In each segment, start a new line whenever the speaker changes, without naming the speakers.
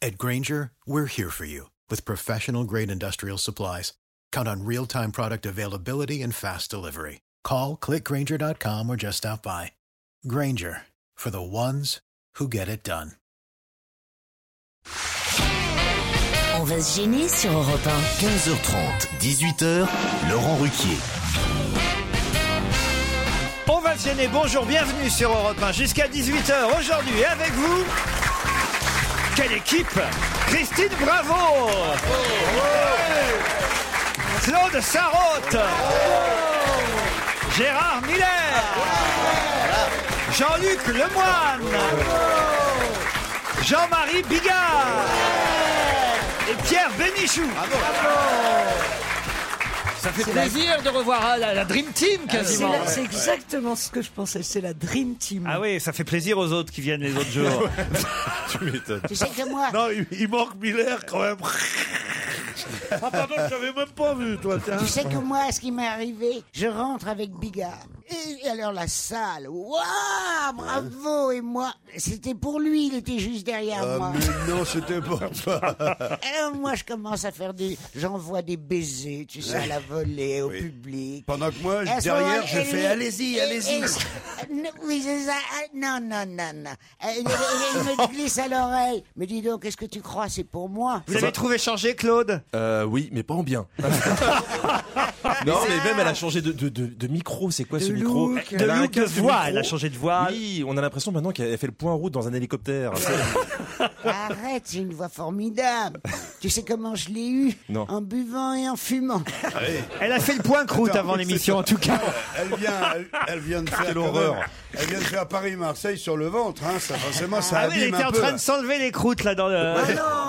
At Granger, we're here for you with professional grade industrial supplies. Count on real time product availability and fast delivery. Call clickgranger.com or just stop by. Granger for the ones who get it done.
On va se gêner sur Europe
15h30, 18h, Laurent Ruquier.
On va se gêner. Bonjour, bienvenue sur Europe 1 jusqu'à 18h aujourd'hui. Et avec vous, quelle équipe Christine Bravo, Ouais. Claude Sarraute Gérard Miller Jean-Luc Lemoine Jean-Marie Bigard Et Pierre Bénichou Ça fait plaisir de revoir euh, la, la Dream Team quasiment
C'est la- C'est exactement ce que je pensais, c'est la Dream Team.
Ah oui, ça fait plaisir aux autres qui viennent les autres jours.
Tu m'étonnes.
Tu sais que moi,
Non, il, il manque Miller quand même. Ah pardon, je t'avais même pas vu, toi. tiens.
tu sais que moi, ce qui m'est arrivé, je rentre avec Bigard. Et alors la salle, waouh, bravo Et moi, c'était pour lui, il était juste derrière moi.
Ah, mais non, c'était pas
Alors moi, je commence à faire des, j'envoie des baisers, tu sais, à la volée, au public.
Pendant que moi,
À ce moment-là,
derrière, je
et lui-
fais allez-y,
et-
allez-y.
et- euh, Oui, c'est ça. Ah, Non, non, non, non. Euh, Il, il- il me glisse à l'oreille. Mais dis donc, qu'est-ce que tu crois C'est pour moi.
Vous avez trouvé changé, Claude
Euh, oui, mais pas en bien. non, mais même elle a changé de, de- de- de micro. C'est quoi ce micro
look.
De
Elle a un
look, de
casque
voix,
micro.
elle a changé de voix.
Oui, on a l'impression maintenant qu'elle a fait le point route dans un hélicoptère.
Arrête, c'est une voix formidable. tu sais comment je l'ai eue
Non.
En buvant et en fumant.
Elle a fait le point croûte
Attends,
avant
oui,
l'émission,
c'est
en tout cas.
Elle vient, elle, elle vient de faire.
Quelle
quand même-
horreur.
Elle vient de faire Paris-Marseille sur le ventre, hein. Ça, forcément, ça
Ah oui, elle
abîme
était
un
en
peu.
train de s'enlever les croûtes là dans le.
Ah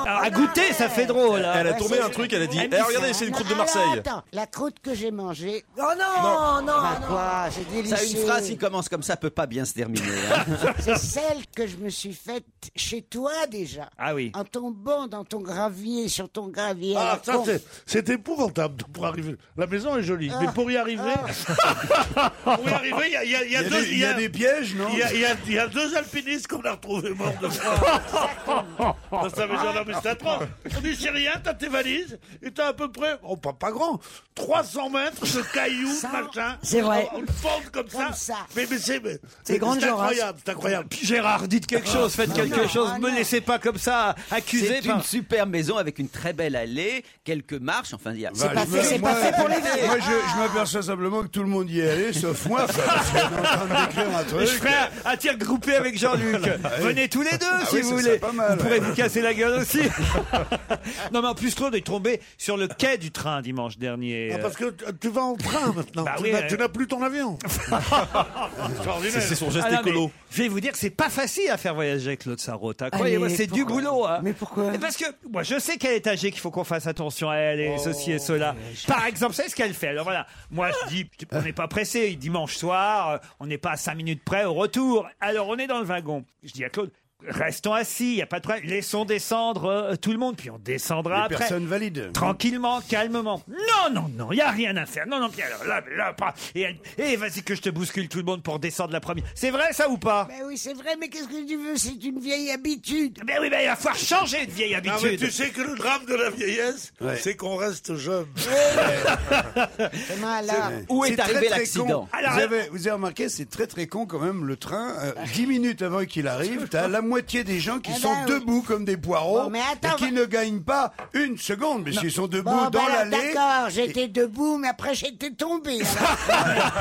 Alors, à goûter, ça fait drôle. hein.
Elle a tombé un truc, elle a dit Eh, regardez, c'est une croûte de
Non, alors,
Marseille.
attends, la croûte que j'ai mangée.
Oh non, non,
Bah
non,
quoi, c'est délicieux.
Ça, une phrase qui commence comme ça peut pas bien se terminer. hein.
C'est celle que je me suis faite chez toi déjà.
Ah oui.
En tombant dans ton gravier, sur ton gravier. à
Ah,
la
ça,
con.
c'est- c'est épouvantable pour arriver. La maison est jolie, mais pour y arriver,
Ah.
pour y arriver, il y a, il y a- il y a deux, il y a-
des pièges, non
il y a- il y a- il y a deux alpinistes qu'on a retrouvés morts de froid. Dans sa maison, non, mais c'est atroce.
Ah.
On dit, c'est rien, t'as tes valises, et t'as à peu près, oh, pas, pas grand, 300 mètres de cailloux,
Ça,
machin.
c'est vrai.
On, on te fend comme,
Comme ça.
Mais, mais c'est, mais-
C'est
mais
grande
c'est
hein.
Jaurès.
incroyable, c'est incroyable. Ah.
Gérard, dites quelque chose, faites quelque
non,
chose,
ah,
me
non.
laissez pas comme ça accusé
C'est une
par.
super maison avec une très belle allée, quelques marches, enfin il y a...
Bah,
pas
je
fait-
me-
c'est
moi,
pas fait pour l'été.
Moi, je, je m'aperçois simplement que tout le monde y est allé, sauf moi. Enfin, parce qu'on est en train de décrire un
Je
truc. Ah
ferai un- un tir groupé avec Jean-Luc. Venez tous les deux si
oui,
vous
ça
voulez.
serait pas mal,
vous pourrez
ouais.
vous casser la gueule aussi. non mais en plus Claude est tombé sur le quai du train dimanche dernier.
Ah, Parce que t- tu vas en train maintenant.
euh, Bah
tu
oui,
n'as-
euh.
tu n'as plus ton avion.
C'est c'est son geste
Ah non, mais
écolo.
Je vais vous dire que c'est pas facile à faire voyager avec Claude Sarraute. hein.
Ah,
Croyez-moi,
mais
c'est du
pourquoi
boulot. hein.
Mais pourquoi
Et Parce que moi, je sais qu'elle est âgée, qu'il faut qu'on fasse attention à elle et
Oh,
ceci et cela. Par exemple, c'est ce qu'elle fait. Alors voilà, moi je dis, on n'est pas pressé. Dimanche soir, euh, on n'est pas à 5 minutes près au retour. Alors on est dans le wagon. Je dis à Claude. Restons assis, il n'y a pas de problème. Laissons descendre euh, tout le monde, puis on descendra
Les
après.
personnes valides.
Tranquillement, calmement. Non, non, non, il n'y a rien à faire. Non, non, puis alors, là, là, pas. Et, elle- et vas-y que je te bouscule tout le monde pour descendre la première. C'est vrai ça ou pas
Ben oui, c'est vrai, mais qu'est-ce que tu veux C'est une vieille habitude.
Ben oui, ben il va falloir changer de vieille
Non,
habitude.
mais tu sais que le drame de la vieillesse,
Ouais.
c'est qu'on reste jeune.
C'est malade.
C'est très, très con.
Alors,
vous, avez, vous avez remarqué, c'est très très con quand même le train. euh, Dix minutes avant qu'il arrive, t'as la moitié des gens qui
Eh ben
sont
oui.
debout comme des poireaux
Bon, mais attends,
et qui
va-
ne gagnent pas une seconde, mais s'ils sont debout
Bon,
dans
ben alors,
l'allée.
D'accord, j'étais debout, mais après j'étais tombé. alors.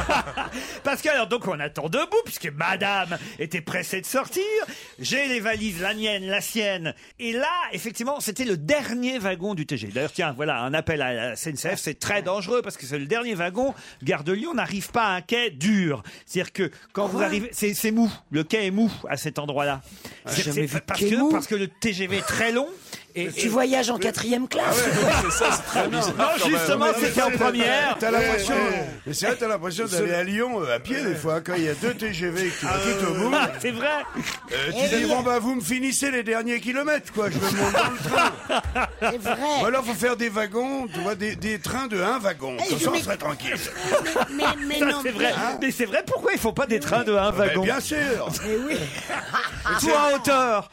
Parce que alors donc on attend debout puisque Madame était pressée de sortir. J'ai les valises, la mienne, la sienne. Et là, effectivement, c'était le dernier wagon du TG. D'ailleurs, tiens, voilà, un appel à la SNCF, c'est très dangereux parce que c'est le dernier wagon. Gare de Lyon n'arrive pas à un quai dur. C'est-à-dire que quand vous arrivez, c'est c'est mou. Le quai est mou à cet endroit-là. C'est-
Ah, jamais
c'est-
vu de
parce
quai
que
mou.
parce que le TGV est très long. Et,
Tu
et-
voyages en quatrième classe
Ah C'est ça, c'est très
non,
bizarre. quand même.
justement, c'était en première.
T'as l'impression,
Ouais,
mais c'est vrai, t'as l'impression d'aller à Lyon euh, à pied des fois quand il y a deux TGV qui quittent au bout.
Ah, c'est vrai.
Euh,
Et
tu dis
il-
bon bah vous me finissez les derniers kilomètres quoi, je me monte dans le train.
C'est vrai.
Ou alors faut faire des wagons, tu vois des, des trains de un wagon.
Eh,
Comme
je
ça on
m'éc-
serait tranquille.
Mais, mais
Ça,
non,
c'est vrai.
mais-
Mais c'est vrai, pourquoi ils font pas des trains de un
Mais
wagon
bien sûr.
Mais oui.
Ah,
Tout en hauteur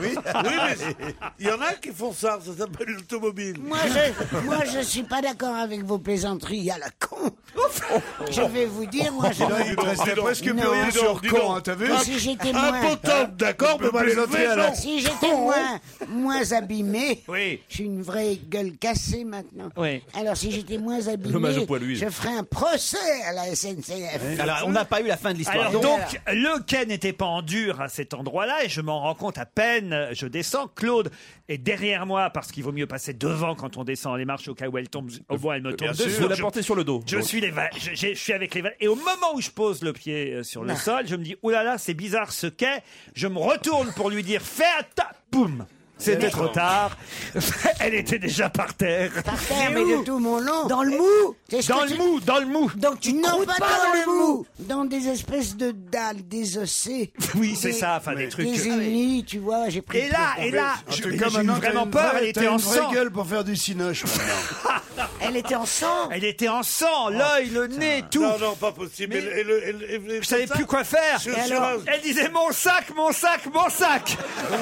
Oui.
Oui, mais il y en a qui font ça, ça s'appelle l'automobile.
Moi je, moi, je suis pas d'accord avec vos plaisanteries à la con. Je
Oh.
vais vous dire, moi, je.
Là, il te restait presque plus
Non. Ah,
rien
Dis
sur con, hein, t'as vu
Mais si j'étais moins.
potable, d'accord, mais mal l'autre à la
Si j'étais
Oh,
moins, moins abîmé,
Oui.
j'ai une vraie gueule cassée maintenant.
Oui.
Alors si j'étais moins abîmé,
Dommage au poids de Louise.
je ferais un procès à la SNCF.
Alors, on n'a pas eu la fin de l'histoire.
Alors donc, le quai n'était pas en dur à cet endroit-là, et je m'en rends compte à peine, euh, je descends, Claude est derrière moi, parce qu'il vaut mieux passer devant quand on descend les marches, au cas où elle tombe, au moins elle me tombe dessus.
Euh, Vous la
Je-
portez sur le dos.
Je
Donc.
suis, les va- je, j'ai- je suis avec les valets. Et au moment où je pose le pied euh, sur le sol, je me dis, oh là là, c'est bizarre ce quai. Je me retourne pour lui dire, fais atta... Boum C'était trop tard. Elle était déjà par terre.
Par terre, mais de tout mon long.
Dans le mou
C'est ce
Dans
que
le
tu-
mou, dans le mou.
Donc tu ne
Non,
croûtes
pas, dans le mou. Dans des espèces de dalles, des ossés.
Oui, c'est ça, enfin des trucs. euh,
Des unis, tu vois, j'ai pris.
Et là, et là,
En
je-
tout
j'ai
cas,
eu
maintenant, t'as
vraiment
une
peur,
vraie-
elle
t'as
était en
une vraie
sang.
gueule pour faire du cinoche.
Elle était en sang
Elle était en
Ah.
sang, l'œil, le nez, tout.
Non, non, pas possible.
Mais-
Et le- et le- et le- et
Je savais
ça,
plus quoi faire.
Sur-
Et
sur
alors,
un-
elle disait mon sac, mon sac, mon sac.
Ah.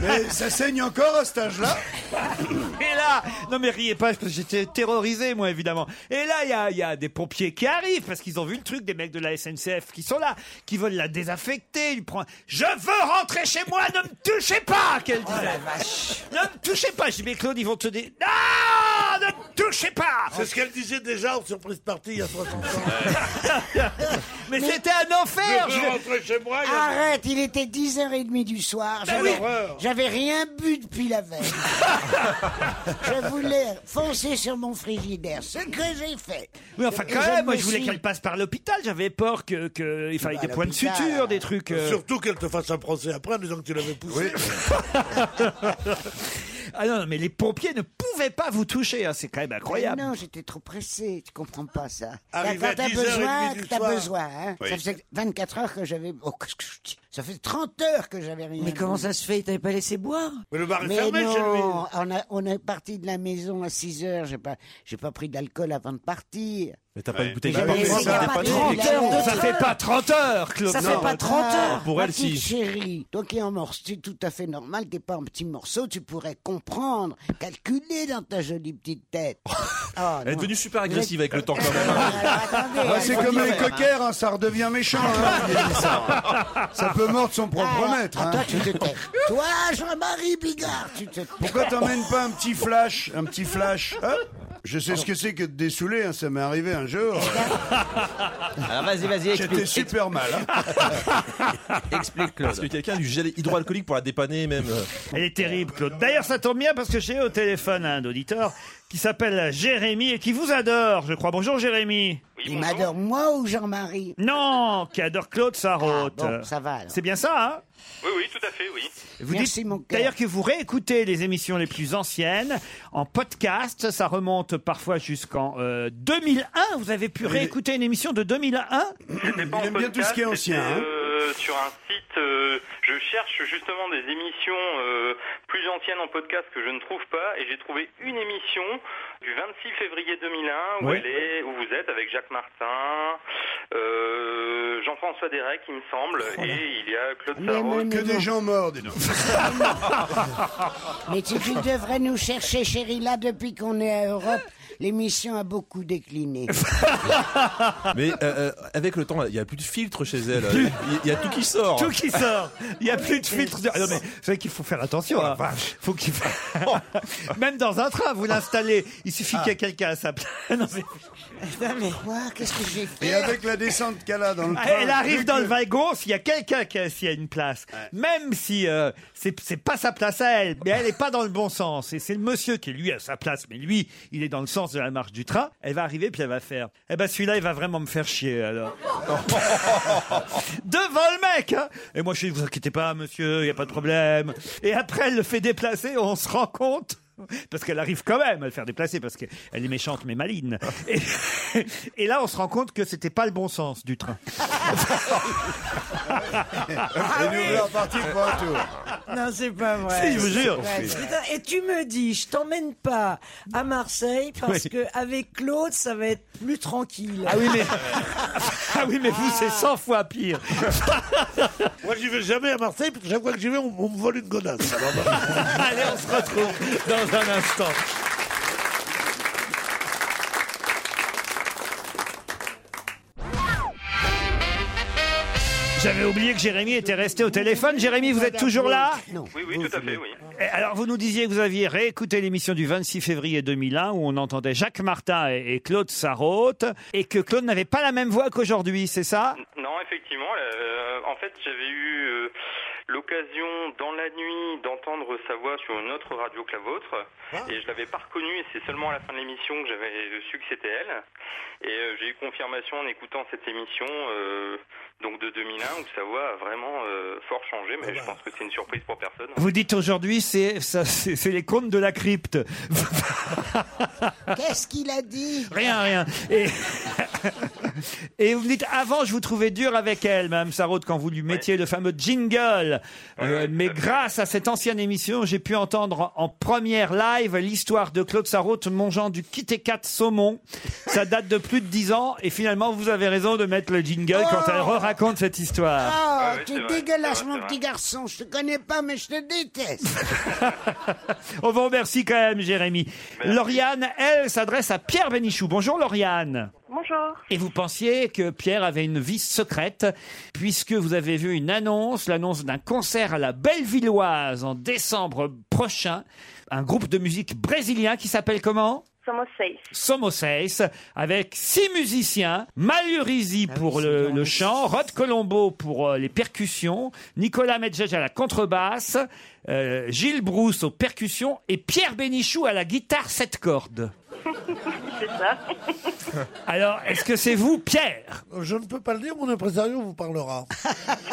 Mais ça saigne encore à cet âge-là
Et là, non mais riez pas, parce que j'étais terrorisé moi évidemment. Et là, il y a, il y a des pompiers qui arrivent parce qu'ils ont vu le truc des mecs de la SNCF qui sont là, qui veulent la désaffecter. Ils prennent. Je veux rentrer chez moi, ne me touchez pas,
Oh
qu'elle disait. ne me touchez pas, je dis mais Claude, ils vont te dire. Non, ne me touchez pas.
Ah, C'est ce qu'elle disait déjà en surprise partie il y a 300 ans.
Mais, c'était un enfer.
Je
je
vais
vais-
rentrer chez moi. il y a-
Arrête, il était 10h30 du soir.
Ah Ben
J'avais-
oui.
J'avais rien bu depuis la veille. je voulais foncer sur mon frigidaire, ce que j'ai fait.
Oui, enfin quand
Et je
même,
me
moi je voulais
suis-
qu'elle passe par l'hôpital. J'avais peur que, que il faille
Bah,
des points de
l'hôpital,
suture,
alors.
des trucs. euh,
Surtout qu'elle te fasse un procès après en disant que tu l'avais poussé.
Ah non, non, mais les pompiers ne pouvaient pas vous toucher. hein, C'est quand même incroyable.
Mais Non, j'étais trop pressé, tu comprends pas ça.
Arrivé
Là,
à
quand t'as
10h30
besoin,
du
que t'as
soir.
besoin. Hein. Ça faisait 24 heures que j'avais. Oh, qu'est-ce que je dis Ça fait 30 heures que j'avais rien.
Mais comment
bu.
ça se fait T'avais pas laissé boire
Mais le bar est
Mais
fermé chez
non,
lui.
on, a- on est parti de la maison à 6 heures. J'ai pas, j'ai pas pris d'alcool avant de partir.
Mais t'as pas une bouteille
Bah,
Mais
qui
j'avais
part,
laissé
ça
la
t'es
patte.
né.
30 heures de
Ça
train.
fait pas 30 heures, Claude.
Ça fait pas 30 heures
Pour
Ah. ma
elle,
petite
si.
chérie, toi qui es en morceau, c'est tout à fait normal, t'es pas en petit morceau, tu pourrais comprendre, calculer dans ta jolie petite tête. Ah,
Elle est
non.
devenue super agressive avec le temps quand
Ah,
même.
bah,
attendez,
Ah, C'est
attendez.
comme les coquères, hein, ça redevient méchant. hein, on dit ça, hein. ça peut mordre son propre
Ah,
Alors,
maître. hein.
Toi, tu te tais. Toi, Jean-Marie Bigard, tu te tais.
Pourquoi t'emmènes pas un petit flash Un petit flash Hop Je sais ce que c'est que de dessouler, hein, ça m'est arrivé un jour.
Alors, vas-y, vas-y,
J'étais
explique.
super mal. hein.
Explique,
Parce que
Claude.
quelqu'un a du gel hydroalcoolique pour la dépanner même.
Elle est terrible, Claude. D'ailleurs, ça tombe bien parce que j'ai au téléphone un auditeur qui s'appelle Jérémy et qui vous adore, je crois. Bonjour, Jérémy.
Il m'adore, moi ou Jean-Marie
Non, qui adore Claude Sarraute.
Ah, bon, ça va, alors.
C'est bien ça, hein
Oui, oui, tout à fait, oui.
vous
Merci,
dites
mon cœur.
d'ailleurs que vous réécoutez les émissions les plus anciennes en podcast. Ça remonte parfois jusqu'en euh, 2001. Vous avez pu réécouter une émission de 2001
C'était pas en
aime bien tout ce qui est
podcast,
ancien,
c'était,
hein.
euh, euh, sur un site. euh, je cherche justement des émissions euh, plus anciennes en podcast que je ne trouve pas, et j'ai trouvé une émission du 26 février 2001 où
Oui.
elle est, où vous êtes avec Jacques Martin, euh, Jean-François Derek, il me semble, et il y a Claude Sarraud.
que des gens morts, dis donc.
Mais tu, tu devrais nous chercher, chérie, là, depuis qu'on est à Europe, l'émission a beaucoup décliné.
Mais euh, euh, avec le temps, il n'y a plus de filtre chez elle. Il il y a tout qui sort.
Tout qui sort. Il n'y a plus de filtre. de- Ah Non, mais c'est vrai qu'il faut faire attention.
Ah.
hein. Faut qu'il fa- Même dans un train, vous l'installez. Il
Ah.
suffit qu'il y ait quelqu'un à sa place. Non, mais-
Quoi Qu'est-ce que j'ai fait
Et avec la descente qu'elle a dans le
Ah,
train...
Elle arrive
Luc,
dans le
euh,
wagon s'il y a quelqu'un qui a, s'il y a une place. Même si euh, c'est c'est pas sa place à elle, mais elle est pas dans le bon sens. Et c'est le monsieur qui lui à sa place, mais lui il est dans le sens de la marche du train. Elle va arriver puis elle va faire. Eh ben celui-là il va vraiment me faire chier alors. Devant le mec. hein. Et moi je suis vous inquiétez pas monsieur, il y a pas de problème. Et après elle le fait déplacer, on se rend compte. Parce qu'elle arrive quand même à le faire déplacer parce qu'elle est méchante mais maligne. Et, et là on se rend compte que c'était pas le bon sens du train. Ah
Et nous voilà partis pour un tour.
Non, c'est pas vrai.
Si, je vous jure.
Ouais, putain, et tu me dis, je t'emmène pas à Marseille parce
Oui.
que avec Claude, ça va être plus tranquille.
Ah oui, mais, ah oui, mais vous, c'est 100 fois pire.
Moi, j'y vais jamais à Marseille, parce que chaque fois que j'y vais, on, on me vole une godasse. Alors, bah,
Allez, on se retrouve dans un instant. J'avais oublié que Jérémy était resté au téléphone. Jérémy, vous êtes toujours là
Oui, oui, tout à fait, oui.
Et Alors, vous nous disiez que vous aviez réécouté l'émission du 26 février 2001 où on entendait Jacques Martin et et Claude Sarraute et que Claude n'avait pas la même voix qu'aujourd'hui, c'est ça
Non, effectivement. euh, en fait, j'avais eu euh, l'occasion dans la nuit d'entendre sa voix sur une autre radio que la vôtre, et je l'avais pas reconnue. Et c'est seulement à la fin de l'émission que j'avais su que c'était elle. Et euh, j'ai eu confirmation en écoutant cette émission, euh, donc de 2001, où sa voix a vraiment euh, fort changé. Mais je pense que c'est une surprise pour personne.
Vous dites aujourd'hui, c'est ça, c'est- c'est les comptes de la crypte.
Qu'est-ce qu'il a dit
Rien, rien. Et, et vous me dites, avant, je vous trouvais dur avec elle, Madame Sarraute, quand vous lui mettiez le fameux jingle. Euh, mais grâce à cette ancienne émission, j'ai pu entendre en première live l'histoire de Claude Sarraute mangeant du Kit-Kat saumon. Ça date de plus de 10 ans. Et finalement, vous avez raison de mettre le jingle quand elle raconte cette histoire.
Oh, tu es
Ah
dégueulasse, mon petit garçon. Je te connais pas, mais je te déteste.
On vous remercie quand même, Jérémy. Lauriane, elle, s'adresse à Pierre Bénichou. Bonjour, Lauriane.
Bonjour.
Et vous pensiez que Pierre avait une vie secrète, puisque vous avez vu une annonce, l'annonce d'un concert à la Bellevilloise en décembre prochain. Un groupe de musique brésilien qui s'appelle comment
Somos seis.
Somos Seis, avec six musiciens, Malurizi pour le, le chant, Rod Colombo pour euh, les percussions, Nicolas Medjej à la contrebasse, euh, Gilles Brousse aux percussions et Pierre Bénichou à la guitare sept cordes.
C'est ça.
Alors, est-ce que c'est vous, Pierre
Je ne peux pas le dire, mon impresario vous parlera.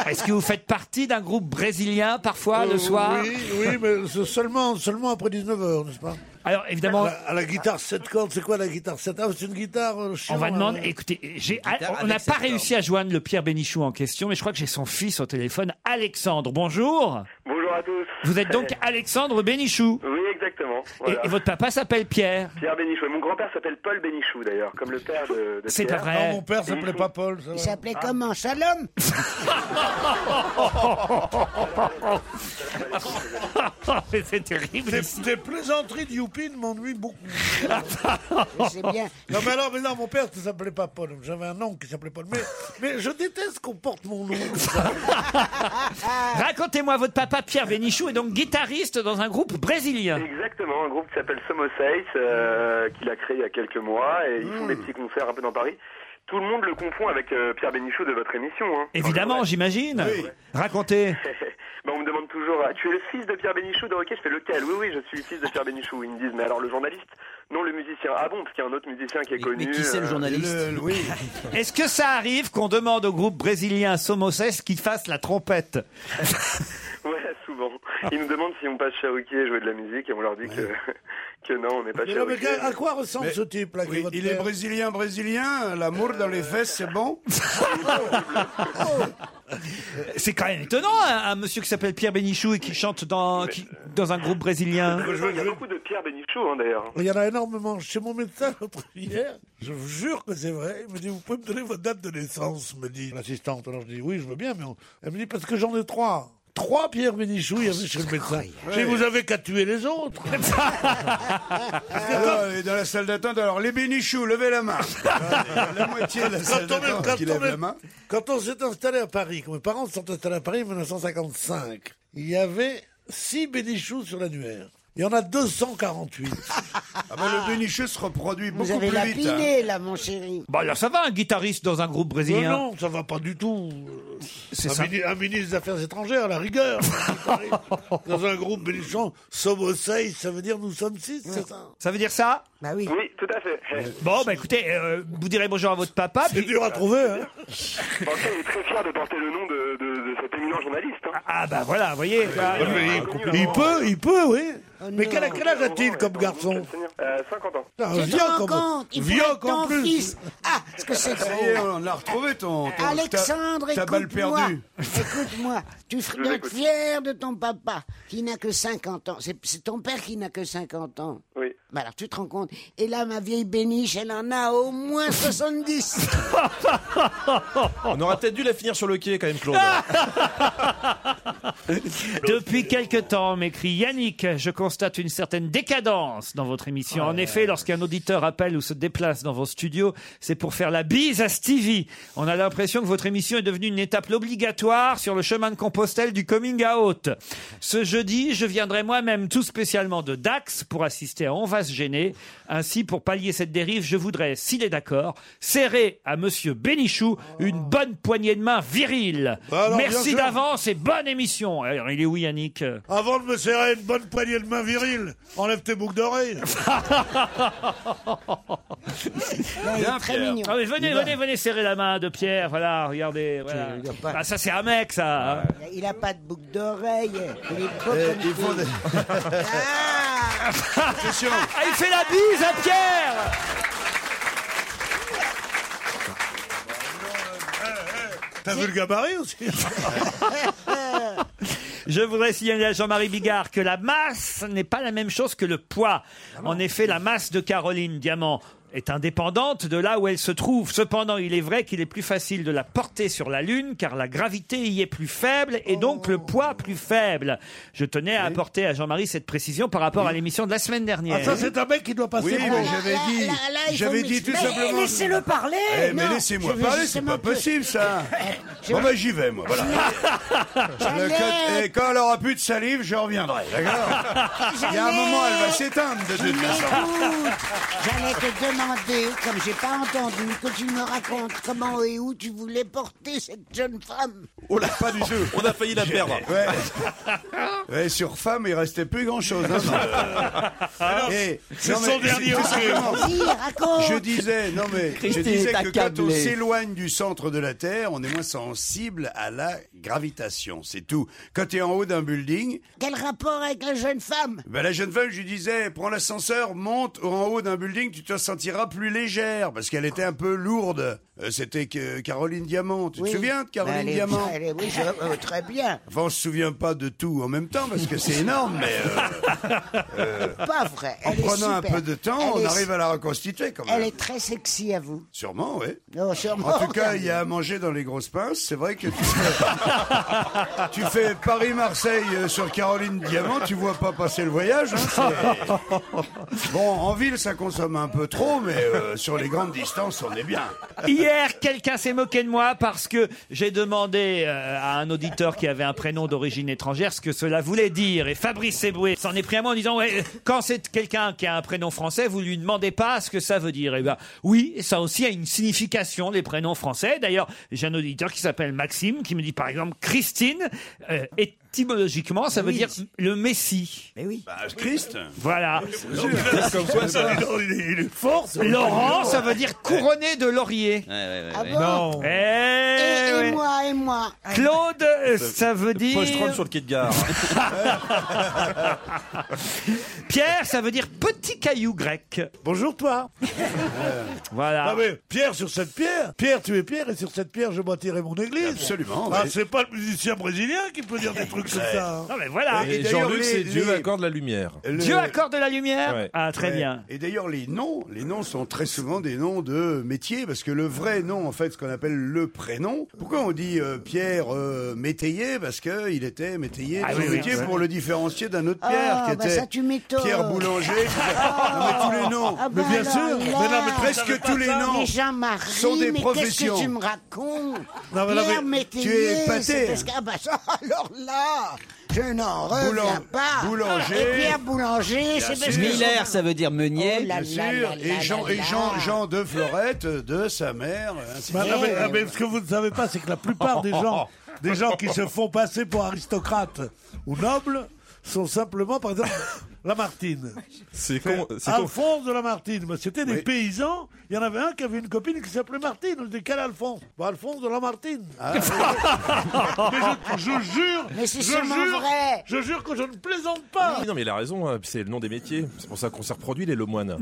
Est-ce que vous faites partie d'un groupe brésilien parfois
Euh,
le soir
Oui, oui, mais c'est seulement, seulement après 19h, n'est-ce pas
Alors, évidemment...
À la, à la guitare 7 cordes, c'est quoi la guitare 7 Ah, c'est une guitare euh,
On
chiant,
va
euh,
demander, écoutez, j'ai-
Guitare
on n'a
bah, avec
pas
sept
réussi à joindre le Pierre Bénichou en question, mais je crois que j'ai son fils au téléphone, Alexandre. Bonjour.
Bonjour à tous.
Vous êtes donc
Euh,
Alexandre Bénichou.
Oui, exactement.
Et,
Voilà.
et votre papa s'appelle Pierre.
Pierre Bénichou. Et Mon grand-père s'appelle Paul Bénichou, d'ailleurs, comme le père de, de
C'est
Pierre.
pas vrai. Non, mon père
s'appelait pas Paul.
Il s'appelait
Ah.
comment Shalom
Mais c'est terrible.
Des, des plaisanteries de Youpi ne m'ennuient beaucoup.
C'est bien.
Non, mais alors, mais non, mon père ne s'appelait pas Paul. J'avais un oncle qui s'appelait Paul. Mais, mais je déteste qu'on porte mon nom. comme ça.
Racontez-moi, votre papa Pierre Bénichou est donc guitariste dans un groupe brésilien.
Mm. Exactement, un groupe qui s'appelle Somo Seis, euh, qu'il a créé il y a quelques mois, et ils
Mm.
font des petits concerts un peu dans Paris. Tout le monde le confond avec euh, Pierre Bénichou de votre émission. Hein.
Évidemment, j'imagine. Racontez.
Ben, on me demande toujours, ah, tu es le fils de Pierre Bénichou de Roquet Je fais lequel Oui, oui, je suis le fils de Pierre Bénichou. Ils me disent, mais alors le journaliste Non, le musicien. Ah bon, parce qu'il y a un autre musicien qui est connu. euh,
Oui. Est-ce que ça arrive qu'on demande au groupe brésilien Somoses qu'il fasse la trompette
Ouais, souvent. Ils nous demandent si on passe Cherokee et jouer de la musique et on leur dit que, que non, on n'est pas
Mais non, mais
Cherokee.
qu'à- à quoi ressemble
Mais-
ce type là qui est
Oui,
votre
il est
père Oh,
brésilien, brésilien, l'amour dans les fesses, c'est bon
C'est quand même étonnant, hein, un, un monsieur qui s'appelle Pierre Bénichou et qui chante dans, qui- dans un groupe brésilien.
Il y a beaucoup de Pierre Bénichou, hein, d'ailleurs.
Il y en a énormément. Chez mon médecin, l'autre hier, je vous jure que c'est vrai, il me dit, vous pouvez me donner votre date de naissance, me dit l'assistante. Alors je dis, oui, je veux bien, mais on- elle me dit, parce que j'en ai trois. Trois Pierre Bénichou, il y avait chez le médecin. Je dis,
Ouais.
vous avez qu'à tuer les autres.
Alors, et dans la salle d'attente, alors les bénichoux, levez la main. Ah, la moitié de la salle
Quand on est-
d'attente
quand
qui
on
lève
est-
la main.
Quand on s'est installé à Paris, quand mes parents se sont installés à Paris en 1955, il y avait six bénichoux sur l'annuaire. Il y en a 248.
Ah ben, le bénichou se reproduit
Vous avez la pinée, là, mon chéri.
hein. Bah là, ça va, un guitariste dans un groupe
Non,
brésilien.
non, ça va pas du tout.
C'est
un,
ça.
mini- un ministre des Affaires étrangères, à la rigueur. Dans un groupe bénichon, sommes seis, ça veut dire nous sommes six, c'est ça
Ça veut dire ça
Bah oui.
Oui, tout à fait.
Bon, bah écoutez, euh, vous direz bonjour à votre papa. C'est
dur à trouver, hein
En tout cas, il est très fier de porter le nom de, de- de cet éminent journaliste. hein.
Ah bah voilà, vous voyez. bah,
Ouais, mais
Ah,
il, il peut, il peut, oui.
Oh
mais quel, quel âge a-t-il comme garçon
Euh, 50 ans.
Ah,
Tu te
vieux
rends
comme-
compte Il pourrait
vieux
être
qu'en
ton
plus.
fils. Ah, ce que c'est
Ça y
drôle.
est, on l'a retrouvé ton, ton
Alexandre,
ta, ta balle
écoute-moi.
perdue.
Écoute-moi, tu
Je
serais
vous
donc
écoute.
fier de ton papa qui n'a que 50 ans. C'est c'est ton père qui n'a que 50 ans.
Oui.
Bah alors tu te rends compte. Et là, ma vieille béniche, elle en a au moins 70.
On aurait peut-être dû la finir sur le quai quand même, Claude.
Depuis quelque temps, m'écrit Yannick, je constate une certaine décadence dans votre émission. en effet, lorsqu'un auditeur appelle ou se déplace dans vos studios, c'est pour faire la bise à Stevie. On a l'impression que votre émission est devenue une étape obligatoire sur le chemin de Compostelle du coming out. Ce jeudi, je viendrai moi-même tout spécialement de Dax pour assister à On va se gêner. Ainsi, pour pallier cette dérive, je voudrais, s'il est d'accord, serrer à monsieur Bénichou une bonne poignée de main virile.
Bah alors, bien
Merci
sûr.
d'avance et bonne émission. Alors, il est où Yannick
Avant de me serrer une bonne poignée de main virile, enlève tes boucles d'oreilles.
Bien, Pierre. Ah, mais venez, venez, venez serrer la main de Pierre. Voilà, regardez. voilà. Ah, ça, c'est un mec, ça. hein.
Il a pas de boucle d'oreille. Il est beau
Euh,
comme
il
tout.
faut de-
Ah
Ah, il fait la bise à Pierre
T'as vu le gabarit aussi
Je voudrais signaler à Jean-Marie Bigard que la masse n'est pas la même chose que le poids.
Ah
En effet, la masse de Caroline Diamant est indépendante de là où elle se trouve. Cependant, il est vrai qu'il est plus facile de la porter sur la Lune car la gravité y est plus faible et donc
Oh.
le poids plus faible. Je tenais à apporter à Jean-Marie cette précision par rapport à l'émission de la semaine dernière.
Ah, ça, c'est un mec qui doit passer.
Oui,
pro.
mais j'avais dit, j'avais dit tout simplement. Eh, mais
Non,
laissez-moi
je veux
parler, c'est
justement
pas
que-
possible ça.
Je
Bon
veux-
bah j'y vais moi, voilà. Le cut-
J'allais-
et quand elle aura plus de salive, je reviendrai. D'accord. Il y a un
J'allais-
moment, elle va s'éteindre de
Tu
toute façon.
m'écoutes. J'allais te demander, comme j'ai pas entendu, que tu me racontes comment et où tu voulais porter cette jeune femme.
Oh là, pas du tout.
On a failli la perdre.
Ouais. Ouais, sur femme, il restait plus hein, grand chose.
C'est son dernier hockey.
Vas-y, raconte.
Je disais, non mais, je
Christine
disais
est
que quand on
accablée.
s'éloigne du centre de la Terre, on est moins sensible à la gravitation. C'est tout. Quand tu es en haut d'un building,
Quel rapport avec la jeune femme
ben, la jeune femme, je lui disais, prends l'ascenseur, monte en haut d'un building, tu te sentiras plus légère, parce qu'elle était un peu lourde. Euh, C'était que Caroline Diamant. Tu
Oui.
te souviens de Caroline
Ben, elle est-
Diamant
elle est- oui, je- euh, très bien.
Enfin, on se souvient pas de tout en même temps, parce que c'est énorme, mais euh, euh,
Pas vrai.
en
elle est
prenant un
super.
peu de temps,
Elle
on
est-
arrive à la reconstituer quand même.
Elle est très sexy à vous.
Sûrement, oui.
Non, sûrement.
En tout cas, il y a à manger dans les grosses pinces. C'est vrai que tu fais, tu fais Paris-Marseille euh, sur Caroline Diamant, tu vois pas passer le voyage. hein, c'est- bon, en ville, ça consomme un peu trop, mais euh, sur les grandes distances, on est bien.
Hier, quelqu'un s'est moqué de moi parce que j'ai demandé euh, à un auditeur qui avait un prénom d'origine étrangère ce que cela voulait dire. Et Fabrice Seboué s'en est pris à moi en disant ouais, euh, Quand c'est quelqu'un qui a un prénom français, vous lui demandez pas ce que ça veut dire. Eh ben, oui, ça aussi a une signification, les prénoms français. D'ailleurs, j'ai un auditeur qui s'appelle Maxime qui me dit par exemple Christine euh, est étymologiquement, ça veut dire le Messie.
Mais oui.
Christ. Voilà.
Bah, Comme quoi, ça, il est- il est- il est fort, ça.
Laurent, ça veut dire couronné de laurier.
Ah ouais. bon
Non. Eh
Et, et
ouais.
moi, et moi.
Claude,
Ah
euh, ça veut dire.
Paul Strom sur le quai de gare.
Pierre, ça veut dire petit caillou grec.
Bonjour toi.
voilà.
Ah mais Pierre sur cette pierre, Pierre tu es Pierre et sur cette pierre je bâtirai mon église. Absolument.
oui.
c'est pas le musicien brésilien qui peut dire des trucs comme
Ouais.
ça. hein.
Eh, Non, mais voilà.
Et,
d'ailleurs,
Jean-Luc,
les-
c'est Dieu
les-
accorde la lumière.
Dieu accorde la lumière
Ouais.
Ah, très
Ouais.
bien.
Et d'ailleurs, les noms, les noms sont très souvent des noms de métiers, parce que le vrai nom, en fait, ce qu'on appelle le prénom. Pourquoi on dit euh, Pierre euh, Métayer Parce que il était métayer de
Ah
son
oui, oui,
métier
oui.
pour le différencier d'un autre
Ah,
Pierre qui
bah
était
ça, tu m'étonnes.
Pierre Boulanger.
Ah.
non, mais tous les noms.
Ah bah alors là.
Mais non, mais presque tous les noms
Les Jean-Marie,
sont des
mais
professions.
Qu'est-ce que tu me racontes
Non, mais là,
Pierre
mais
Métayer,
tu es épaté,
c'est parce
hein.
que- ah bah ça, alors là, je n'en
Boulang-
reviens pas.
Boulanger.
Et Pierre Boulanger, c'est parce que...
Miller, ça veut dire meunier.
Oh là
Bien
là
sûr,
là là
et Jean,
là
et
là.
Jean, Jean de Florette, euh, de sa mère. euh, ainsi de
Mais, non, mais-
suite.
ah, mais ce que vous ne savez pas, c'est que la plupart des gens, des gens qui se font passer pour aristocrates ou nobles sont simplement, par exemple, Lamartine.
C'est con.
Ah,
C'est con.
Alphonse de Lamartine, mais c'était des paysans. Il y en avait un qui avait une copine qui s'appelait Martine. On dit quel Alphonse Bah, Alphonse de Lamartine.
Ah,
mais je, je jure,
Mais c'est
je
sûrement
jure,
vrai.
je jure que je ne plaisante pas.
Oui, non, mais il a raison, hein, puis c'est le nom des métiers. C'est pour ça qu'on s'est reproduit, les lemoines.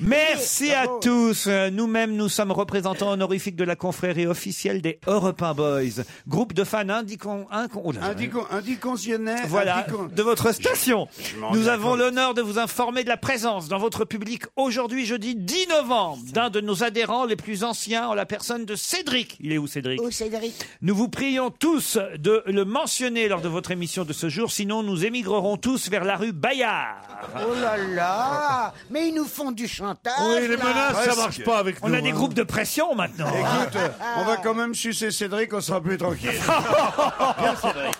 Merci à tous. Euh, Nous-mêmes, nous sommes représentants honorifiques de la confrérie officielle des Europe 1 Boys, groupe de fans indicons, incon- oh là là.
Indico- indiconsionnaire.
Voilà,
indico-
de votre station.
m'en
Nous
rends
avons l'honneur de vous informer de la présence dans votre public aujourd'hui, jeudi 10 novembre, d'un de nos adhérents les plus anciens, en la personne de Cédric. Il est où Cédric
Oh, Cédric.
Nous vous prions tous de le mentionner lors de votre émission de ce jour, sinon nous émigrerons tous vers la rue Bayard.
Oh là là Ah, Mais ils nous font du chantage. là.
On a des groupes de pression maintenant.
hein.
Ah.
Écoute, euh, on va quand même sucer Cédric, on sera plus tranquille.
Bien, Cédric.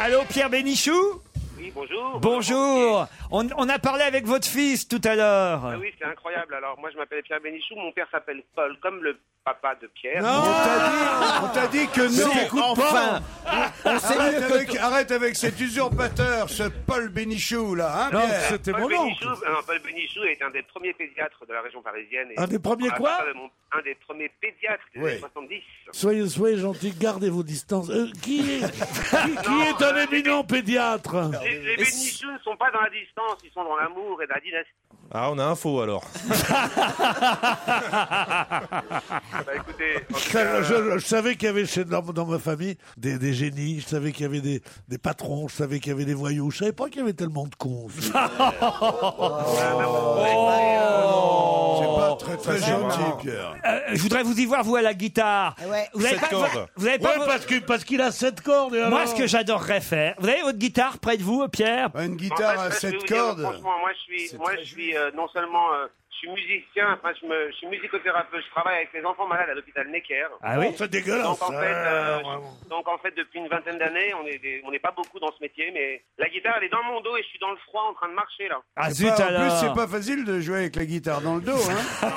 Allô Pierre Bénichou
Oui, bonjour.
Bonjour. On, on a parlé avec votre fils tout à l'heure.
Ah oui, c'est incroyable. Alors, moi, je m'appelle Pierre Bénichou, mon père s'appelle Paul, comme le papa de Pierre.
On t'a dit que
Mais
non.
t'écoutes
enfin.
pas.
On sait
Arrête
mieux que
avec-
toi. arrête avec cet usurpateur, ce Paul Bénichou là. Hein,
Non,
Pierre
c'était
Paul Bénichou, euh, non, Paul Bénichou est un des premiers pédiatres de la région parisienne. et-
Un des premiers
Ah,
quoi
papa de mon- Un des premiers pédiatres des
Oui.
années 70.
Soyez, soyez gentils, gardez vos distances. Euh, qui est, qui, qui est un éminent pédiatre
Les, les Bénichou ne sont pas dans la distance, ils sont dans l'amour et dans la dynastie.
Ah, on a un faux alors.
Bah, écoutez, en tout cas,
Euh,
Ça, je, je savais qu'il y avait chez, dans, dans ma famille des, des génies, je savais qu'il y avait des, des patrons, je savais qu'il y avait des voyous, je savais pas qu'il y avait tellement de cons.
euh,
Oh.
Oh,
C'est pas très très gentil, Pierre.
Euh, je voudrais vous y voir, vous, à la guitare. Vous avez
Sept
pas,
cordes.
Vous avez pas
Ouais,
vos-
parce que- parce qu'il a sept cordes. et
Moi,
alors
ce que j'adorerais faire. Vous avez votre guitare près de vous, euh, Pierre
Une
En fait, je vais vous dire, franchement, moi, je suis, moi, je suis euh, non seulement euh, je suis musicien, enfin, je, me, je suis musicothérapeute, je travaille avec les enfants malades à l'hôpital Necker.
Ah oui
Oh, c'est dégueulasse.
Donc en, fait,
Ah,
euh, donc, en fait, depuis une vingtaine d'années, on est des- on n'est pas beaucoup dans ce métier, mais la guitare, elle est dans mon dos et je suis dans le froid en train de marcher, là.
Ah
C'est
zut,
pas- En
alors.
plus, c'est pas facile de jouer avec la guitare dans le dos. Hein.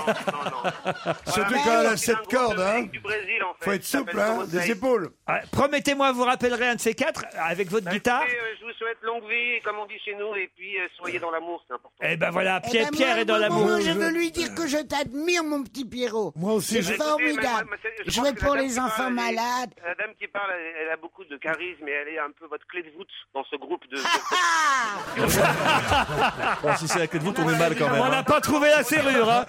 Surtout
Voilà,
quand elle a
Ah, mais c'est un
sept
groupe
cordes.
de
Hein.
musique du Brésil, en fait.
Faut être
Ça
souple,
s'appelle
hein,
Morosei.
des épaules.
Ah, Promettez-moi, vous rappellerez un de ces quatre euh, avec votre guitare.
Et, euh, je vous souhaite longue vie, comme on dit chez nous, et puis euh, soyez dans l'amour, c'est important.
Eh ben voilà,
Eh
Pierre,
ben,
Pierre
moi,
est dans
moi,
l'amour.
moi,
Je veux lui dire que je t'admire, mon petit Pierrot.
Moi
C'est formidable. Je
vais
vais pour les enfants malades.
La dame qui parle, elle, elle a beaucoup de charisme et elle est un peu votre clé de voûte dans ce groupe de.
Ah,
Bon, si c'est la clé de vous, tournez mal quand même. hein.
On n'a pas trouvé la serrure. hein.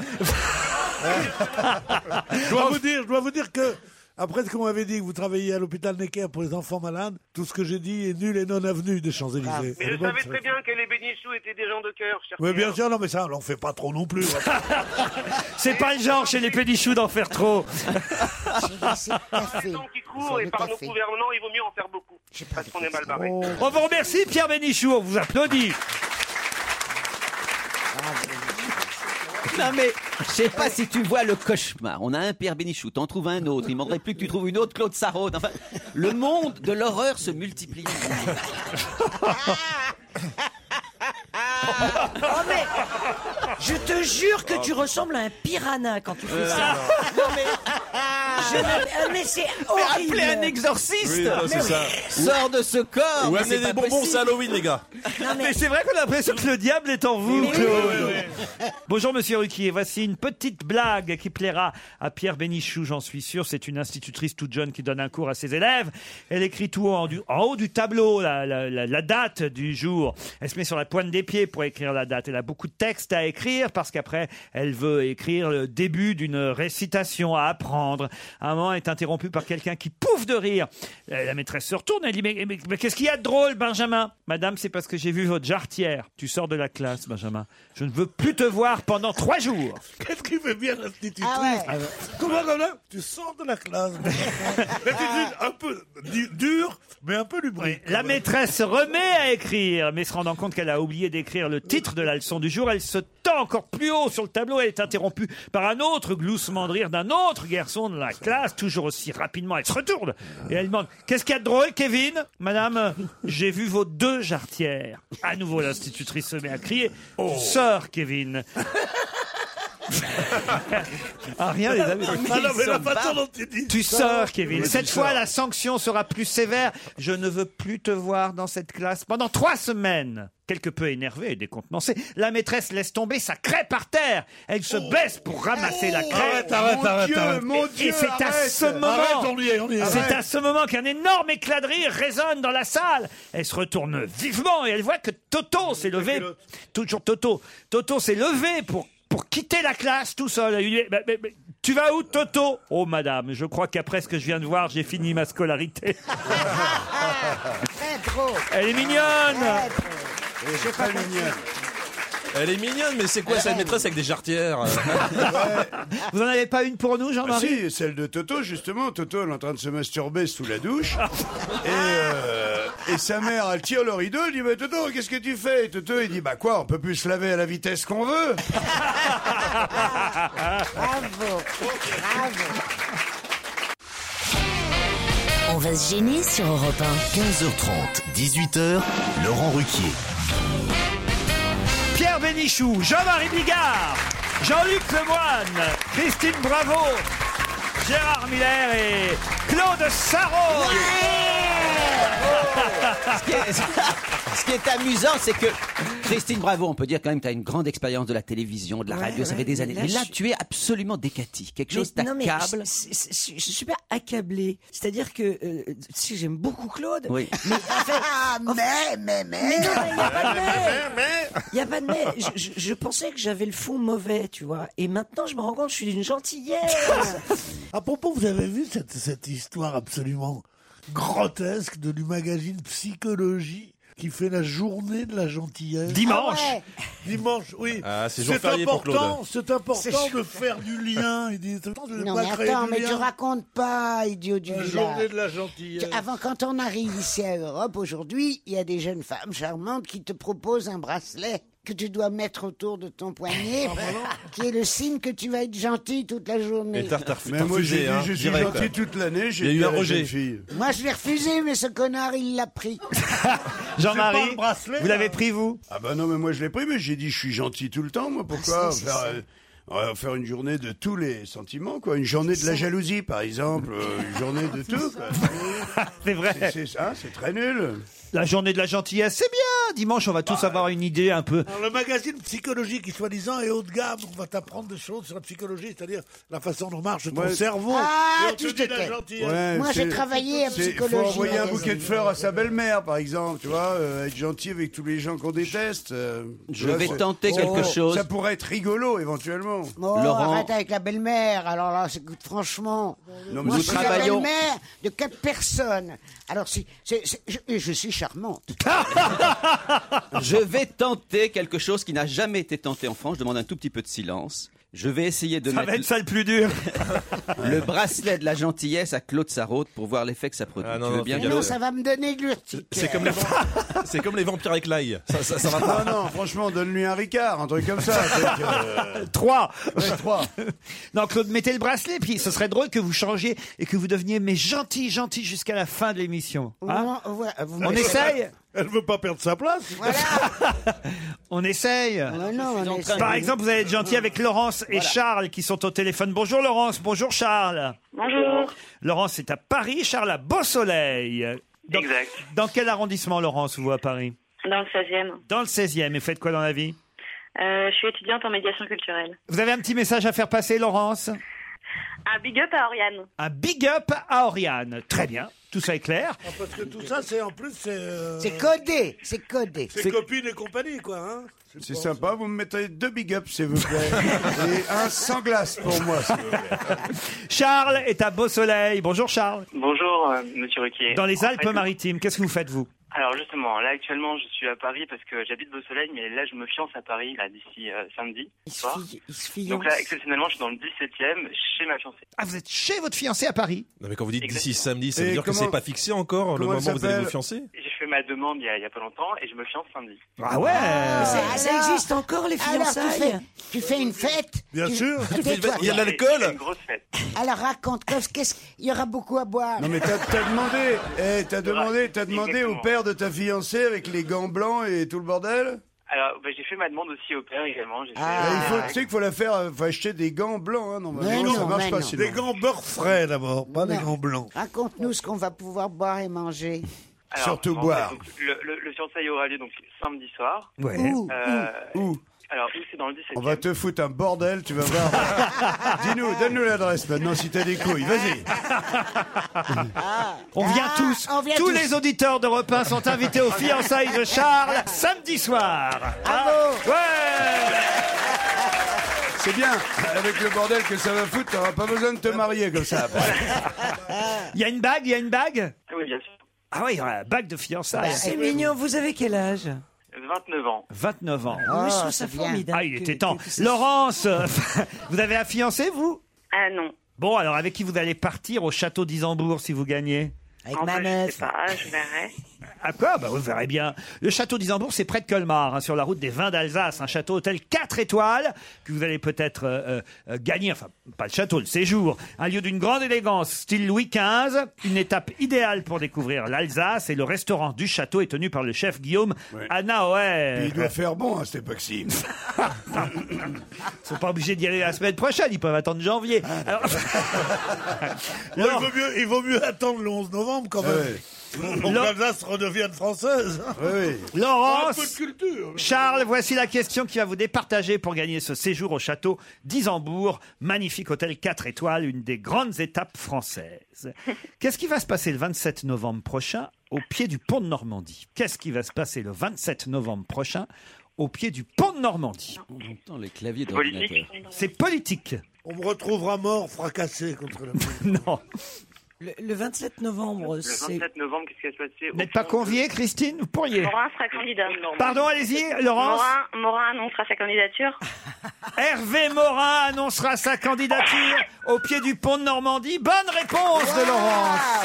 je, dois vous dire, je dois vous dire que, après ce qu'on m'avait dit, que vous travaillez à l'hôpital Necker pour les enfants malades, tout ce que j'ai dit est nul et non avenu des
Ah,
Champs-Élysées.
mais je savais très bien que les bénichous étaient des gens de cœur, cher
Oui,
Pierre.
bien sûr, non, mais ça, on l'en fait pas trop non plus.
C'est pas le genre chez les pédichoux d'en faire trop.
Ah,
Par le temps qui court et par nos gouvernants, il vaut mieux en faire beaucoup. Parce qu'on est mal barré.
Oh.
On vous remercie, Pierre Bénichou. On vous applaudit.
Non mais, je sais pas si tu vois le cauchemar. On a un Pierre Bénichou, t'en trouves un autre. Il manquerait plus que tu trouves une autre Claude Sarraute. Enfin, le monde de l'horreur se multiplie.
Oh, Je te jure que tu ressembles à un piranha quand tu fais
Euh,
ça.
Ah.
Non, mais, je n'ai- mais c'est
Mais
horrible.
appelez un exorciste
Oui, non, c'est
Mais
ça.
oui. Sors de ce corps
Ou
mais
amenez
c'est
des
pas
bonbons,
possible.
c'est Halloween, les gars.
mais c'est vrai qu'on a l'impression que le diable est en vous, Claude. Bonjour Monsieur Ruquier, voici une petite blague qui plaira à Pierre Bénichou, j'en suis sûr. C'est une institutrice toute jeune qui donne un cours à ses élèves. Elle écrit tout en, du- en haut du tableau la, la- la- la date du jour. Elle se met sur la pointe des pieds pour écrire la date. Elle a beaucoup de textes à écrire parce qu'après, elle veut écrire le début d'une récitation à apprendre. Un moment, elle est interrompue par quelqu'un qui pouffe de rire. Euh, La maîtresse se retourne, elle dit Mais, mais- mais qu'est-ce qu'il y a de drôle, Benjamin Madame, c'est parce que j'ai vu votre jarretière. Tu sors de la classe, Benjamin. Je ne veux plus te voir pendant trois jours.
Qu'est-ce qu'il fait bien l'institutrice
Ah ouais.
Comment, comment Tu sors de la classe. L'attitude un peu du- dure, mais un peu lubrique.
La maîtresse se remet à écrire, mais se rendant compte qu'elle a oublié d'écrire le titre de la leçon du jour, elle se tend encore plus haut sur le tableau. Elle est interrompue par un autre gloussement de rire d'un autre garçon de la classe, toujours aussi rapidement. Elle se retourne et elle demande Qu'est-ce qu'il y a de drôle, Kevin Madame, euh, j'ai vu vos deux jarretières. À nouveau, l'institutrice se met à crier
Oh.
Sœur, Kevin Ah, rien, les amis.
Ah non, mais la
Ils sont
façon
barres.
dont tu dis.
Tu sors, Kevin.
Oui,
Cette
tu
fois,
sors.
la sanction sera plus sévère. Je ne veux plus te voir dans cette classe pendant trois semaines. Quelque peu énervée et décontenancée, la maîtresse laisse tomber sa craie par terre. Elle se baisse pour ramasser la craie.
Oh. Arrête, arrête,
Mon
arrête,
Dieu,
arrête.
mon
Et-
Dieu,
et c'est à
arrête.
ce moment-
Arrête,
on y est, on y est.
C'est
Arrête.
à ce moment qu'un énorme éclat de rire résonne dans la salle. Elle se retourne vivement et elle voit que Toto s'est levé. Toujours Toto. Toto s'est levé pour, pour quitter la classe tout seul. Elle lui dit, Mais- mais- mais tu vas où, Toto Oh, madame, je crois qu'après ce que je viens de voir, j'ai fini ma scolarité.
Très drôle.
Elle est mignonne.
C'est pas mignonne.
Elle est mignonne, mais c'est quoi cette maîtresse avec des jarretières euh,
Vous en avez pas une pour nous,
Ah si, celle de Toto, justement. Toto, elle est en train de se masturber sous la douche. et, euh, et sa mère, elle tire le rideau, elle dit Mais Toto, qu'est-ce que tu fais Et Toto, il dit Bah quoi, on peut plus se laver à la vitesse qu'on veut.
Bravo. Bravo.
On va se gêner sur Europe 1. 15h30, 18h, Laurent Ruquier.
Pierre Bénichou, Jean-Marie Bigard, Jean-Luc Lemoine, Christine Bravo, Gérard Miller et Claude Sarraud.
ce, qui est, ce qui est amusant, c'est que Christine Bravo, on peut dire quand même que tu as une grande expérience de la télévision, de la radio, ça fait des années.
là,
mais là,
je-
tu es absolument décati. Quelque chose
Mais- non, mais
t'accable.
Je, je- je- je suis pas accablé. C'est-à-dire que euh, si j'aime beaucoup Claude,
Oui.
mais, mais, mais, mais, non, mais il n'y a pas de mais. Il n'y a pas de mais. Je, je- je pensais que j'avais le fond mauvais, tu vois. Et maintenant, je me rends compte que je suis d'une gentillesse.
À propos, vous avez vu cette, cette histoire absolument grotesque de du magazine Psychologie qui fait la journée de la gentillesse.
Dimanche.
Ah ouais. Dimanche, oui.
Ah, c'est jour férié pour Claude.
important, c'est important
C'est
de faire du lien. Il dit, c'est important de
Non,
pas
mais
créer
attends,
du
mais
lien.
tu racontes pas, idiot du
La
village.
journée de la gentillesse.
Tu- Avant, quand on arrive ici à Europe, aujourd'hui, il y a des jeunes femmes charmantes qui te proposent un bracelet que tu dois mettre autour de ton poignet,
Ah,
qui est le signe que tu vas être gentil toute la journée.
Et tartare- tartufé,
Mais moi, j'ai
hein,
dit Je suis
direct.
gentil toute l'année.
Il y a eu un rejet.
rejet. Fille.
Moi, je l'ai refusé, mais ce connard, il l'a pris.
C'est pas un bracelet, là.
pris, vous
Ah bah non, mais moi, je l'ai pris, mais j'ai dit Je suis gentil tout le temps, moi. Pourquoi
Ah, c'est- c'est
faire,
ça.
euh, on va faire une journée de tous les sentiments, quoi. Une journée de la jalousie, par exemple. euh, Une journée de tout, quoi.
C'est vrai.
C'est- C'est ça, c'est très nul.
La journée de la gentillesse, c'est bien. Dimanche, on va
Bah
tous avoir une idée un peu.
Alors, le magazine Psychologie qui soi-disant est haut de gamme, on va t'apprendre des choses sur la psychologie, c'est-à-dire la façon dont marche ton
Ouais.
cerveau.
Ah,
Et on te
tu
dit la
t'étais.
gentillesse.
Ouais,
Moi, j'ai
c'est-
travaillé à
c'est-
psychologie. hein.
faut envoyer un
magazine.
bouquet de fleurs à sa belle-mère, par exemple, tu vois, euh, être gentil avec tous les gens qu'on déteste. euh, tu
Je
vois,
vais
c'est-
tenter
ça-
quelque chose.
Ça pourrait être rigolo, éventuellement.
Oh,
Laurent.
arrête avec la belle-mère. Alors là, c'est- écoute, franchement,
Non, mais
moi,
nous
je suis la
travaillons.
belle-mère de quatre personnes. Alors, si, c'est- c'est- je, et je suis charmante.
Je vais tenter quelque chose qui n'a jamais été tenté en France. Je demande un tout petit peu de silence. Je vais essayer de
Ça va être
mettre
ça le plus dur.
le bracelet de la gentillesse à Claude Sarraute pour voir l'effet que ça produit.
Ah non,
tu veux
non,
bien
fais
que-
Non, ça va me donner de l'urtique.
C'est comme, les vamp- c'est comme les vampires avec l'ail. Ça, ça, ça va pas.
Non, non, franchement, donne-lui un Ricard, un truc comme ça. peut-être, euh,
Trois.
ouais, trois.
Non, Claude, mettez le bracelet, puis ce serait drôle que vous changiez et que vous deveniez mais gentil, gentil jusqu'à la fin de l'émission. Hein
Ouais, vous
on
me-
essaye
Elle veut Ah, pas perdre sa place.
On essaye.
Ah non, on essaye.
Par exemple, vous allez être gentil avec Laurence et Charles qui sont au téléphone. Bonjour Laurence, bonjour Charles.
Bonjour.
Laurence est à Paris, Charles à Beau-Soleil. Dans,
Exact.
Dans quel arrondissement, Laurence, vous, à Paris
Dans le 16e.
Dans le 16e. Et faites quoi dans la vie
Euh, je suis étudiante en médiation culturelle.
Vous avez un petit message à faire passer, Laurence
Un big up à Oriane.
Un big up à Oriane. Très bien, tout ça est clair.
Parce que tout ça, c'est en plus, c'est. euh,
C'est codé, c'est codé.
C'est copines et compagnie, quoi. hein.
C'est sympa, vous me mettez deux big ups, s'il vous plaît. Et un sans glace pour moi. s'il vous plaît.
Charles est à Beau-Soleil. Bonjour, Charles.
Bonjour, euh, monsieur Ruquier.
Dans les
En fait,
Alpes-Maritimes, qu'est-ce que vous faites, vous
Alors justement, là actuellement, je suis à Paris parce que j'habite Beau-Soleil, mais là je me fiance à Paris là d'ici euh, samedi soir. Donc là,
fiance.
exceptionnellement, je suis dans le 17e chez ma fiancée.
Ah, vous êtes chez votre fiancé à Paris
Non, mais quand vous dites d'ici samedi, ça
Et
veut dire que
comment-
c'est pas fixé encore le
Comment
moment
elle
où vous allez vous
s'appelle
fiancer
J'ai fait ma demande il y, a, il y a pas longtemps et je me fiance samedi.
Ah ouais
Ça- ça existe encore, les
alors, tu
fiançailles
fais- tu, fais, une fête
Bien
tu-
sûr.
Tu fais une fête, il y a de
l'alcool.
C'est une grosse fête.
Alors raconte, qu'est-ce qu'est-ce- il y aura beaucoup à boire.
Non mais t'as t'as demandé, eh, t'as demandé, t'as demandé au père de ta fiancée avec les gants blancs et tout le bordel.
Alors bah, j'ai fait ma demande aussi au père également. J'ai
Eh,
fait, euh,
il faut, tu sais qu'il faut la faire, euh, faut acheter des gants blancs. Hein, normalement, ça marche pas sinon.
Des gants beurre frais d'abord, pas des
Non.
gants blancs.
Raconte-nous ce qu'on va pouvoir boire et manger.
Alors,
Surtout
en fait,
boire.
donc, le, le, le fiançailles aura lieu donc samedi soir.
Ouais.
Où
Où
Euh,
Où Alors où c'est dans le 17e.
On va te foutre un bordel, tu vas voir. Dis-nous, donne-nous l'adresse maintenant si t'as des couilles, vas-y.
On vient
Ah,
tous. tous, les auditeurs de Repin sont invités aux fiançailles de Charles samedi soir.
Bravo
Ah. Ouais
C'est bien, avec le bordel que ça va foutre, t'auras pas besoin de te marier comme ça.
Il y a une bague, il y a une bague
Oui, bien sûr.
Ah oui, il y aura la bague de fiançailles.
Bah, C'est mignon, vous avez quel âge
29 ans.
29 ans.
Ah, mais je trouve ça c'est bien. formidable
Ah, il
que-
était temps. Laurence, euh, vous avez un fiancé, vous
Ah non.
Bon, alors avec qui vous allez partir au château d'Isambourg si vous gagnez
Avec
En fait, Je sais pas, Ah, je verrai.
À quoi bah, Vous verrez bien. Le château d'Isambourg, c'est près de Colmar, hein, sur la route des vins d'Alsace. Un château hôtel 4 étoiles que vous allez peut-être euh, euh, gagner. Enfin, pas le château, le séjour. Un lieu d'une grande élégance, style Louis XV. Une étape idéale pour découvrir l'Alsace. Et le restaurant du château est tenu par le chef Guillaume Anaoer.
Il doit faire bon à cette époque-ci.
Ils sont pas obligés d'y aller la semaine prochaine. Ils peuvent attendre janvier. Alors-
Ouais, Ah. il, vaut mieux, il vaut mieux attendre le 11 novembre
Ah
quand même. Pour que
Lo-
l'Alsace redevienne française. hein.
Laurence,
Un peu de culture.
Charles, voici la question qui va vous départager pour gagner ce séjour au château d'Isambourg, magnifique hôtel 4 étoiles, une des grandes étapes françaises. Qu'est-ce qui va se passer le 27 novembre prochain au pied du pont de Normandie Qu'est-ce qui va se passer le 27 novembre prochain au pied du pont de Normandie
J'entends les claviers
Politique.
d'ordinateur.
C'est politique.
On me retrouvera mort, fracassé contre la
Non.
Le, le 27 novembre,
Le
c'est.
27 novembre, qu'est-ce qui va se passer
Vous n'êtes pas convié, Christine Vous pourriez.
Morin sera candidat.
Pardon, allez-y, Laurence.
Morin, Morin annoncera sa candidature.
Hervé Morin annoncera sa candidature au pied du pont de Normandie. Bonne réponse de Laurence.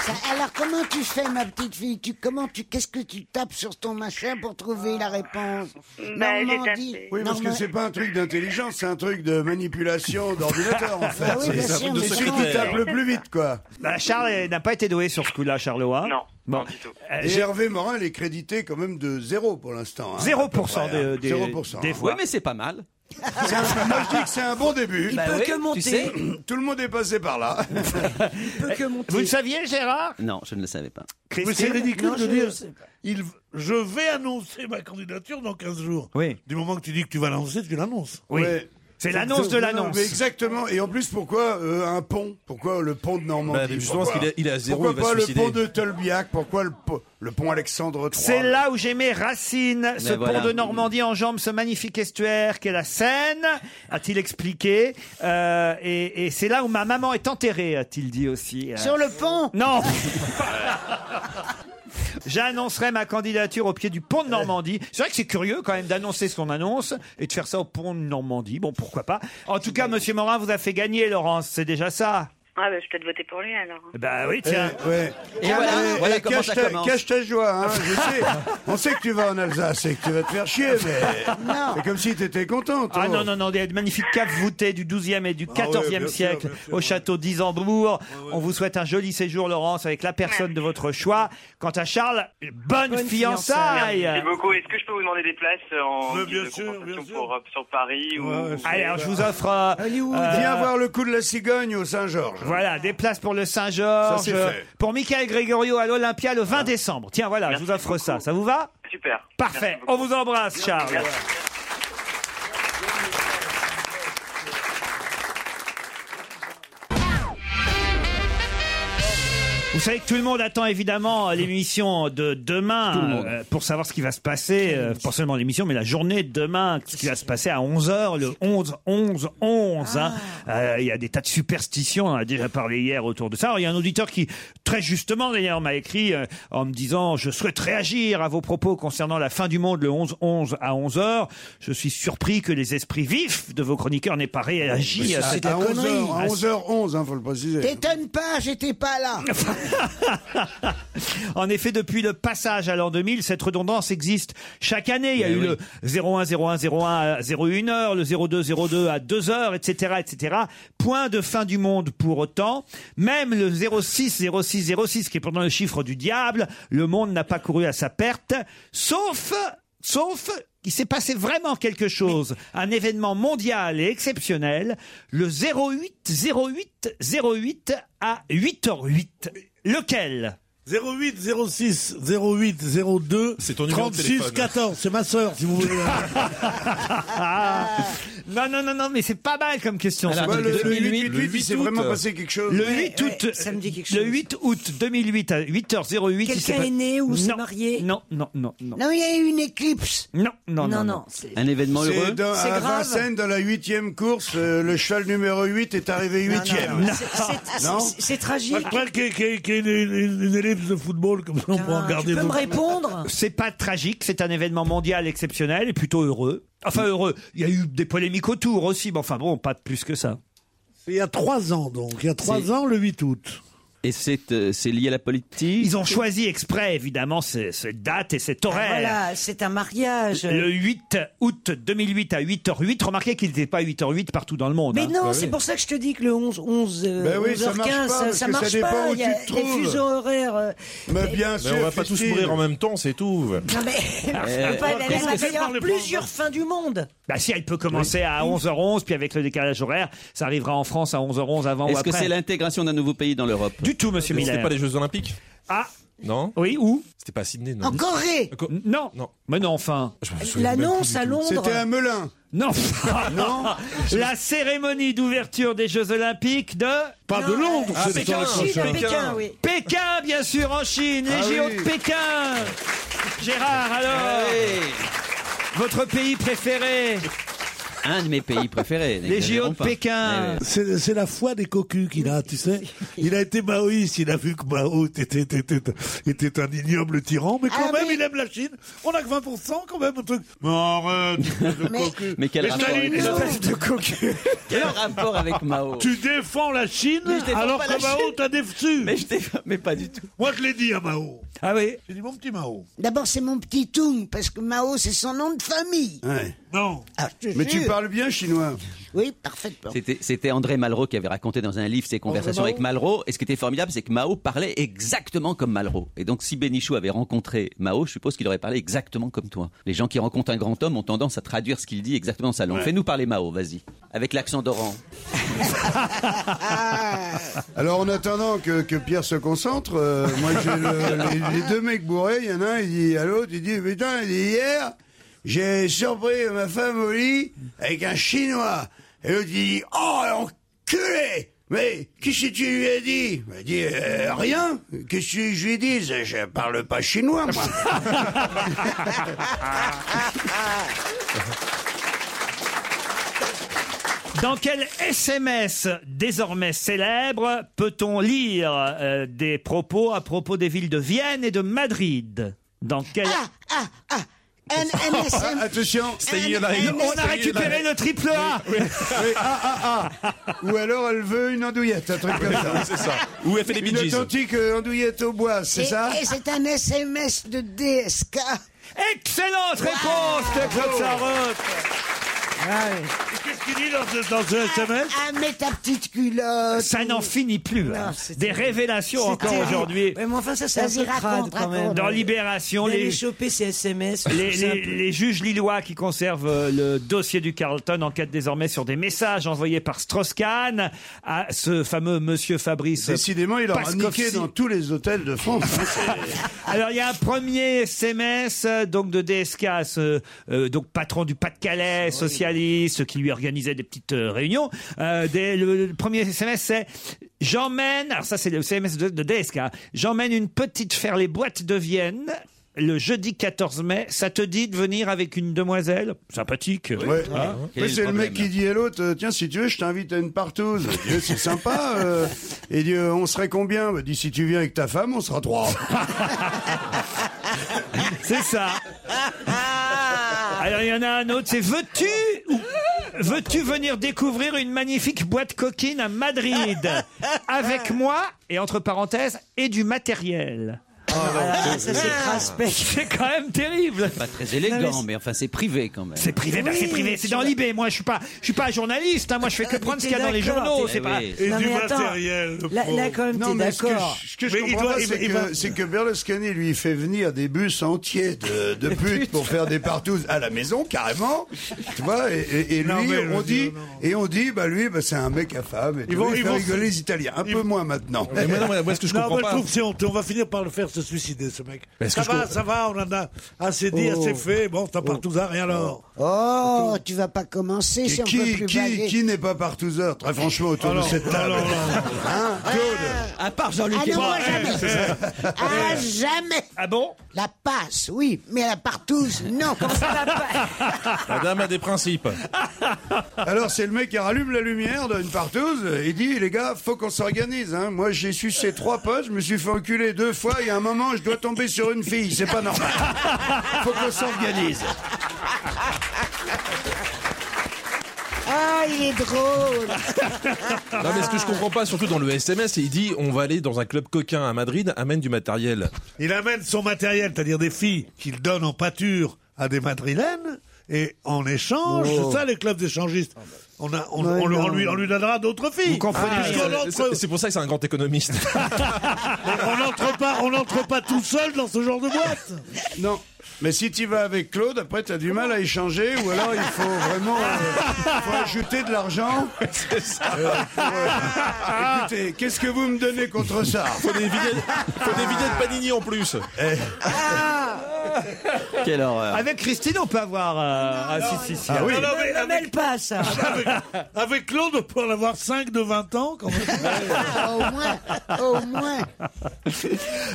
Ça- alors comment tu fais ma petite fille Tu comment tu qu'est-ce que tu tapes sur ton machin pour trouver la réponse
Bah, j'ai
Normandie.
tapé.
Oui, parce que
Norma-
c'est pas un truc d'intelligence, c'est un truc de manipulation d'ordinateur en fait.
Ah oui, bien
c'est un
sûr,
truc de
mais
celui
comment-
qui tape le plus vite quoi.
Bah, Charles eh, n'a pas été doué sur ce coup-là, Charlois. Non. Bon. Euh,
Et Hervé Morin, il est crédité quand même de zéro pour l'instant. hein, à
0%
peu près,
de-
hein.
des-
0%,
des
hein.
voix. Oui,
mais c'est pas mal.
C'est un- Moi je dis que c'est un bon début.
Il Bah peut oui, que tu monter. sais.
Tout le monde est passé par là.
Euh, Vous le saviez, Gérard
Non, je ne le savais pas.
Mais c'est ridicule de dire. Il, je vais annoncer ma candidature dans 15 jours.
Oui.
Du moment que tu dis que tu vas l'annoncer, tu l'annonces.
Oui.
Ouais.
C'est l'annonce de
Non,
l'annonce.
mais Exactement. Et en plus, pourquoi euh, un pont Pourquoi le pont de Normandie
Bah, mais justement,
Pourquoi
parce qu'il est- il est à zéro,
Pourquoi
il va
pas
se
le
suicider.
pont de Tolbiac Pourquoi le, po- le pont Alexandre III
C'est là où j'aimais Racine, ce
Mais voilà.
pont de Normandie enjambe ce magnifique estuaire qu'est la Seine, a-t-il expliqué. Euh, et et c'est là où ma maman est enterrée, a-t-il dit aussi. Euh,
Sur le pont
Non J'annoncerai ma candidature au pied du pont de Normandie. C'est vrai que c'est curieux quand même d'annoncer son annonce et de faire ça au pont de Normandie. Bon, pourquoi pas. En tout cas, Monsieur Morin vous a fait gagner, Laurence. C'est déjà ça.
Ah, bah, je vais peut-être voter pour lui alors.
Bah oui, tiens.
Eh, ouais.
Et voilà, voilà
eh,
comment
cache
ça
ta-
commence.
Cache ta joie, hein, je sais. On sait que tu vas en Alsace et que tu vas te faire chier, mais
Non.
c'est comme si tu étais contente.
Ah
oh.
non, non, non, des magnifiques caves voûtées du 12e et du
Ah ouais,
14e
bien sûr,
siècle
bien
au château d'Isambourg. On vous souhaite un joli séjour, Laurence, avec la personne de votre choix. Quant à Charles, bonne, fiançailles
Merci beaucoup. Est-ce que je peux vous demander des places euh, en guise de compensation pour, euh, sur Paris ou...
Allez, alors je vous offre. euh, euh,
Viens voir le coup de la cigogne au Saint-Georges.
Voilà, des places pour le
Ça,
Saint-Georges,
c'est
euh,
fait.
pour Michael Gregorio à l'Olympia le 20 décembre. Tiens, voilà, je vous offre ça. Ça vous va
Super.
Parfait. On vous embrasse, Charles. Vous savez que tout le monde attend évidemment l'émission de demain
Tout le monde.
euh, pour savoir ce qui va se passer, euh, pas seulement l'émission, mais la journée de demain, ce qui va se passer à 11h, le 11-11-11. hein. Euh, Il y a des tas de superstitions, on en a déjà parlé hier autour de ça. Alors, Il y a un auditeur qui, très justement d'ailleurs, m'a écrit euh, en me disant « Je souhaite réagir à vos propos concernant la fin du monde le 11-11 à 11h. Je suis surpris que les esprits vifs de vos chroniqueurs n'aient pas réagi à
à,
cette
à 11 heures- à
à-
11h11, hein, faut le préciser.
T'étonnes pas, j'étais pas là.
En effet, depuis le passage à l'an 2000, cette redondance existe chaque année. Il y a
Mais
eu
oui.
le 01 01 01 à 01 heure, le 02 02 à 2 heures, etc., etc. Point de fin du monde pour autant. Même le 06 06 06, qui est pourtant le chiffre du diable, le monde n'a pas couru à sa perte, sauf, sauf. Il s'est passé vraiment quelque chose, un événement mondial et exceptionnel, le 08 08 08 à 8h08. Lequel
08 06 08 02 C'est ton
numéro de
36
téléphone.
14, c'est ma sœur si vous voulez.
non, non, non, non, mais c'est pas mal comme question.
Alors,
ça.
attendez, le 8, le 8, il s'est vraiment passé
quelque chose.
Le
Ouais,
8 août,
ouais, ça me dit quelque
le
chose.
8 août 2008 à 8h08. il s'est
Quelqu'un
pas-
est né ou s'est
Non,
marié
Non, non, non, non.
Non, il y a eu une éclipse.
Non, non,
Non,
non.
non, c'est- Un
événement
C'est dans- à Vincennes, dans la huitième course, euh, le cheval numéro 8 est arrivé huitième.
non, non. C'est- c'est-
Non
c'est- c'est tragique.
Moi, je crois qu'il y ait- qu'il y ait- qu'il y ait une, une- une ellipse de football comme ça on
Ah,
peut en garder d'autres.
C'est pas tragique, c'est un événement mondial exceptionnel et plutôt heureux. Enfin heureux, il y a eu des polémiques autour aussi, mais enfin bon, pas plus que ça.
C'est il y a 3 ans donc, il y a 3
C'est-
ans le 8 août.
Et c'est euh, c'est lié à la politique
Ils ont choisi exprès, évidemment, ces- cette date et cet horaire.
Ah, Voilà, c'est un mariage.
Le 8 août 2008 à 8h08. Remarquez qu'il n'était pas 8h08 partout dans le monde.
Mais
hein.
non, c'est pour ça que je te dis que le 11, 11, euh,
Ben oui, ça
11h15,
marche pas,
ça,
parce
ça
que ça
marche
dépend
pas.
où
Il y
tu
a
te
des
trouves.
fuseaux horaires. euh,
Mais bien
Mais on va pas tous mourir en même temps, c'est tout.
Non mais
Euh,
on peut pas- il
qu'est-ce que
va
c'est
y avoir
par le
plusieurs fins du monde.
Bah si, elle peut commencer à 11h11, puis avec le décalage horaire, ça arrivera en France à 11h11 avant ou
Est-ce
après.
que c'est l'intégration d'un nouveau pays dans l'Europe
Du tout, monsieur
Miller.
C'était pas les Jeux Olympiques
Ah
Non
Oui, où
C'était pas à Sydney, non
En Corée
Non. non. Mais non, enfin.
L'annonce à Londres.
C'était à Melun.
Non.
Non.
La cérémonie d'ouverture des Jeux Olympiques de.
Pas de Londres,
Ah,
c'est
Pékin.
dans les prochains.
Chine,
Pékin,
oui.
Pékin, bien sûr, en Chine. Les
Ah
JO
oui.
de Pékin. Gérard, alors. Votre pays préféré
Un de mes pays préférés.
Les JO de
n'exagérons pas.
Pékin.
C'est c'est la foi des cocus qu'il a, tu sais. Il a été maoïste, il a vu que Mao était, était, était un ignoble tyran, mais quand
Ah,
même
mais-
il aime la Chine. On a que 20% quand même, un truc. Mais arrête, espèce euh, de
Mais-
cocu.
Mais quel rapport
Staline,
avec
non.
Mao Quel rapport avec Mao
Tu défends la Chine
Mais je défends
alors
pas
que
la
Mao
Chine.
t'a déçu. Mais,
pas du tout.
Moi je l'ai dit à Mao.
Ah oui
J'ai dit mon petit Mao.
D'abord, c'est mon petit Tung, parce que Mao, c'est son nom de famille.
Non.
Mais tu parles bien chinois.
Oui, parfaitement.
C'était- C'était André Malraux qui avait raconté dans un livre ses conversations
Malraux
avec Malraux. Et ce qui était formidable, c'est que Mao parlait exactement comme Malraux. Et donc, si Bénichou avait rencontré Mao, je suppose qu'il aurait parlé exactement comme toi. Les gens qui rencontrent un grand homme ont tendance à traduire ce qu'il dit exactement dans sa langue.
Ouais.
Fais-nous parler Mao, vas-y. Avec l'accent d'Oran.
Alors en attendant que, que Pierre se concentre, euh, moi j'ai le- les, les deux mecs bourrés, il y en a un il dit à l'autre, il dit putain, il dit, hier j'ai surpris ma femme au lit avec un chinois. Et l'autre il dit oh enculé mais qu'est-ce que tu lui as dit Il m'a dit Euh, rien. Qu'est-ce que je lui ai dit Je parle pas chinois moi.
Dans quel SMS désormais célèbre peut-on lire euh, des
Ah,
propos à propos des villes de Vienne et de Madrid Dans quel
Ah,
NSM.
Ah, Attention,
On a récupéré le triple A.
Oui, oui. Ah, ah, ah. Ou alors elle veut une andouillette, un truc comme ça.
Oui, c'est ça. Ou elle fait des
Une
Bee Gees.
authentique euh, andouillette au bois, c'est
Et-
ça
Et c'est un SMS de DSK.
Excellente réponse de Claude Sarraute.
Qu'est-ce qu'il dit dans ce, dans ce SMS
Ah, mets ta petite culotte.
Ça n'en finit plus. hein.
c'est
Des
terrible.
révélations
C'est
encore
terrible.
aujourd'hui.
Mais enfin, ça, c'est un peu crade quand même.
Dans Libération,
D'aller
les,
choper ces SMS.
les,
c'est un
les-
peu-
les juges lillois qui conservent euh, le dossier du Carlton enquêtent désormais sur des messages envoyés par Strauss-Kahn à ce fameux monsieur Fabrice.
Décidément, il aura
Pascovsi.
niqué dans tous les hôtels de France.
Ah,
Alors il y a un premier SMS euh, donc de DSK, ce, euh, donc patron du Pas-de-Calais, socialiste, qui lui organisait des petites euh, réunions. Euh, des- le, le premier SMS c'est j'emmène, alors ça c'est le SMS de, de DSK, hein. j'emmène une petite faire les boîtes de Vienne. Le jeudi 14 mai, ça te dit de venir avec une demoiselle Sympathique.
Ouais.
Ah,
hein.
Mais c'est le mec qui dit à l'autre, euh, tiens, si tu veux, je t'invite à une partouze. Il dit, C'est sympa. euh. Il dit, euh, on serait combien Il dit, si tu viens avec ta femme, on sera trois.
C'est ça. Ah, Alors il y en a un autre, c'est veux-tu ou- veux-tu venir découvrir une magnifique boîte coquine à Madrid avec moi et entre parenthèses et du matériel.
Ah, ça, c'est crasse, mec.
C'est quand même terrible.
Pas très élégant, mais enfin c'est privé quand même.
C'est privé, bah, c'est privé, c'est dans l'IB. Moi, je suis pas, je suis pas journaliste. hein. Moi, je fais que prendre ce qu'il y a dans les
d'accord,
journaux.
Ah, t'es-
C'est pas.
Eh oui. Non, mais attends, là- là, quand même,
Non,
t'es
mais ce que
d'accord.
je- Ce que je,
Mais il
comprends
doit-
pas,
il
c'est
va- il
que,
va-
c'est que Berlusconi lui fait venir des bus entiers de, de putes pour faire des partouzes à la maison, carrément. Tu vois, et, et- et lui,
Non, mais je
on
veux
dit,
dire,
et on dit, bah lui, bah, c'est un mec à femme. Et
Ils
ils
vont-
vont,
ils vont-
rigoler les Italiens. Un peu moins maintenant.
Mais moi, non, moi, moi, ce que je
Non,
comprends
mais
pas-
trouve
C'est honteux, on va finir par le faire se suicider, ce mec.
Mais est-ce
Ça
que je
va,
comprends-
ça va, on en a assez dit,
Oh.
assez fait. Bon, t'as partout ça, rien alors.
Oh, tu vas pas commencer si on peut
Qui,
plus
qui,
bailler.
qui n'est pas partouzeur, très franchement, autour de cette table Hein, Claude
À part
Ah non, moi jamais.
c'est
Ah, jamais.
Ah bon
La passe, oui, mais la partouze, non.
La dame a des principes.
Alors c'est le mec qui rallume la lumière d'une partouze et dit les gars faut qu'on s'organise hein. Moi j'ai sucé trois potes, je me suis fait enculer deux fois et à un moment je dois tomber sur une fille, c'est pas normal. Faut qu'on s'organise.
Ah, il est drôle.
Non mais ce que je comprends pas, surtout dans le SMS, il dit on va aller dans un club coquin à Madrid, amène du matériel.
Il amène son matériel, c'est-à-dire des filles qu'il donne en pâture à des madrilènes, et en échange,
Oh.
c'est ça les clubs d'échangistes. On, a, on,
Mais
on, le- on
non.
lui, on lui donnera d'autres filles.
Vous comprenez
Ah, puisqu'on
euh,
entre-
c'est- C'est pour ça que c'est un grand économiste.
on n'entre pas, Bah, on n'entre pas tout seul dans ce genre de boîte.
Non. Mais si tu vas avec Claude, après t'as du mal à échanger ou alors il faut vraiment euh, faut ajouter de l'argent. C'est ça. écoutez, qu'est-ce que vous me donnez contre ça Eh,
Faut des billets, faut des billets de Panini en plus.
Ah
Quelle horreur.
Avec Christine, on peut avoir. euh, ah, si, si, si.
Ah oui. Non, non, mais
Ne mêle pas à ça.
Avec, avec Claude, on peut en avoir 5 de 20 ans quand même.
Au moins, au moins.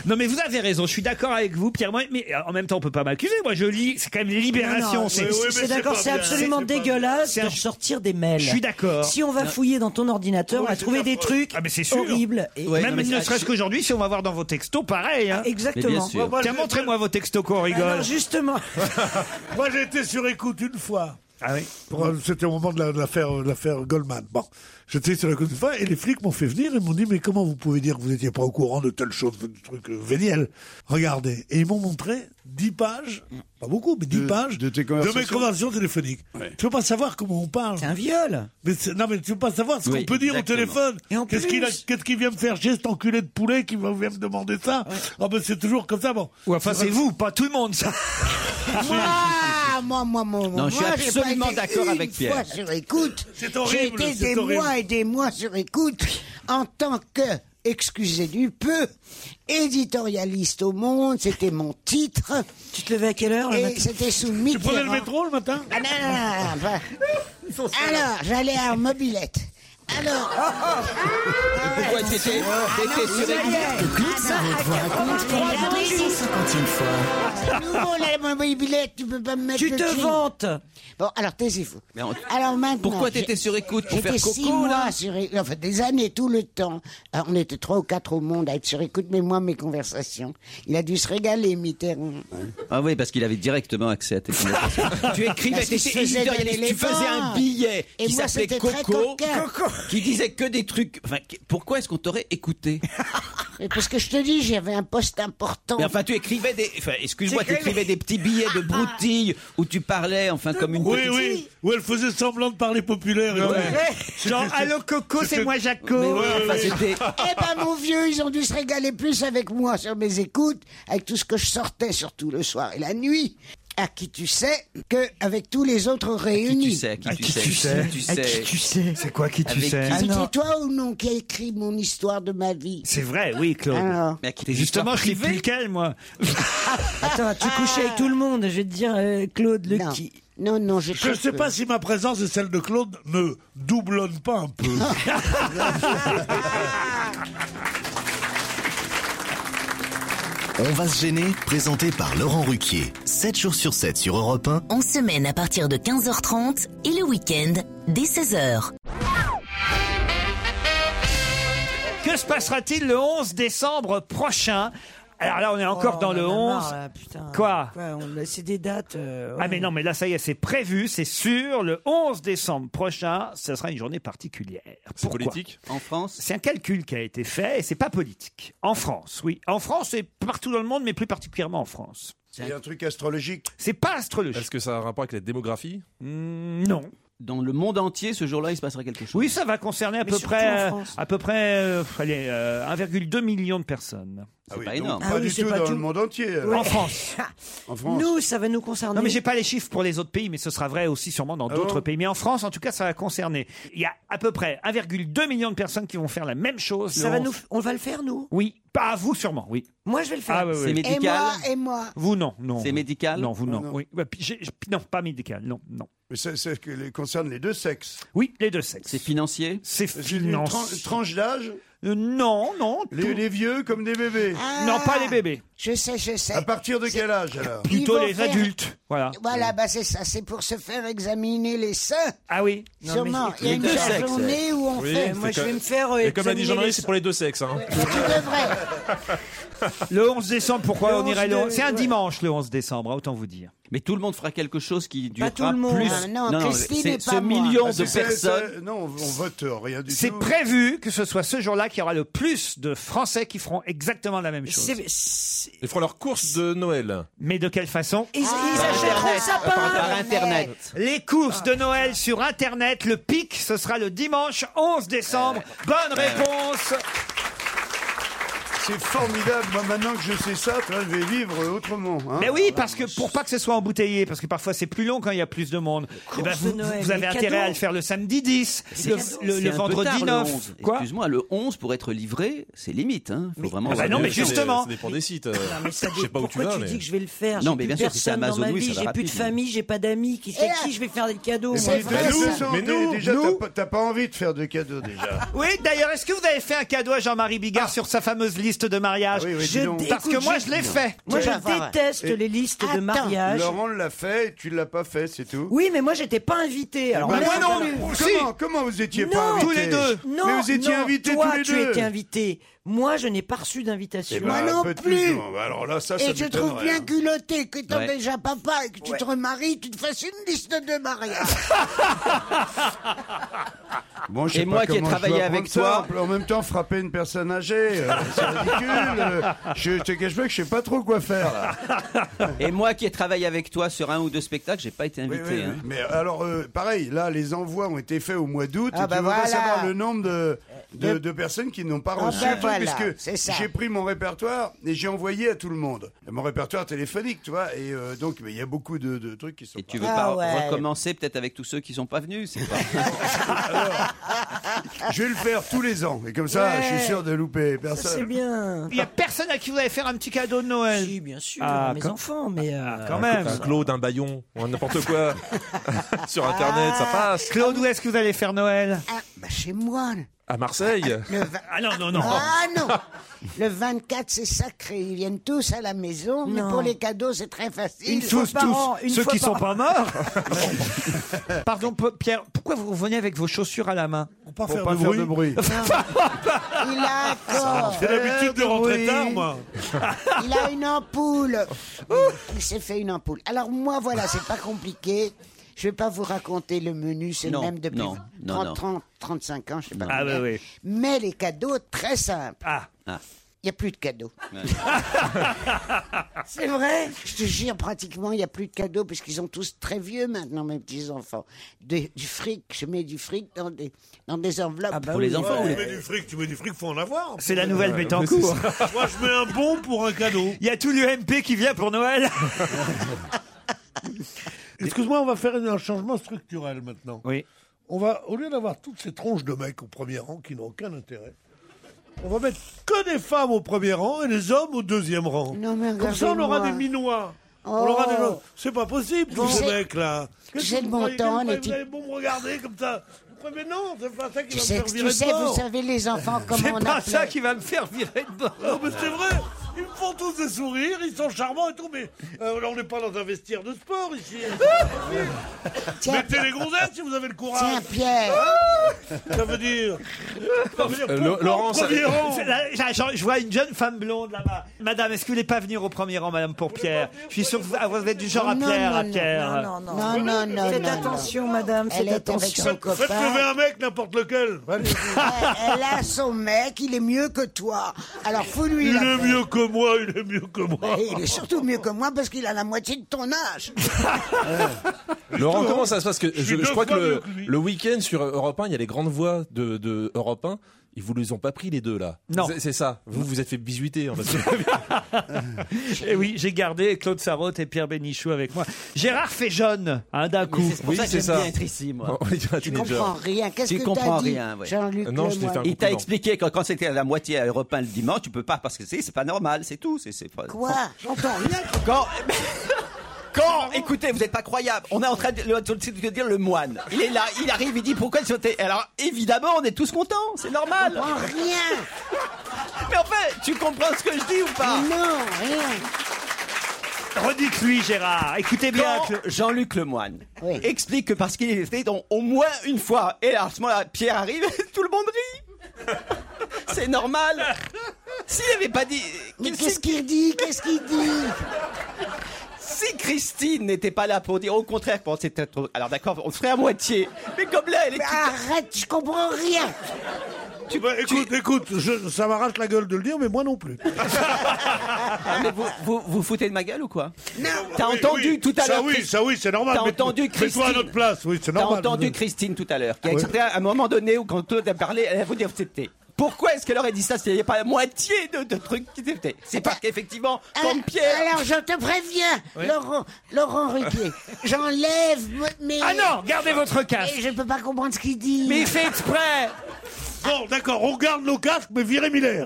Non mais vous avez raison, je suis d'accord avec vous Pierre, moi, mais euh, en même temps on peut pas m'accuser, moi je lis, c'est quand même les
Non,
libérations,
non,
c'est
je- je suis d'accord, c'est absolument dégueulasse de ressortir des mails.
Je suis d'accord.
Si on va fouiller dans ton ordinateur, on va trouver des trucs
Ah mais c'est sûr.
horribles. Et-
Même ne serait-ce qu'aujourd'hui, si on va voir dans vos textos, pareil. hein.
Exactement. Mais bien sûr.
Tiens, montrez-moi vos textos qu'on rigole.
Ah non, justement.
Moi, j'ai été sur écoute une fois.
Ah oui
Pour- euh, C'était au moment de la- de l'affaire euh, de l'affaire Goldman. Bon, j'étais sur écoute une fois et les flics m'ont fait venir. Ils m'ont dit mais comment vous pouvez dire que vous n'étiez pas au courant de telle chose, de truc euh, véniel Regardez. Et ils m'ont montré 10 pages, pas beaucoup, mais 10 pages de, mes
conversations
conversations téléphoniques. Tu veux pas savoir comment on parle C'est un
viol.
Mais c'est- non mais tu veux pas savoir ce
Oui,
qu'on peut dire
exactement.
au téléphone.
Et en
Qu'est-ce qu'il a-
plus-
qu'est-ce qu'il vient me faire chier cet enculé de poulet qui va- vient me demander ça Ah ben c'est toujours comme ça bon.
Ou enfin c'est vous, pas tout le monde ça.
Moi, moi, moi, moi,
Non, je suis
moi, j'ai pas
absolument
été
d'accord
une
avec Pierre.
fois sur écoute.
C'est horrible,
J'ai été
c'est
des
horrible.
mois et des mois sur écoute en tant que, excusez du peu, éditorialiste au Monde. C'était mon titre.
Tu te levais à quelle heure le matin
Et c'était soumis.
Tu prenais le métro le matin
Ah non, non, non, non, pas- Alors, j'allais à Mobilette. Alors.
Oh,
Pourquoi t'étais
Ah sur
Que Claude Sarraute vous raconte pour la 250e fois.
Nouveau la mobilette, tu peux pas me mettre.
Tu
le
te
clim.
vantes.
Bon, alors taisez-vous.
Mais on-
Alors maintenant.
Pourquoi
j'ai-
t'étais sur écoute pour
j'étais
faire
six
coco, là
mois sur é- Enfin, des années, tout le temps. Alors, on était trois ou quatre au monde à être sur écoute, mais moi, mes conversations. Il a dû se régaler, Mitterrand.
Ah oui, parce qu'il avait directement accès à tes conversations. tu écrivais,
Parce que
t'étais
je faisais
éditorialiste,
donner
tu
les
faisais un
ventes.
billet
Et
qui
moi,
s'appelait
c'était très
Coco,
coquin.
qui disait que des trucs. Enfin, qui- pourquoi est-ce qu'on t'aurait écouté
Mais parce que je te dis, j'avais un poste important.
Mais enfin, tu écrivais des. Enfin, excuse-moi, tu
J'écrivais-
écrivais des petits billets
Ah.
de broutille où tu parlais, enfin, comme une.
Oui,
petite-
oui, où elle faisait semblant de parler populaire. et
Ouais.
tout.
Ouais. Genre, Eh, allô, Coco, c'est moi, Jaco.
Mais ouais,
Ouais,
ouais,
enfin,
ouais.
c'était-
Eh ben mon vieux, ils ont dû se régaler plus avec moi sur mes écoutes, avec tout ce que je sortais surtout le soir et la nuit. À qui tu sais que avec tous les autres réunis.
sais, à qui À tu qui sais, tu qui sais, tu sais. sais.
C'est quoi qui tu
Avec
sais
qui- Ah non.
C'est toi ou non qui a écrit mon histoire de ma vie
C'est vrai, oui, Claude.
Alors.
Mais
Et Justement, je sais plus lequel, moi.
Attends, tu couchais avec tout le monde, je vais te dire, euh, Claude, le
Non.
qui.
Non, non, j'ai
Je ne sais pas si ma présence et celle de Claude ne doublonnent pas un peu.
On va se gêner, présenté par Laurent Ruquier.
7 jours sur 7 sur Europe 1. En semaine à partir de 15h30 et le week-end dès 16h.
Que se passera-t-il le 11 décembre prochain Alors là, on est encore
Oh,
dans le
on en
11.
a marre, là, putain.
Quoi
on- C'est des dates. euh,
Ah mais non, mais là, ça y est, c'est prévu, c'est sûr. Le 11 décembre prochain, ce sera une journée particulière. C'est
politique
En France
C'est un calcul qui a été fait et c'est pas politique. En France, oui. En France et partout dans le monde, mais plus particulièrement en France.
C'est un truc astrologique.
C'est pas astrologique. Hmm,
Est-ce que ça a un rapport avec la démographie
Non.
Dans le monde entier, ce jour-là, il se passera quelque chose.
Oui, ça va concerner à
Mais
peu
surtout en
près, euh,
France.
à peu près, euh, allez, euh, 1,2 million de personnes.
C'est pas énorme.
Ah
Pas du tout dans le monde entier.
En France.
En
France.
Nous, ça va nous concerner.
Non, mais j'ai pas les chiffres pour les autres pays, mais ce sera vrai aussi sûrement dans
Oh.
d'autres pays. Mais en France, en tout cas, ça va concerner. Il y a à peu près 1,2 million de personnes qui vont faire la même chose.
Ça
le
va
11.
nous, f- on va le faire, nous
Oui, pas à vous sûrement, oui.
Moi, je vais le faire.
Ah, oui, oui.
Et moi, et moi.
Vous non, non.
C'est médical
Non, vous non.
Non, non.
Oui. Ouais, puis j'ai- j'ai- non, pas médical, non, non.
Mais ça, ça que les- concerne les deux sexes.
Oui, les deux sexes.
C'est financier
C'est
Une
financier.
tran- tranche d'âge
Euh, non, non. Ah,
les, les vieux comme des bébés.
Non, pas les bébés.
Je sais, je sais.
À partir de quel âge alors
Ils
Plutôt
vont
les
faire-
adultes. Voilà.
Voilà, bah c'est ça, c'est pour se faire examiner les seins.
Ah oui.
Sûrement. Il y a une journée où on fait.
moi, je vais me faire, euh,
Et comme l'a dit
examiner
Jean-Marie,
les-
c'est pour les deux sexes. hein.
Tu devrais.
Le 11 décembre, pourquoi
Le
on irait
11
le
de-
11 C'est un
ouais.
dimanche le 11 décembre, hein, autant vous dire.
Mais tout le monde fera quelque chose qui durera
Pas tout le monde.
plus.
Ah,
non, Christine
c'est
et pas
ce
moi.
million
Ah,
de
c'est- c'est-
personnes.
c'est- Non, on, on vote euh, rien du
C'est
tout.
prévu que ce soit ce jour-là qu'il y aura le plus de Français qui feront exactement la même chose.
C'est- c'est-
Ils feront leur course de Noël.
Mais de quelle façon
Ils, ils achèteront le sapin.
Par Internet.
Les courses
Ah,
de Noël sur Internet, le pic, ce sera le dimanche 11 décembre.
Euh,
Bonne réponse
Hein
C'est formidable. Moi, maintenant que je sais ça, tu vois, je vais vivre euh, autrement. hein.
Mais
Ah,
oui, parce que pour pas que ce soit embouteillé, parce que parfois c'est plus long quand il y a plus de monde. Eh ben,
de
vous,
Noël,
vous avez
les
intérêt
cadeaux.
à le faire le samedi 10,
C'est-
le,
c'est
le- le
un peu
vendredi
tard, le
9.
11.
Quoi
Excuse-moi, le 11 pour être livré, c'est limite. Hein. Faut vraiment.
Ah bah
avoir
non,
du
mais
temps.
justement.
Ça dépend des sites. euh.
Non, mais ça
Je sais pas où tu
Pourquoi
vas,
tu
mais.
dis que je vais le faire
Non,
J'ai
mais
plus
bien sûr, si c'est
personne dans
Amazon,
ma
oui, ça
vie,
va
j'ai plus de
rapide, mais-
famille, j'ai pas d'amis. Qui,
Et
à
là-
qui je vais faire des cadeaux
C'est
moi
vrai,
Mais nous,
ça.
ça,
Mais
t'es-
nous,
déjà,
nous-
t'as pas- t'as pas envie de faire de cadeaux déjà.
Oui, d'ailleurs, est-ce que vous avez fait un cadeau à Jean-Marie Bigard sur sa fameuse liste de mariage
Ah oui, oui, dis
Je
donc.
dé-
Parce que
Écoute,
moi,
j'ai-
je l'ai fait.
Moi,
Tu vas voir,
je déteste
ouais.
les listes de
Attends.
mariage.
Laurent l'a fait, et tu l'as pas fait, c'est tout.
Oui, mais moi, j'étais pas invité. Alors,
Bah,
moi,
non,
je-
Comment,
Si.
comment vous étiez
Non,
pas invités
tous les deux.
Non,
Mais vous étiez
non,
invités
toi,
tous les
tu
deux.
étais invité. Moi, je n'ai pas reçu d'invitation.
Eh ben,
Moi non
peut-être
plus.
non. Bah, Alors là, ça, ça
Et je trouve
m'étonnerait,
bien
hein.
culotté que t'en
Ouais.
déjà papa et que tu te remaries, tu te fasses une liste de mariage.
Bon, je sais
Et
pas
moi qui ai
comment je
travaillé
dois
avec
prendre ça.
toi.
En même temps, frapper une personne âgée, euh, c'est ridicule. euh, je te cache pas que je sais pas trop quoi faire. là.
Et moi qui ai travaillé avec toi sur un ou deux spectacles, j'ai pas été
Oui,
invité.
oui,
hein.
oui. Mais alors, euh, pareil, là, les envois ont été faits au mois d'août.
Ah,
et
bah
tu veux pas
voilà.
savoir le nombre de, de,
De-
de personnes qui n'ont pas
Ah,
reçu.
bah
le truc,
voilà, c'est ça.
puisque j'ai pris mon répertoire et j'ai envoyé à tout le monde. Mon répertoire téléphonique, tu vois. Et euh, donc, mais il y a beaucoup de, de trucs qui sont.
Et
pas-
tu veux
Ah
pas
ouais.
recommencer peut-être avec tous ceux qui sont pas venus c'est pas...
Je vais le faire tous les ans. Et comme ça,
Ouais.
je suis sûr de louper
Ça, c'est
personne.
bien.
Il y a personne à qui vous allez faire un petit cadeau de Noël.
Si, bien sûr,
Ah,
à mes
quand-
enfants, mais. euh,
Ah, quand
Un
même.
un Claude, un baillon, ou un n'importe quoi sur internet, ça passe.
Ah.
Claude, où est-ce que vous allez faire Noël
Ah, bah, je chez moi. là.
À Marseille
Ah non, non, non.
Ah non Le 24, c'est sacré. Ils viennent tous à la maison, mais
Non.
pour les cadeaux, c'est très facile.
morts. Pardon, P- Pierre, pourquoi vous revenez avec vos chaussures à la main
pas Pour faire pas de faire bruit. de bruit.
Il a encore.
J'ai l'habitude de rentrer
Oui.
tard, moi.
Il a une ampoule. Il s'est fait une ampoule. Alors moi, voilà, c'est pas compliqué. Je vais pas vous raconter le menu, c'est le
Non,
même depuis
non,
30,
non, non.
30, 35 ans, je sais pas.
Ah,
combien.
bah oui.
Mais les cadeaux, très simples.
Ah.
Ah.
Il n'y a plus de cadeaux.
Ouais.
C'est vrai Je te jure, pratiquement, il n'y a plus de cadeaux, parce qu'ils sont tous très vieux maintenant, mes petits-enfants. Des- Du fric, je mets du fric dans des, dans des enveloppes.
bah Ouais, Ah, Tu mets du fric, tu mets du fric, faut en avoir.
C'est la nouvelle Bettencourt.
Bétancourt. Moi, je mets un bon pour un cadeau.
Il y a tout l'UMP qui vient pour Noël.
Excuse-moi, on va faire un changement structurel maintenant.
Oui.
On va, au lieu d'avoir toutes ces tronches de mecs au premier rang qui n'ont aucun intérêt, on va mettre que des femmes au premier rang et les hommes au deuxième rang. Comme ça, on aura des
regardez-moi.
minois.
Oh.
On aura des gens- C'est pas possible,
Vous
tous ces
savez-
mecs-là. Qu'est-ce
j'ai
que
le
vous croyez que
menton,
vous
les
croyez-
petits-
Vous allez bon me regarder comme ça. Vous croyez, Mais non, c'est pas ça qui
Tu
va me
sais,
faire virer
tu
de
sais, vous
bord.
savez les enfants comment on appelait.
qui va me faire virer de bord.
Non, mais c'est vrai. Ils me font tous des sourires, ils sont charmants et tout, mais euh, là, on n'est pas dans un vestiaire de sport ici. Mettez les gonzesses si vous avez le courage.
Tiens, Pierre.
Ah, ça veut dire. Ça veut dire
Euh,
pourquoi
Laurent,
au premier rang
C'est là, là, genre, je vois une jeune femme blonde là-bas. Madame, est-ce que vous voulez pas venir au premier rang, Madame, pour Pierre Je suis sûr que vous, ah, vous êtes du genre à
Non,
Pierre,
non,
à
non,
Pierre.
non, non, non. Non, non, non,
Faites
non,
attention,
non.
madame, faites
Elle est avec
attention.
son copain.
Faites lever un mec, n'importe lequel. Allez.
Elle a son mec, il est mieux que toi. Alors fous-lui
Il
la
est
paix.
mieux que moi, il est mieux que moi.
Et il est surtout mieux que moi parce qu'il a la moitié de ton âge.
Laurent, comment ça se passe que
suis
je, je
deux
crois que
fois mieux
le,
que lui.
le week-end sur Europe 1, il y a les grandes voix de, de Europe 1. Ils vous les ont pas pris les deux là.
Non.
C'est- C'est ça. Vous vous êtes fait bisuiter. hein, parce que-
Et Eh oui, j'ai gardé Claude Sarraute et Pierre Bénichou avec moi. Gérard fait jaune, hein, d'un coup.
c'est pour ça que j'aime bien être ici, moi.
On les dira
Tu
teenager.
comprends rien. Qu'est-ce
tu
que
comprends
t'as dit,
rien, ouais.
Jean-Luc Lemoyne
Il t'a expliqué que quand c'était à la moitié à Europe 1 le dimanche, tu peux pas parce que c'est c'est pas normal, c'est tout. c'est- c'est pas-
Quoi J'entends rien.
Quand. Quand, écoutez, vous n'êtes pas croyable. On est en train de, le- de- de dire le moine. Il est là, il arrive, il dit pourquoi il sautait. Alors évidemment, on est tous contents, c'est normal.
Rien.
Mais en fait, tu comprends ce que je dis ou pas
Non, rien.
Redites-lui, Gérard. Écoutez bien.
Quand Jean-Luc Lemoine explique que parce qu'il était dans au moins une fois, et là, à ce moment-là, Pierre arrive, tout le monde rit. C'est normal. S'il n'avait pas dit.
Mais qu'est-ce qu'il dit Qu'est-ce qu'il dit
Si Christine n'était pas là pour dire au contraire, bon, c'était trop- alors d'accord, on se ferait à moitié. Mais comme là, elle est.
Arrête, je comprends rien.
Bah, écoute, écoute, je- ça m'arrache la gueule de le dire, mais moi non plus.
Ah, mais vous, vous vous foutez de ma gueule ou quoi T'as
Oui,
entendu
oui,
tout à
ça
l'heure.
oui,
Christ-
ça oui, c'est normal,
T'as
mais-
entendu
mets-toi à
Christine.
notre place, oui, c'est normal.
T'as entendu
Oui.
Christine tout à l'heure, qui a
Oui.
expliqué à un moment donné où quand Claude a parlé, elle a voulu accepter. Pourquoi est-ce qu'elle aurait dit ça s'il n'y avait pas la moitié de, de trucs qui étaient faits
Eh ben,
C'est parce qu'effectivement, comme Pierre.
Alors je te préviens,
Oui.
Laurent, Laurent Ruquier, j'enlève m- mes.
Ah non, gardez votre casque.
Mais je peux pas comprendre ce qu'il dit.
Mais il fait exprès.
Bon, d'accord, on garde nos casques, mais virez Miller.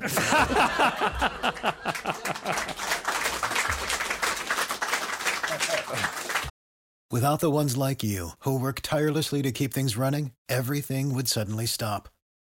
Without the ones like you, who work tirelessly to keep things running, everything would suddenly stop.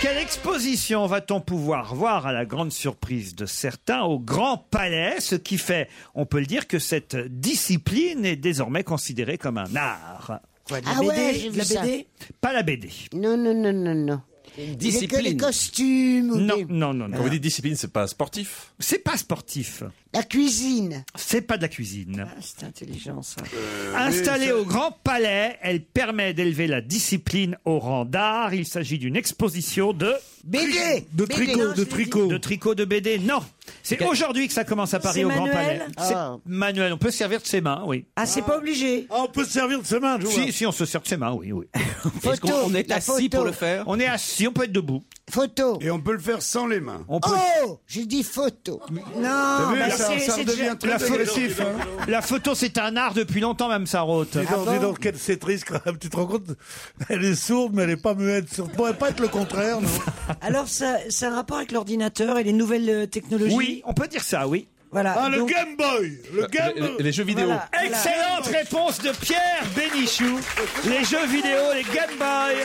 Quelle exposition va-t-on pouvoir voir à la grande surprise de certains au Grand Palais Ce qui fait, on peut le dire, que cette discipline est désormais considérée comme un art.
la Ah BD, ouais, j'ai vu de la ça. BD
Pas la BD.
Non, non, non, non, non. que les costumes ou
Non,
des-
non, non.
Quand vous dites discipline, c'est pas sportif
C'est pas sportif.
La cuisine.
C'est pas de la cuisine.
C'est intelligent, ça.
Euh,
Euh, Installée au Grand Palais, elle permet d'élever la discipline au rang d'art. Il s'agit d'une exposition de BD, de
BD. tricot, de
tricot, de tricot de BD. Non, c'est aujourd'hui que ça commence à Paris
C'est
au Grand Palais.
manuel
C'est
Ah.
manuel. On peut se servir de ses mains, oui.
Ah, c'est pas obligé.
on peut se servir de ses mains,
je vois.
Si, si, on se sert de ses mains, oui, oui.
Est-ce qu'on- on est La assis photo. pour le
faire On est assis, on peut être debout.
Photo.
Et on peut le faire sans les mains.
On
Oh J'ai dit photo.
T'as
Non,
vu, bah ça- c'est- ça c'est redevient déjà- très
La photo-
agressif, hein.
La photo, c'est un art depuis longtemps, même
Ah
Sarotte.
Dis donc, dis donc, quelle- c'est triste quand même. Tu te rends compte Elle est sourde, mais elle est pas muette. Ça pourrait pas être le contraire, non
Alors, ça, ça a un rapport avec l'ordinateur et les nouvelles euh, technologies
Oui, on peut dire ça, oui.
Voilà.
Ah, le
donc-
Game Boy
Euh,
Le Game
les- les jeux vidéo.
Voilà.
Excellente réponse de Pierre Bénichou. Les jeux vidéo, les Game Boy,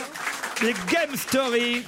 les Game Story.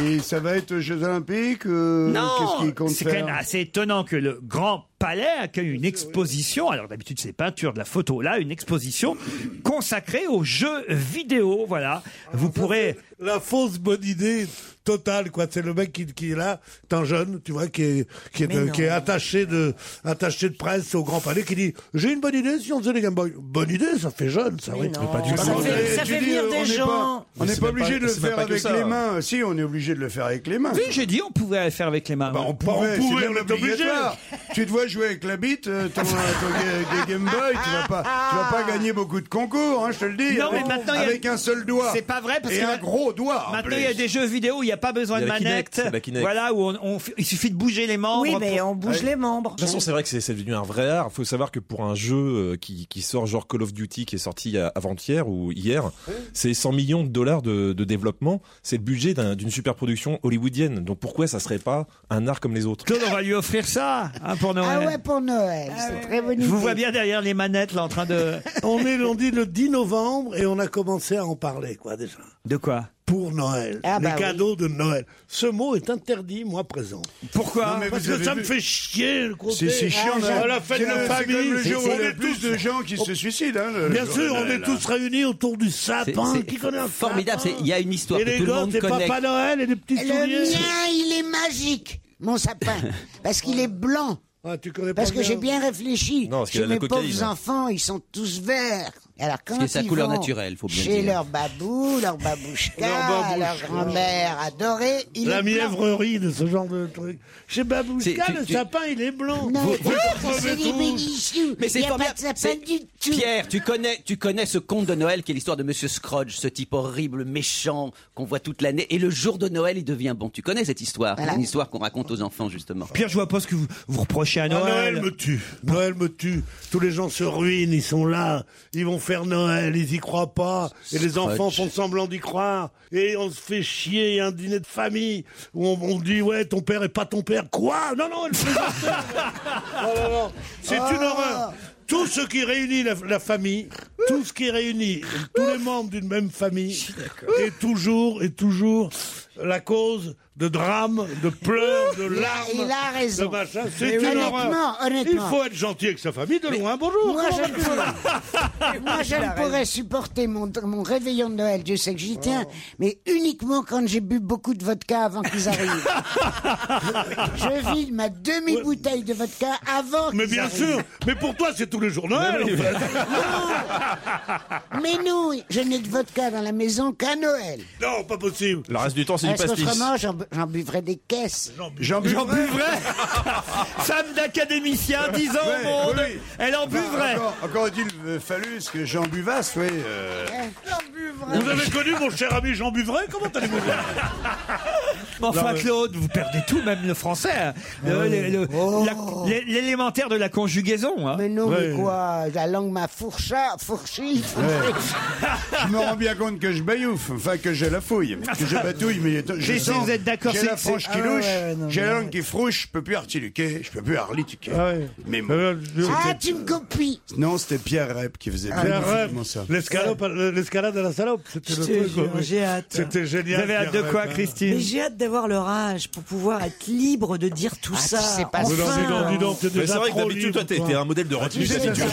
Et ça va être aux Jeux Olympiques euh, Qu'est-ce qu'il
Non,
compte
c'est quand même
faire
assez étonnant que le Grand Palais accueille une exposition. Alors d'habitude c'est peinture, de la photo là, une exposition consacrée aux jeux vidéo. Voilà,
Ah,
vous pourrez.
La fausse bonne idée totale, quoi. C'est le mec qui, qui est là, tant jeune, tu vois, qui est, qui est,
Mais
de-
non.
qui est attaché, de, attaché de presse au Grand Palais, qui dit J'ai une bonne idée si on faisait les Game Boy. Bonne idée, ça fait jeune, ça, oui.
Mais pas du
Ah, Ça
tout.
fait-
Et
ça
tu
fait
dis,
venir
euh,
des
on n'est
gens.
pas-
Mais
On n'est
c'est
pas
même
obligé
pas-
de le
c'est même
faire
pas que
avec
ça.
les mains. Si, on est obligé de le faire avec les mains. Bah,
Oui, j'ai dit on pouvait le faire avec les mains.
on pouvait,
on pouvait,
c'est
on
même
est obligé.
obligatoire. tu te vois jouer avec la bite, euh, ton, ton ga- ga- Game Boy, tu vas pas, tu vas
Ah.
pas gagner beaucoup de concours, hein, je te le dis.
Non,
avec,
mais maintenant, il y a-
avec un seul doigt.
C'est pas vrai parce
et
que
un gros doigt. en
Maintenant
plus.
il y a des jeux vidéo où il n'y a pas besoin
Il y
de
a la Kinect,
manette.
la Kinect.
Voilà où on, on f- il suffit de bouger les membres.
Oui, mais
pour-
on bouge
Ouais.
les membres.
De toute façon, c'est vrai que c'est c'est devenu un vrai art. Il faut savoir que pour un jeu euh, qui, qui sort genre Call of Duty, qui est sorti euh, avant-hier ou hier, c'est 100 millions de dollars de, de développement. C'est le budget d'un- d'une super production hollywoodienne. Donc pourquoi ça serait pas un art comme les autres
Claude, on va lui offrir ça hein, pour Noël.
Ah ouais, pour Noël. c'est très bonne
Je vous
idée.
vois bien derrière les manettes là en train de.
On est lundi le 10 novembre et on a commencé à en parler, quoi, déjà.
De quoi
Pour Noël.
Ah, bah
les
oui.
cadeaux de Noël. Ce mot est interdit, moi, présent.
Pourquoi
mais
Parce
vous
que
avez
ça
vu-
me fait chier, le côté.
C'est c'est chiant,
Ah,
là.
la fête
C'est le-
de la
c'est
famille.
comme le jour où
c'est-
il y a
on est
plus
tous-
de gens qui se suicident. hein, le-
Bien
le-
sûr,
le-
on est
le-
tous réunis autour du sapin.
C'est-
Qui connaît un
formidable,
sapin
c'est- il y a une histoire
Et
que
les
tout le
gosses,
monde
et
connaît.
Papa Noël et des petits
Le
souvenirs.
mien, il est magique, mon sapin, parce qu'il est blanc.
Ah, tu connais pas
Parce que
bien.
j'ai bien réfléchi.
Non, parce qu'il
Chez
a de la
mes pauvres
cocaïne.
enfants, ils sont tous verts. Alors quand
hein. que c'est sa
ils
couleur
vont
naturelle, faut bien
Chez
dire.
leur babou, leur babouchka,
Leur babouche.
leur grand-mère adorée, il
la
est blanc.
mièvrerie de ce genre de truc. Chez Babouchka,
C'est-
le
tu- tu-
sapin, il est blanc.
Non,
Vous-
mais
vous
c'est
comprenez
des
tous.
bénichous.
Mais c'est
Il y a pas
formidable.
de sapin
C'est-
du tout.
Pierre, tu connais, tu connais ce conte de Noël qui est l'histoire de Monsieur Scrooge, ce type horrible, méchant qu'on voit toute l'année. Et le jour de Noël, il devient bon. Tu connais cette histoire C'est une histoire qu'on raconte aux enfants justement.
Pierre, je vois pas ce que vous, vous reprochez à
Ah,
Noël.
Noël me tue. Noël me tue. Tous les gens se ruinent, ils sont là. Ils vont faire Noël, ils y croient pas. Et les
Scratch.
enfants font semblant d'y croire. Et on se fait chier. Il y a un dîner de famille où on, on dit Ouais, ton père est pas ton père. Quoi Non, non, elle plaisante. Non, non, non. C'est une horreur. Tout ce qui réunit la, la famille, tout ce qui réunit tous les membres d'une même famille, est toujours, est toujours la cause de drames, de pleurs, de
Il a-
larmes,
il a raison.
de machin.
Mais
C'est
oui.
une
Honnêtement,
horreur.
honnêtement.
Il faut être gentil avec sa famille de loin. Bonjour.
Moi,
comment
je ne
vas-tu
Moi, je ne pourrais supporter mon, mon réveillon de Noël, Dieu sait que j'y tiens,
Oh.
mais uniquement quand j'ai bu beaucoup de vodka avant qu'ils arrivent. je vide ma demi-bouteille de vodka avant
Mais
qu'ils
bien
arrivent.
sûr. Mais pour toi, c'est tous les jours Noël. en fait.
Mais non, je n'ai de vodka dans la maison qu'à Noël.
Non, pas possible.
Le reste du temps, c'est du
Parce
pastis.
qu'autrement, j'en bu- j'en buvrais des caisses.
J'en
J'en buvrais Femme d'académicien, 10 ans
Ouais,
au monde,
oui, oui.
elle en
Enfin,
buvrait
Encore, encore dit le phallus que Jean Buvasse, oui. euh,
Vous avez connu mon cher ami Jean Buvray Comment t'allais vous voir
Mais Enfin,
Non, mais-
Claude, vous perdez tout, même le français. hein. Le- le- le- la- l'é- L'élémentaire de la conjugaison. hein.
Mais non, mais
Ouais.
quoi La langue m'a fourcha, fourchi.
Je me rends bien compte que je baillouffe, enfin que j'ai la fouille, que je batouille, mais je
Mais si
sens,
vous êtes d'accord,
j'ai
c'est
la
que c'est-
franche qui
Ah ouais,
louche,
ouais, non,
j'ai
mais
la
ouais.
langue qui frouche, je peux plus artiluquer, je peux plus arlitiquer. Mais moi,
Ah,
c'était-
tu me copies
non, c'était Pierre Rep qui faisait
Ah, Pierre
magnifiquement
Rep,
ça.
L'escalade, l'escalade à la salope, c'était
Je
le
te
truc.
jure,
oui.
j'ai hâte.
C'était génial.
Vous avez hâte de
Pierre
quoi,
Rep, hein.
Christine
Mais j'ai hâte avoir leur âge pour pouvoir être libre de dire tout
Ah,
bah,
ça.
c'est
pas
Mais c'est vrai que d'habitude, toi, t'es t'es un modèle de
Ah,
retenue.
tu sais,
d'habitude.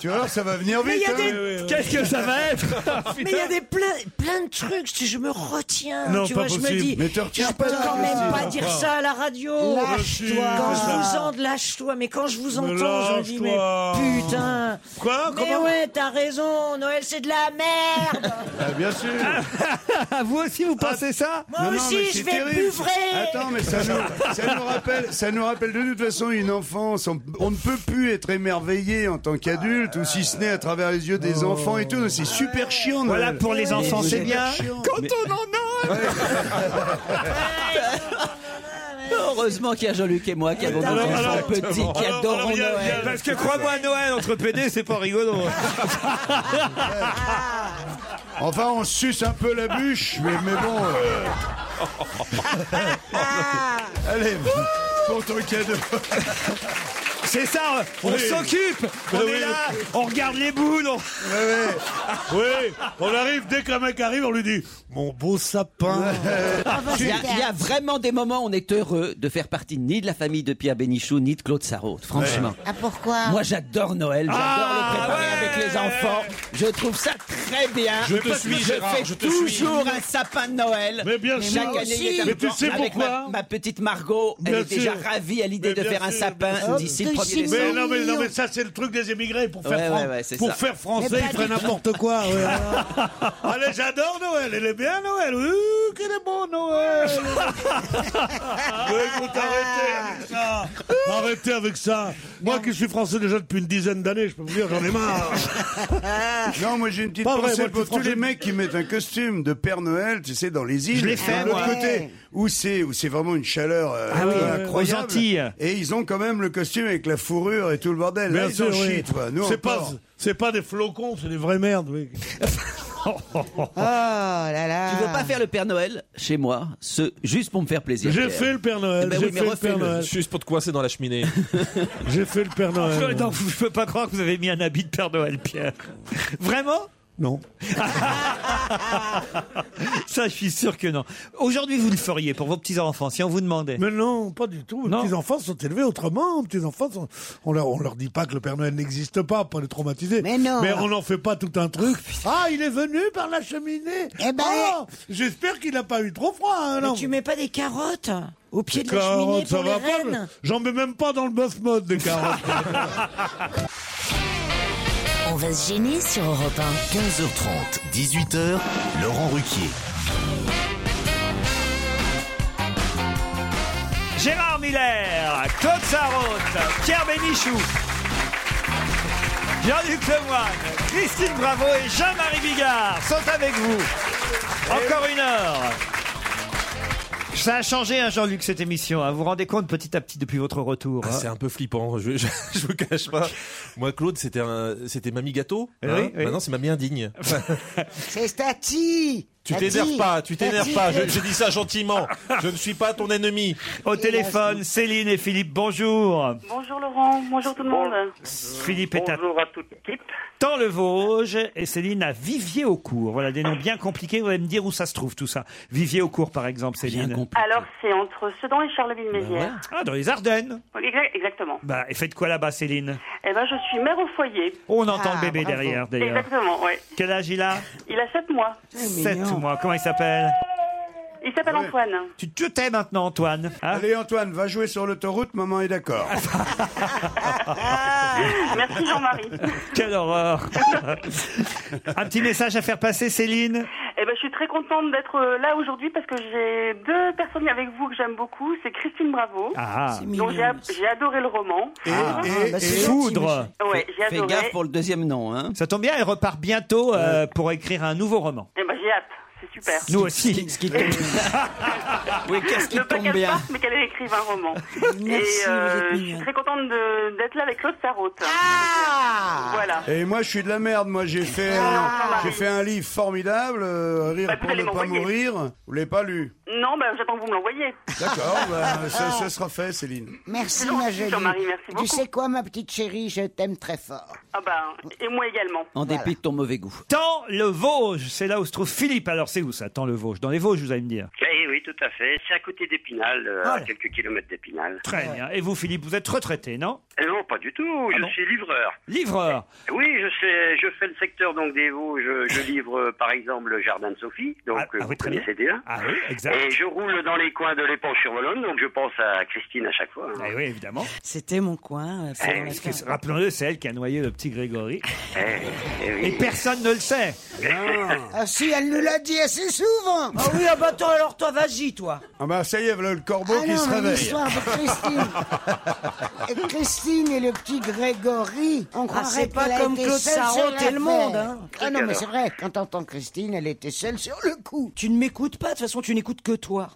Tu vois, ça va venir
Mais
vite. hein.
il y a des- Qu'est-ce que ça va
être
Ah,
Mais il y a des plein, plein de trucs, tu- je me retiens.
Non,
tu
pas
vois, je me
possible.
dis,
Mais te retiens
je
pas,
peux quand
c'est
même pas
possible.
dire ça à la radio.
Lâche-toi.
Quand je vous
Lâche-toi.
entends, lâche-toi. Mais quand je vous
Mais
entends, je me dis, mais
lâche-toi.
putain.
Quoi
Mais
Comment
ouais, t'as raison, Noël, c'est de la merde.
Ah, bien sûr.
Ah. vous aussi, vous pensez ça
Moi aussi,
mais
je
c'est
vais
terrible.
buffrer.
Attends, mais ça nous, ça nous rappelle, ça nous rappelle de toute façon une enfance. On, on ne peut plus être émerveillé en tant qu'adulte, ou si ce n'est à travers les yeux des enfants et tout. Donc, C'est super chiant. de-
Voilà, pour les enfants, c'est bien.
Quand on en
Heureusement qu'il y a Jean-Luc et moi qui avons des
Alors,
enfants
alors,
petits qui
alors,
adorent
alors, bien, bien,
Noël.
Parce que crois-moi, Noël entre PD, c'est pas rigolo.
Enfin, on suce un peu la bûche, mais, mais bon. euh, Allez, pour ton cadeau.
C'est ça, on
Oui.
s'occupe, on
Mais
est
oui.
là, on regarde les boules. on-
Oui, on arrive, dès qu'un mec arrive, on lui dit Mon beau sapin
Ah, bah,
Il y, a, il y a vraiment des moments où on est heureux de faire partie ni de la famille de Pierre Bénichou ni de Claude Sarraute, franchement.
Ah pourquoi
Moi j'adore Noël, j'adore
Ah,
le préparer avec les enfants. Je trouve ça très bien.
Je te
Parce
suis,
que je
Gérard,
fais
je te
toujours
suis.
un sapin de Noël.
Mais bien sûr.
Chaque
Moi
année,
aussi.
il est
Mais tu
important.
sais
Avec
pourquoi
ma, ma petite Margot, elle
Bien
est déjà
sûr.
ravie à l'idée
Mais
de
bien
faire un
sûr,
sapin
bien sûr.
d'ici le 1er décembre.
Mais non, mais, non, mais ça, c'est le truc des émigrés. Pour faire,
Ouais,
fran-
ouais, ouais, c'est
pour
ça.
faire
Mais
français,
pas
ils prennent
du tout.
n'importe quoi. ouais. Allez, j'adore Noël. Il est bien, Noël. Ouh, quel est bon Noël. Mais écoute, arrêtez avec ça. Arrêtez avec ça. Moi qui suis français déjà depuis une dizaine d'années, je peux vous dire, j'en ai marre.
Non, moi j'ai une petite
Pas vrai,
pensée
moi, je
pour
suis
tous les
français.
mecs qui mettent un costume de Père Noël, tu sais, dans les îles.
Je l'ai fait,
de l'autre
moi.
côté, où c'est où c'est vraiment une chaleur euh,
Ah oui,
incroyable.
aux Antilles.
Et ils ont quand même le costume avec la fourrure et tout le bordel. Là,
Bien
ils
sûr,
en
oui.
chient, toi. Nous,
C'est
on
pas,
part.
c'est pas des flocons, c'est des vraies merdes. oui.
Oh
là là. Tu veux pas faire le Père Noël chez moi, ce, juste pour me faire plaisir.
J'ai
Pierre.
fait le Père
Euh,
Noël,
Eh ben
j'ai
oui, mais
fait le Père
refais-le.
Noël.
Juste pour te coincer dans la cheminée.
J'ai fait le Père
Je,
Noël.
non, je peux pas croire que vous avez mis un habit de Père Noël, Pierre. Vraiment
Non.
Ça, je suis sûr que non. Aujourd'hui, vous le feriez pour vos petits-enfants, si on vous demandait.
Mais non, pas du tout. Les petits-enfants sont élevés autrement. Les petits-enfants, sont- on leur, on leur dit pas que le Père Noël n'existe pas pour les traumatiser. Mais
non.
on n'en fait pas tout un truc. ah, il est venu par la cheminée.
Eh ben-
Oh, j'espère qu'il n'a pas eu trop froid. hein, non.
Mais tu mets pas des carottes Oh, au pied de la
Carottes,
cheminée
ça
pour les
va pas,
reines Ah,
mais J'en mets même pas dans le boss mode des carottes.
On va se gêner sur Europe 1.
15h30, 18h, Laurent Ruquier.
Gérard Miller, Claude Sarraute, Pierre Bénichou, Jean-Luc Lemoine, Christine Bravo et Jean-Marie Bigard sont avec vous.
Eh
Encore une heure. Ça a changé, hein, Jean-Luc, cette émission. hein. Vous vous rendez compte petit à petit depuis votre retour.
Ah,
hein.
c'est un peu flippant, je, je, je vous cache pas. Moi, Claude, c'était un, c'était mamie gâteau.
Eh
hein.
Oui, oui.
Maintenant, c'est mamie indigne.
C'est Tati
tu
Tati.
t'énerves pas, tu t'énerves
Tati.
pas. Je, je dis ça gentiment. Je ne suis pas ton ennemi.
Au téléphone, Céline et Philippe, bonjour.
Bonjour Laurent, bonjour tout le monde.
Philippe est à...
Bonjour à toute l'équipe.
Tant le Vosges et Céline à Vivier au cours. Voilà des noms bien compliqués. Vous allez me dire où ça se trouve tout ça. Vivier au cours, par exemple, Céline.
Alors c'est entre Sedan et Charleville-Mézières.
Ah, dans les Ardennes.
Oui, exact- Exactement.
Bah, et faites quoi là-bas, Céline
Eh ben je suis mère au foyer.
Oh, On entend
Ah,
le bébé derrière, d'ailleurs.
Exactement, oui.
Quel âge il a
Il a 7 mois.
Eh,
7 mois. Comment il s'appelle
Il s'appelle
Ah
Antoine.
Tu te tais maintenant, Antoine.
Allez, Antoine, va jouer sur l'autoroute, maman est d'accord.
Ah.
Merci Jean-Marie.
Quelle horreur Un petit message à faire passer, Céline
Eh ben, je suis très contente d'être euh, là aujourd'hui parce que j'ai deux personnes avec vous que j'aime beaucoup. C'est Christine Bravo,
Ah. C'est
mignon,
dont j'ai j'ai adoré le roman.
Ah,
Foudre.
bah, c'est gentil,
Foudre.
Michel.
Ouais, j'ai
Fais
adoré.
gaffe pour le deuxième nom. Hein.
Ça tombe bien, elle repart bientôt euh, pour écrire un nouveau roman.
Eh ben, j'ai hâte, c'est super.
Nous aussi.
Oui, qu'est-ce qui
Ne pas
tombe
qu'elle
bien
parte, mais qu'elle écrive un roman.
Merci,
Et euh,
vous êtes
je suis
mignonne.
très contente de- d'être là avec Claude Sarraute. Voilà.
Et moi, je suis de la merde. Moi, j'ai fait,
Ah,
euh, j'ai fait un livre formidable, euh, Rire
Bah, vous
pour
allez
ne pas
m'envoyer.
mourir. Vous l'avez pas lu
Non, ben, j'attends que vous me l'envoyiez.
D'accord, bah, ça, ça sera fait, Céline.
Merci,
Non,
ma jolie.
Jean-Marie, merci beaucoup.
Tu sais quoi, ma petite chérie, je t'aime très fort.
Ah ben, et moi également.
En dépit de ton mauvais goût.
Tant le Vosges, c'est là où se trouve Philippe. Alors c'est où ça, Tant le Vosges Dans les Vosges, vous allez me dire.
Et
Eh oui, tout à fait. C'est à côté d'Épinal, euh,
Voilà.
à quelques kilomètres d'Épinal.
Ah. Très bien. Et vous, Philippe, vous êtes retraité, non
Eh Non, pas du tout. je suis livreur.
Livreur.
Oui, je sais, je fais le secteur donc des veaux. Je, je livre euh, par exemple le jardin de Sophie, donc euh, vous
ah très bien.
connaissez déjà.
Ah oui, exact.
Et je roule dans les coins de l'épanche sur Vologne, donc je pense à Christine à chaque fois. hein.
Eh oui, évidemment.
C'était mon coin. euh, c'est dans la
Parce que,
cave.
Rappelons-le, c'est elle qui a noyé le petit Grégory.
Eh, eh oui.
Et personne ne le sait.
Eh
Ah si, elle nous l'a dit assez souvent.
Ah oui, ah bah attends, alors toi, vas-y, toi.
Ah bah ça y est, voilà le corbeau
Ah
qui
non,
se
mais
réveille.
l'histoire de Christine. Et Christine et le petit Grégory, on croirait
Ah, c'est pas
qu'elle a
comme
été
Claude
seule
Sarraute
sur
et le monde,
l'affaire.
hein.
Ah non,
Alors.
mais c'est vrai, quand on entend Christine, elle était seule sur le coup. Oh,
Tu ne m'écoutes pas, de toute façon, tu n'écoutes que toi.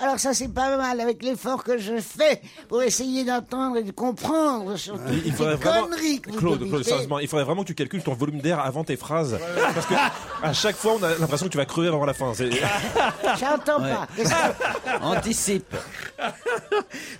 Alors ça, c'est pas mal avec l'effort que je fais pour essayer d'entendre et de comprendre surtout
Ah, Il- il
toutes
faudrait
ces
vraiment...
conneries que vous
Claude, Claude,
débitez.
sérieusement, il faudrait vraiment que tu calcules ton volume d'air avant tes phrases. Parce que à chaque fois, on a l'impression que tu vas crever avant la fin. C'est-
J'entends
Ouais.
pas. Qu'est-ce que-
Anticipe.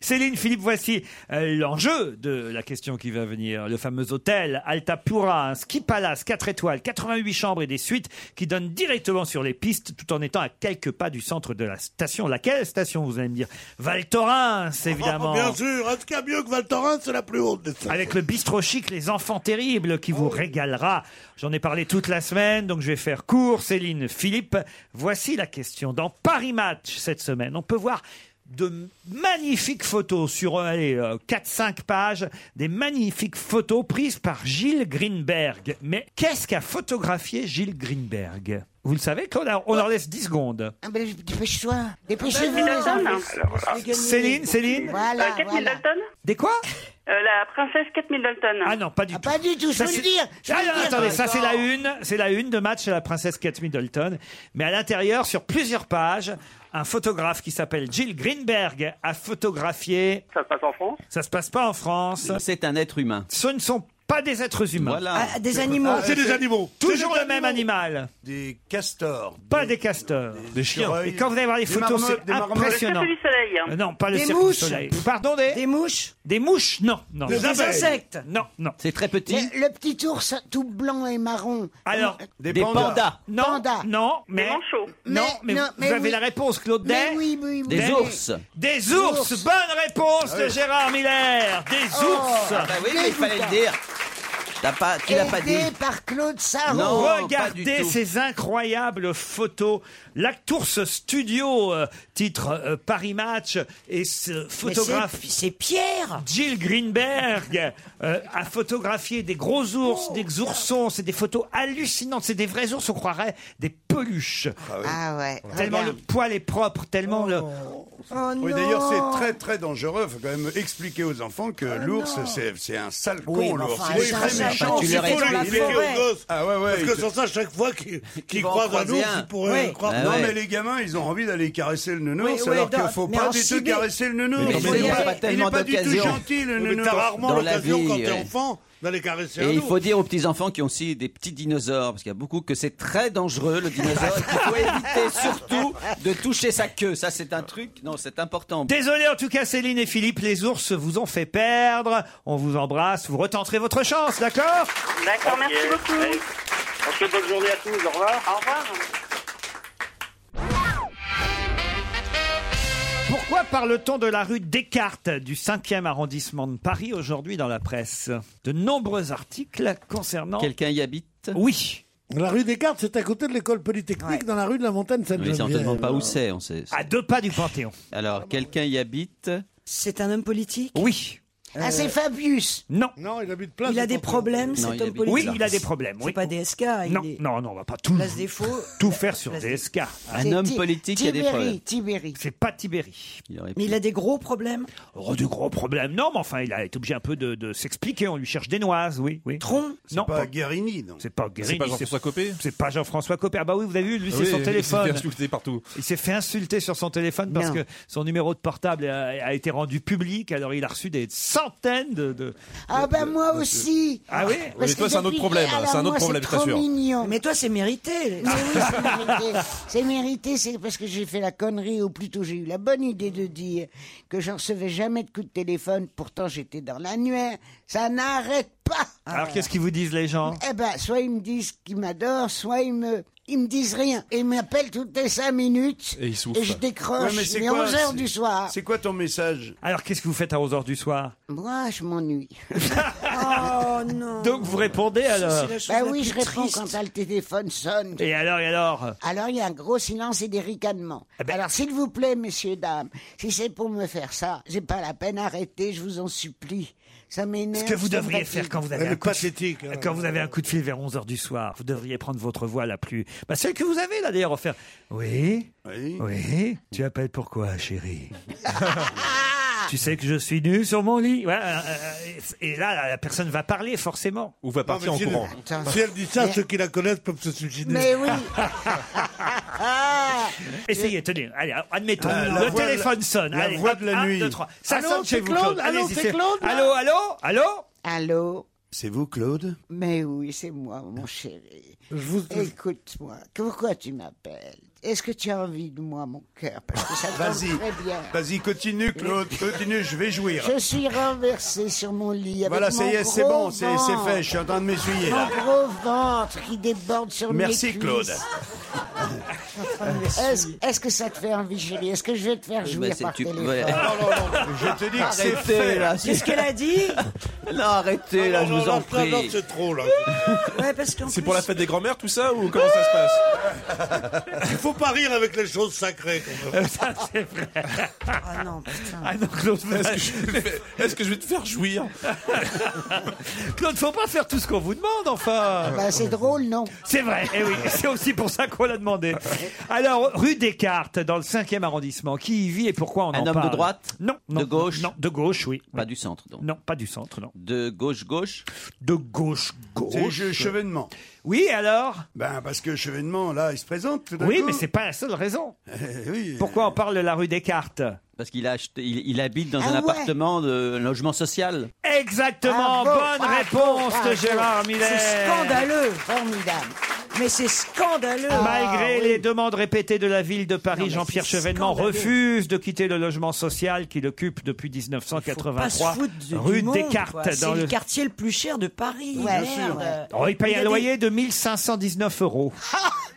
Céline Philippe, voici euh, l'enjeu de la question qui va venir. Le fameux hôtel Altapura, un ski palace, 4 étoiles, 88 chambres et des suites qui donnent directement sur les pistes tout en étant à quelques pas du centre de la station. Laquelle station, vous allez me dire Val Thorens, évidemment.
Oh, bien sûr, en tout cas mieux que Val Thorens, c'est la plus haute des stations.
Avec le bistrot chic, les enfants terribles qui vous régalera. J'en ai parlé toute la semaine, donc je vais faire court. Céline, Philippe, voici la question. Dans Paris Match cette semaine, on peut voir de magnifiques photos sur euh, allez, euh, 4-5 pages, des magnifiques photos prises par Gilles Greenberg. Mais qu'est-ce qu'a photographié Gilles Greenberg Vous le savez, Claude, on leur laisse 10 secondes.
Ah ben, dépêche-toi, dépêchez-vous.
Middleton, hein.
Céline, Céline
Voilà,
Euh, Kate
voilà.
Middleton
Des quoi
Euh, La princesse Kate Middleton.
Ah non, pas du tout.
Pas du tout, je
Ça,
veux le
c'est-
dire. je veux
Ah
le
non,
dire.
attendez, ça c'est la une, c'est la une de match à la princesse Kate Middleton. Mais à l'intérieur, sur plusieurs pages, un photographe qui s'appelle Jill Greenberg a photographié.
Ça se passe en France
Ça se passe pas en France.
C'est un être humain.
Ce ne sont pas des êtres humains.
Voilà. Ah, des animaux. Ah, c'est des animaux.
Toujours
C'est des
le même animal.
Des castors.
Pas des castors. Des
chiens.
Et quand vous allez voir les
Des
photos,
marmottes,
c'est
des marmottes.
impressionnant.
Le cirque du soleil, hein.
Euh, Non, pas le
Des
cirque
mouches.
du soleil. Pardon, des... Des mouches Des mouches, non. non.
Des Des abeilles. insectes.
Non, non.
C'est très petit.
Le, le petit ours tout blanc et marron. Euh,
Alors,
Des Des pandas. pandas.
Non, non, mais, non, mais, vous- vous avez la réponse, Claude Day.
Mais oui, oui, oui.
Des
Mais-
ours. Des ours. Bonne réponse
Ah
de
oui.
Gérard Miller. Des
Oh,
ours.
Ah bah oui, mais il fallait le dire. T'as pas, tu l'as pas dit.
Aidé par Claude Sarraud.
Regardez ces incroyables photos. Lactours Studio, euh, titre euh, Paris Match, et ce photographe.
c'est Pierre
Jill Greenberg euh, a photographié des gros ours, des oursons. C'est des photos hallucinantes. C'est des vrais ours, on croirait des peluches.
Ah ouais.
Tellement
regarde.
le poil est propre, tellement le.
Oh,
Oui, d'ailleurs, c'est très très dangereux. Faut quand même expliquer aux enfants que l'ours,
non.
c'est c'est un sale
Oui,
con,
mais
l'ours.
enfin,
Il est
c'est un
très
sale
méchant.
con, Il c'est faut dans lui la expliquer forêt. aux gosses.
Ah ouais, ouais.
Parce que sans ça, chaque fois qu'ils qu'ils croisent un ours, ils pourraient croire.
Bah
Non, mais les gamins, ils ont envie d'aller caresser le nounours,
Oui, oui,
alors qu'il
dans-
faut
mais
pas
en
du tout
Sibérie-
caresser le nounours.
Mais
Il
dans
est
les
pas-
gamins, pas
il
tellement
est pas du tout
d'occasions.
gentil, le
Oui, mais
nounours.
t'as rarement
Dans la
l'occasion
vie,
quand t'es
euh,
ouais.
enfant d'aller caresser un
Et il
ours.
faut dire aux petits enfants qui ont aussi des petits dinosaures, parce qu'il y a beaucoup que c'est très dangereux le dinosaure, et qu'il faut éviter surtout de toucher sa queue. Ça, c'est un truc. Non, c'est important.
Désolé en tout cas Céline et Philippe, les ours vous ont fait perdre. On vous embrasse, vous retenterez votre chance, d'accord
D'accord, merci
Ok.
beaucoup.
Allez.
On se bonne journée à tous, au revoir. Au revoir.
Pourquoi parle-t-on de la rue Descartes du 5e arrondissement de Paris aujourd'hui dans la presse De nombreux articles concernant...
Quelqu'un y habite
Oui.
La rue Descartes, c'est à côté de l'école polytechnique, dans la rue de la Montagne
Mais
Sainte-Geneviève.
on ne demande pas où c'est, on sait.
À deux pas du Panthéon.
Alors, quelqu'un y habite
C'est un homme politique
Oui.
Ah, c'est Fabius.
Non.
Non, il habite
Il a des problèmes,
Non,
cet
il
homme
habite
politique
là. Oui, il a des problèmes, oui.
C'est pas DSK. il
Non,
est-
non, non, on va pas tout,
Place des Faux.
tout faire sur DSK.
Un homme politique qui a des problèmes.
Tibéri.
C'est pas Tibéri.
Mais il a des gros problèmes.
Oh, de gros problèmes. Non, mais enfin, il a été obligé un peu de, de s'expliquer. On lui cherche des noises, oui. oui. Tron Non.
Pas Guérini, non.
C'est pas Guérini.
C'est pas Jean-François
Copé C'est pas Jean-François Copé. Ah bah oui, vous avez vu, lui, c'est
Oui,
son
il
téléphone.
s'est fait insulter partout.
Il s'est fait insulter sur son téléphone parce
Non.
que son numéro de portable a, a été rendu public. Alors, il a reçu des centaines de... de-
Ah ben moi aussi.
Ah oui
Parce
Mais toi,
que
c'est un autre
depuis- eh,
problème,
alors
c'est un autre
moi,
problème, je
trop
t'assure.
mignon.
Mais toi, c'est mérité.
Mais oui, c'est mérité. C'est mérité, c'est parce que j'ai fait la connerie, ou plutôt j'ai eu la bonne idée de dire que je recevais jamais de coup de téléphone, pourtant j'étais dans l'annuaire. Ça n'arrête pas.
Alors, qu'est-ce qu'ils vous disent, les gens
Eh ben, soit ils me disent qu'ils m'adorent, soit ils me Ils me disent rien. Ils m'appellent toutes les cinq minutes.
Et ils souffrent.
je décroche.
Ouais, mais
mais
c'est
mais
quoi,
11 heures
c'est-
du soir.
c'est quoi ton message Alors, qu'est-ce que vous faites à 11h du soir
Moi, je m'ennuie. oh non.
Donc, vous répondez alors
Bah oui, je réponds quand le téléphone sonne.
Et alors, et alors
Alors il y a un gros silence et des ricanements.
Eh ben
Alors s'il vous plaît, messieurs, dames, si c'est pour me faire ça, j'ai pas la peine, arrêtez, je vous en supplie. Ça m'énerve.
Ce que vous
ça me
devriez
fatigue.
faire quand vous avez un coup de fil, quand vous avez un coup de fil vers 11h du soir, vous devriez prendre votre voix la plus bah, celle que vous avez là d'ailleurs faire oui, oui. Tu appelles pourquoi chérie Tu sais que je suis nu sur mon lit. Ouais, euh, euh, et là, la- la personne va parler forcément. Ou va
Non, mais si, elle, si elle dit ça, ceux qui la connaissent peuvent se suicider.
Mais oui.
Essayez, tenez. Allez, admettons.
Ah, la
le
voix de la-
téléphone sonne.
la
allez,
voix
hop,
de la
un,
nuit.
deux, trois. Ça
Allô,
sonne chez
c'est
vous,
Claude
Claude.
Allô,
Allez-y,
c'est
c'est-
Claude, là
Allô, allô, allô
Allô
C'est vous, Claude
Mais oui, c'est moi, mon chéri. Écoute-moi, pourquoi tu m'appelles Est-ce que tu as envie de moi, mon cœur Parce que ça tombe
Vas-y,
très bien.
vas-y, continue, Claude, continue, je vais jouir.
Je suis renversé sur mon lit. Avec
Voilà, ça y est, c'est bon, c'est c'est fait, je suis en train de m'essuyer
Mon
là.
gros ventre qui déborde sur
Merci,
mes
Claude.
cuisses. Est-ce est-ce que ça te fait envie, chérie Est-ce que je vais te faire jouir
Bah, c'est
par
tu-
téléphone
voilà.
Non, non, non, je te dis que c'est
Arrêtez,
fait.
là, c'est- Qu'est-ce qu'elle a dit
Non, arrêtez,
là,
Ah
je vous en prie.
c'est trop, là.
Ouais, parce qu'en
C'est pour la fête des grands-mères, tout ça, ou comment ça se passe
Il faut pas rire avec les choses sacrées, quand même. Ça, c'est vrai.
Ah non, putain. Ah non, Claude,
Est-ce que, je vais le faire- est-ce que je vais te faire jouir
Claude, faut pas faire tout ce qu'on vous demande, enfin.
Bah, c'est drôle, non
C'est vrai, et oui, c'est aussi pour ça qu'on l'a demandé. Alors, rue Descartes, dans le 5e arrondissement, qui y vit et pourquoi on en
Un
parle
homme de droite
Non, non.
De gauche
Non, de gauche, oui.
Pas du centre, donc.
Non, pas du centre, non.
De gauche-gauche
De gauche-gauche.
C'est je- chevènement.
Oui, alors
Ben, parce que chevènement, là, il se présente tout d'un
Oui,
coup.
mais c'est pas la seule raison.
Eh oui.
Pourquoi on parle de la rue Descartes
Ah,
Parce qu'il a acheté- il, il habite dans
Ah
un
ouais.
appartement de un logement social.
Exactement,
Bravo,
bonne
bravo,
réponse de
bravo.
Gérard Miller.
C'est
scandaleux.
Formidable.
Mais c'est scandaleux.
Malgré les demandes répétées de la ville de Paris, Jean-Pierre Chevènement
scandaleux.
refuse de quitter le logement social qu'il occupe depuis
Pas se
1983,
foutre du-
rue
du monde,
Descartes.
quoi. C'est
Dans
le...
le...
quartier le plus cher de Paris.
Ouais,
merde. Euh,
bien sûr, ouais.
Oh, il paye
y a
un
des-
loyer de 1519 euros.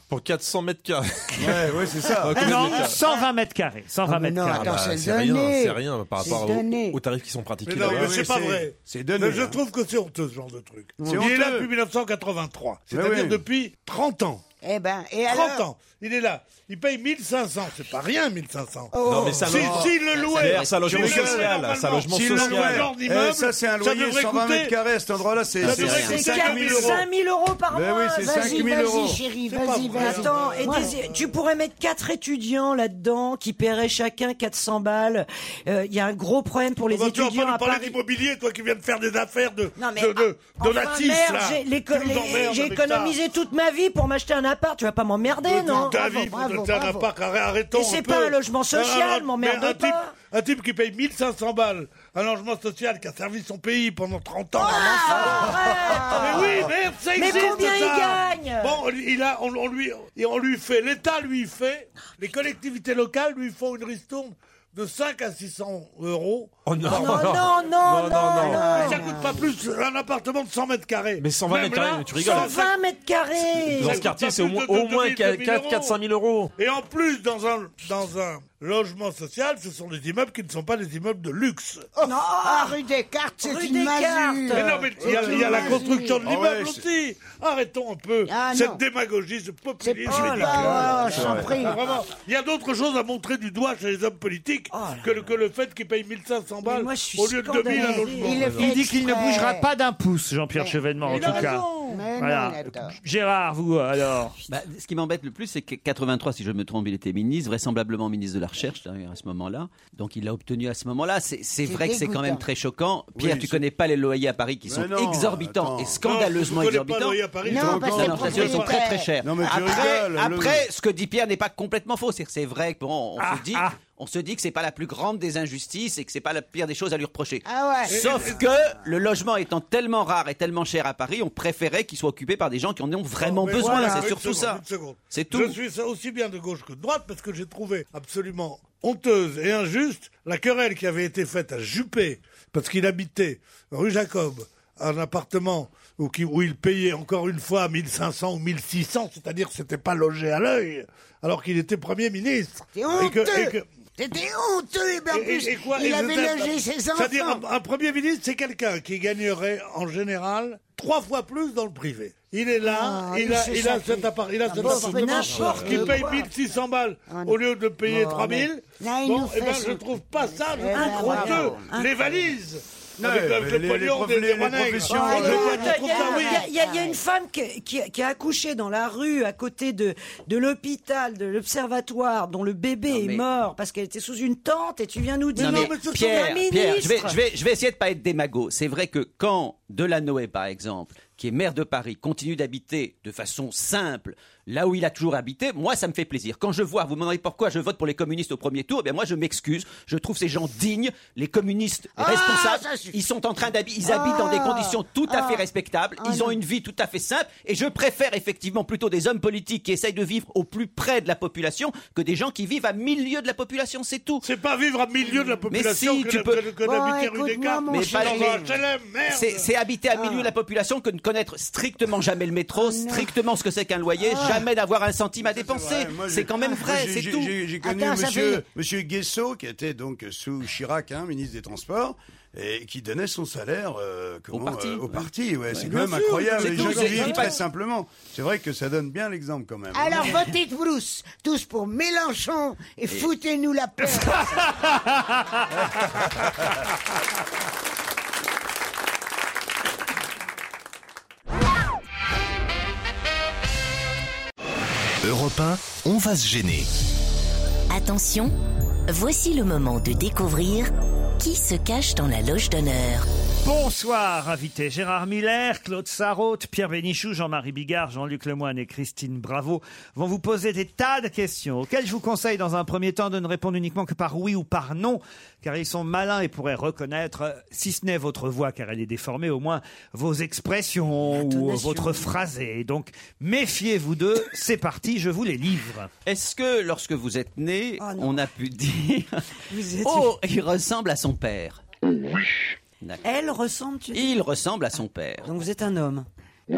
Ah
Pour 400 mètres carrés.
Ouais, ouais, c'est ça.
Non, 120 mètres carrés. 120
Ah, mais
mètres
non,
carrés.
attends,
Ah,
c'est
c'est
donné.
rien, c'est rien par
C'est
rapport
donné.
aux, aux tarifs qui sont pratiqués.
Mais non,
là-bas.
mais c'est pas vrai.
C'est
Mais
donné.
je
hein.
trouve que c'est honteux, ce genre de truc.
C'est
il est
honteux.
là depuis 1983. C'est-à-dire
oui.
depuis 30 ans.
Eh ben, et
30
alors
ans. Il est là. Il paye 1500. C'est pas rien, 1500.
Oh.
Non, mais ça
si,
loge-
si, le
ça
louait.
l'air, ça logement
Tu le louais
social,
normalement.
ça logement
S'il le
social.
louait genre d'immeuble,
Eh, ça, c'est un loyer
devrait
120
coûter-
mètres carrés à cet endroit-là. C'est
Ça devrait coûter
c'est
4 000 euros.
5 000 euros par
Mais
mois.
oui, c'est
vas-y,
5 000
vas-y,
euros.
chérie,
C'est
vas-y,
pas
vas-y,
vrai.
vas-y.
Attends, et
Moi-
des- tu pourrais mettre quatre étudiants là-dedans qui paieraient chacun 400 balles. Euh, Il y a un gros problème pour les
Comment tu vas
étudiants
pas
à
nous parler
Paris.
d'immobilier, toi qui viens de faire des affaires de,
Non, mais,
de, de,
ah,
de
enfin,
Natis,
merde,
là.
j'ai- l'éco-
Tu nous
les-
emmerdes
j'ai
avec ça.
économisé toute ma vie pour m'acheter un appart. Tu vas pas m'emmerder, non
Toute ta vie pour te faire un parc, arrête- arrêtons
Et c'est
un peu.
pas un logement social,
mais
m'emmerde
un
pas.
Type, un type qui paye 1500 balles, un logement social qui a servi son pays pendant 30 ans. mais oui, merde, ça
Mais
existe
combien il
ça.
gagne
Bon, il a, on, on lui, et on lui fait, l'État lui fait, les collectivités locales lui font une ristourne de 5 à 600 euros.
Oh non,
par
non,
mois.
non, non, Non, non, non. non.
Ça coûte pas plus un appartement de 100 mètres carrés.
Mais 120
Même
mètres carrés,
là,
mais tu rigoles.
120 mètres carrés.
Dans ce quartier, c'est au moins, au moins 4 400 000 euros.
Et en plus, dans un, dans un logement social, ce sont des immeubles qui ne sont pas des immeubles de luxe.
Non, ah, rue Descartes, c'est
Rue
une
Descartes.
masure.
Mais non, mais il y a, il y a la construction de
Ah ouais,
l'immeuble
c'est-
aussi. Arrêtons un peu
Ah, non.
cette démagogie, ce populisme.
C'est pas-
ridicule.
Ah, je t'en prie.
Vraiment, il y a d'autres choses à montrer du doigt chez les hommes politiques
Oh
que, le- que le fait qu'ils payent 1500 balles
moi, je suis
au lieu de 2000 à
scandalisée.
logement.
Il le
Il dit qu'il ne bougera pas d'un pouce, Jean-Pierre Chevènement, en
mais
tout
il a
cas.
raison. Mais non, il a tort.
Gérard, vous, alors
Bah, ce qui m'embête le plus, c'est que 83, si je me trompe, il était ministre, vraisemblablement ministre de la Recherche d'ailleurs, à ce moment-là. Donc il l'a obtenu à ce moment-là. C'est c'est
C'est
vrai que c'est quand même
dégoûtant.
très choquant. Pierre,
Oui,
tu
c'est-
connais pas les loyers à Paris qui
Mais
sont
non,
exorbitants
attends.
et scandaleusement
Non, je connais pas
exorbitants.
le loyer à Paris, Non, je te parce raconte. que
je te raconte, ils sont très très chers.
Non, mais tu
après,
rigoles, le-
après, ce que dit Pierre n'est pas complètement faux. C'est- C'est vrai qu'on on
Ah,
se dit. On se dit que c'est pas la plus grande des injustices et que c'est pas la pire des choses à lui reprocher.
Ah ouais.
Sauf que le logement étant tellement rare et tellement cher à Paris, on préférait qu'il soit occupé par des gens qui en ont vraiment
Oh, Mais
besoin.
voilà.
C'est
Une
surtout
seconde,
ça.
une seconde.
C'est tout.
Je suis aussi bien de gauche que de droite parce que j'ai trouvé absolument honteuse et injuste la querelle qui avait été faite à Juppé parce qu'il habitait rue Jacob un appartement où, qui- où il payait encore une fois 1500 ou 1600, c'est-à-dire que c'était pas logé à l'œil, alors qu'il était Premier ministre.
T'es
Et que-
honteux
et que-
T'étais honteux,
ben,
mais en plus, il
et
avait
je-
logé ses
C'est-à-dire,
enfants.
un, un Premier ministre, c'est quelqu'un qui gagnerait en général trois fois plus dans le privé. Il est là,
Ah,
il,
il
a,
se
il a
sacre.
cet, appart- il a
Ah,
cet
bon, c'est
appartement
n'importe
qui paye
quoi. Ah,
1600 balles au lieu de payer
Non,
3000.
mais- Non, il
Bon,
nous
eh
fait
ben,
ce-
je trouve pas ça, je
Eh ben,
trouve
bravo.
honteux. Les
Incroyable.
valises
Non,
avec
mais
le, le
les- les
pognon
prof-
des,
les-
des
les
Rouennais.
professions,
Oh,
Ah,
euh,
je- je
Il
trouve
y, a-
ça,
il
oui.
y a- il y a- il y a une femme qui, qui- qui a accouché dans la rue à côté de, de l'hôpital, de l'observatoire, dont le bébé est mort parce qu'elle était sous une tente et tu viens nous dire
Non, mais
ce sont
Pierre,
des
Pierre, je vais,
ministres.
je vais- je vais essayer de pas être démago. C'est vrai que quand Delanoë, par exemple, qui est maire de Paris, continue d'habiter de façon simple là où il a toujours habité, moi, ça me fait plaisir. Quand je vois, vous me demandez pourquoi je vote pour les communistes au premier tour, eh bien moi, je m'excuse. Je trouve ces gens dignes, les communistes
Ah,
responsables.
ça suffit.
Ils sont en train d'habiter, ils
Ah,
habitent dans des conditions tout à
ah,
fait respectables.
ah,
ils ont
non.
une vie tout à fait simple. Et je préfère effectivement plutôt des hommes politiques qui essayent de vivre au plus près de la population que des gens qui vivent à mille lieues de la population. C'est tout.
C'est pas vivre à mille lieues de la
population
Mais si,
que
tu
de-
peux.
que de- que Bon, d'habiter rue des écoute-moi, Carpes, mon
Mais
chéri.
pas-
dans un HLM, merde.
C'est c'est habiter à
Ah.
milieu de la population que de ne connaître strictement jamais le métro, strictement ce que c'est qu'un loyer,
Ah.
jamais d'avoir un centime à dépenser.
Ouais, moi,
C'est
j'ai-
quand même vrai,
j'ai-
c'est
j'ai-
tout.
J'ai j'ai connu monsieur, monsieur Guesso, qui était donc sous Chirac, hein, ministre des Transports, et qui donnait son salaire euh, comment, euh,
parti,
au
ouais.
parti. ouais, c'est
Ouais.
quand même
Bien sûr,
incroyable.
c'est
Les
tout,
gens
c'est-
qui vivent
c'est
très
pas-
simplement. C'est vrai que ça donne bien l'exemple quand même. hein.
Alors votez tous, tous pour Mélenchon et foutez-nous la paix.
Europe 1, on va se gêner.
Attention, voici le moment de découvrir qui se cache dans la loge d'honneur.
Bonsoir, invités Gérard Miller, Claude Sarraute, Pierre Bénichou, Jean-Marie Bigard, Jean-Luc Lemoyne et Christine Bravo vont vous poser des tas de questions auxquelles je vous conseille dans un premier temps de ne répondre uniquement que par oui ou par non, car ils sont malins et pourraient reconnaître, euh, si ce n'est votre voix car elle est déformée, au moins vos expressions ou euh, votre phrasé. Donc méfiez-vous d'eux, c'est parti, je vous les livre.
Est-ce que lorsque vous êtes né,
Ah
on a pu dire
Vous êtes-
Oh, il ressemble à son père D'accord.
Elle ressemble. tu-
Il ressemble à son père.
Donc vous êtes un homme.
Bah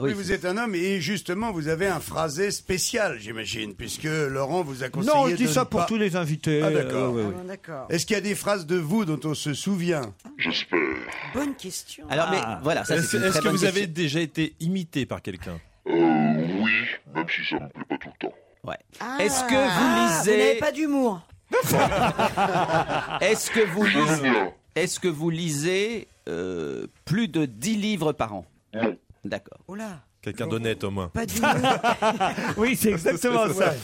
oui,
oui.
vous êtes un homme et justement vous avez un phrasé spécial, j'imagine, puisque Laurent vous a conseillé.
Non, je dis
de
ça
ne
pour
pas-
tous les invités.
Ah d'accord.
Euh, ouais, ouais.
Est-ce qu'il y a des phrases de vous dont on se souvient J'espère.
Bonne question.
Alors, mais voilà, ça
hein. Est-ce
c'est une
est-ce
très
que
bonne
vous avez
question.
déjà été imité par quelqu'un
Euh, oui, même si ça me plaît pas tout le temps.
Ouais.
Ah,
Est-ce que
ah,
vous lisez
Vous n'avez pas d'humour.
Est-ce que vous
Je
lisez,
viens.
est-ce que vous lisez euh, plus de 10 livres par an D'accord.
Oula.
Quelqu'un d'honnête au moins.
Oh Pas d'humour.
oui, c'est exactement ça.
Ouais.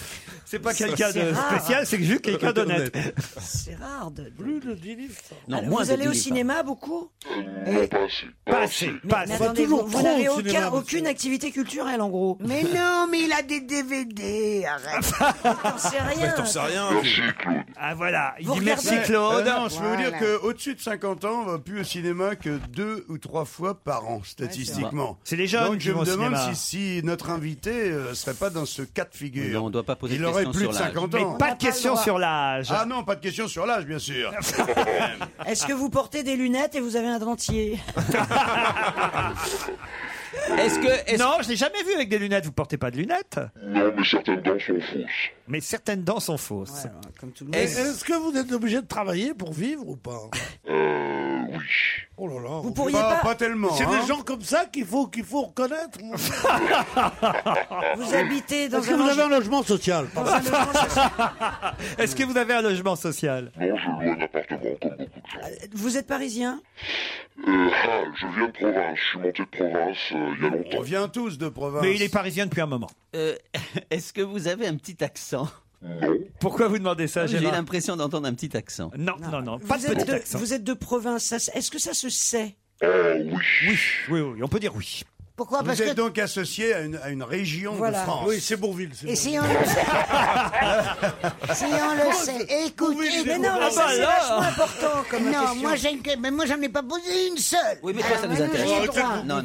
C'est pas quelqu'un
C'est
de
rare.
spécial, c'est juste quelqu'un d'honnête.
C'est rare de.
Plus de 10 livres.
Non,
Alors,
moins
vous
de
allez au
10 livres.
cinéma beaucoup
Non, pas assez.
Pas assez,
Mais-
pas
mais
assez.
attendez, vous,
Toujours
vous
trop
n'avez
au cinéma,
aucun- aucune activité culturelle en gros.
Mais non, mais il a des DVD, arrête.
T'en sais rien.
Ah voilà, il
Vous
dit
regardez-
merci Claude.
Euh, non, je peux vous dire qu'au-dessus de 50 ans, on va plus au cinéma que deux ou trois fois par an, statistiquement.
C'est les jeunes
Donc
qui
je
vont
me
au
demande
cinéma.
si, si notre invité ne serait pas dans ce cas de figure.
Mais on doit pas poser
Il
de
aurait
questions
plus
sur
de
l'âge.
50
Mais pas
ans.
de On n'a pas le questions droit. sur l'âge.
Ah non, pas de questions sur l'âge, bien sûr.
Est-ce que vous portez des lunettes et vous avez un dentier
Est-ce que
Non, je l'ai jamais vu avec des lunettes, vous portez pas de lunettes
Non, mais certaines dents sont fausses.
Mais certaines dents sont fausses.
Mais Est-ce que vous êtes obligé de travailler pour vivre ou pas
Euh, oui.
Oh là là.
Vous pourriez Pas- pas- pas tellement,
C'est
hein.
des gens comme ça qu'il faut, qu'il faut reconnaître.
Vous habitez dans
Est-ce que
un
vous
logement-
avez un logement social pardon
Est-ce que vous avez un logement social
Non, je loue un appartement comme beaucoup.
Vous êtes parisien
Euh, ah, je viens de province. Je suis monté de province euh, il y a longtemps.
Ah,
On vient tous de province.
Mais il est parisien depuis un moment.
Euh, Est-ce que vous avez un petit accent
Euh,
Pourquoi vous demandez ça,
J'ai
Gérard
l'impression d'entendre un petit accent.
Non, non, non, pas
vous,
de
êtes
petit
de,
accent.
vous êtes de province. ça se- Est-ce que ça se sait
oui.
oui. Oui, oui, on peut dire oui.
Pourquoi
vous
Parce
êtes
que-
donc associé à une, à une région
Voilà.
de France.
Oui,
c'est Bourville.
Et si on le sait, si on le sait, écoute, écoute.
mais non, mais ça, c'est vachement important comme
Ah bah non,
question.
moi j'ai une... que- mais moi j'en ai pas posé une seule. Ah,
Oui, mais toi, ça
Alors,
nous
maintenant,
intéresse.
j'y ai
Oh,
droit.
tiens, non, non,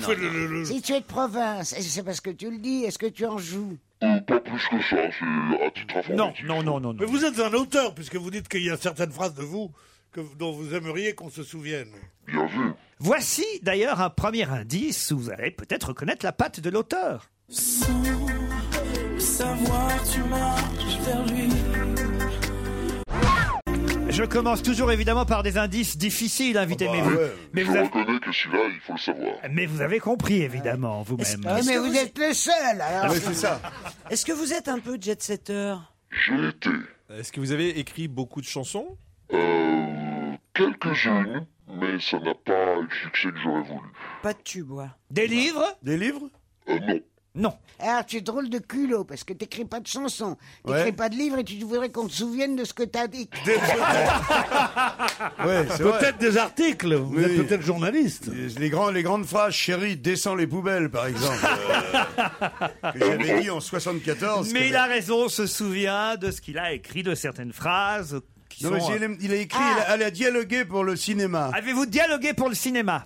non.
Si tu es de province, et c'est parce que tu le dis, est-ce que tu en joues
Euh, pas plus que ça, c'est à titre informatif.
non, non, non.
Mais vous êtes un auteur, puisque vous dites qu'il y a certaines phrases de vous que, dont vous aimeriez qu'on se souvienne.
Bien vu.
Voici d'ailleurs un premier indice où vous allez peut-être reconnaître la patte de l'auteur.
Sans savoir, tu marches vers lui.
Je commence toujours évidemment par des indices difficiles,
Ah
invité,
bah,
mais, vous, mais,
Ah, Je
vous avez,
reconnais que celui-là, il faut le savoir.
mais vous avez compris évidemment vous-même.
Ah, mais vous êtes le seul.
Ah
alors.
Est-ce que vous êtes un peu jet setter
J'ai été
Euh, Est-ce que vous avez écrit beaucoup de chansons
Euh, quelques-unes, mais ça n'a pas le succès que j'aurais voulu.
Pas de tube, ouais.
Des livres
Des livres
non.
Non.
Ah, tu es drôle de culot parce que t'écris pas de chansons, t'écris
Ouais.
pas de livres et tu voudrais qu'on te souvienne de ce que t'as dit.
Peut-être
des articles, vous êtes peut-être journaliste.
Les, grands, les grandes phrases, chérie, descends les poubelles, par exemple.
Ah.
euh, que j'avais dit en 74.
Mais
que-
il a raison, on se souvient de ce qu'il a écrit, de certaines phrases qui
Non,
sont... euh,
mais j'ai- il a- il a écrit, il a- elle a dialogué pour le cinéma.
Avez-vous dialogué pour le cinéma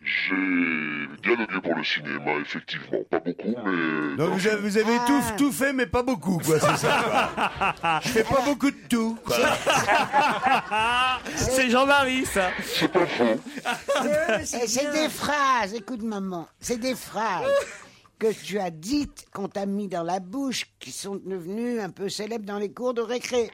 J'ai dialogué pour le cinéma, effectivement. Pas beaucoup, mais...
Donc vous avez, vous avez tout,
Ah.
tout fait, mais pas beaucoup, quoi, c'est ça.
Ah.
quoi. Je fais pas beaucoup de tout. quoi.
C'est Jean-Marie, ça
C'est pas faux.
Eh, C'est des phrases, écoute maman, c'est des phrases que tu as dites qu'on t'a mis dans la bouche qui sont devenues un peu célèbres dans les cours de récré.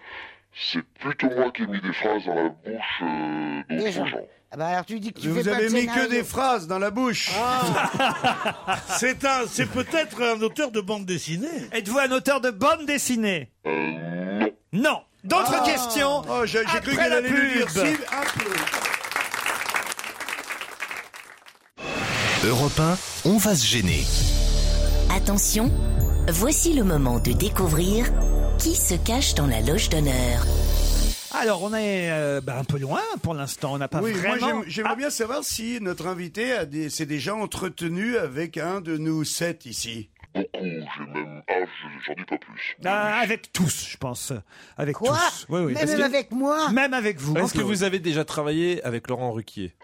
C'est plutôt moi qui ai mis des phrases dans la bouche euh,
Des gens.
d'autres gens.
Ah bah alors tu dis que tu
Mais
fais
vous
pas
avez
de
mis
scénario.
que des phrases dans la bouche.
Ah. C'est un, c'est peut-être un auteur de bande dessinée.
Êtes-vous un auteur de bande dessinée
Euh,
Non. D'autres
Ah.
questions
Oh, j'ai j'ai cru
après
qu'elle
la
allait nous dire
pub.
si- un peu.
Europe 1, on va se gêner.
Attention, voici le moment de découvrir qui se cache dans la loge d'honneur.
Alors, on est euh, bah, un peu loin pour l'instant, on n'a pas
Oui, moi
vraiment... Ah.
j'aime- j'aimerais bien savoir si notre invité a des, s'est déjà entretenu avec un de nous sept ici.
Beaucoup, j'ai même... Ah, je- j'en dis pas plus.
Ah, avec tous, je pense. Avec
Quoi
tous. Oui, oui.
Même
Est-ce que-
avec moi
Même avec vous.
Est-ce que vous avez déjà travaillé avec Laurent Ruquier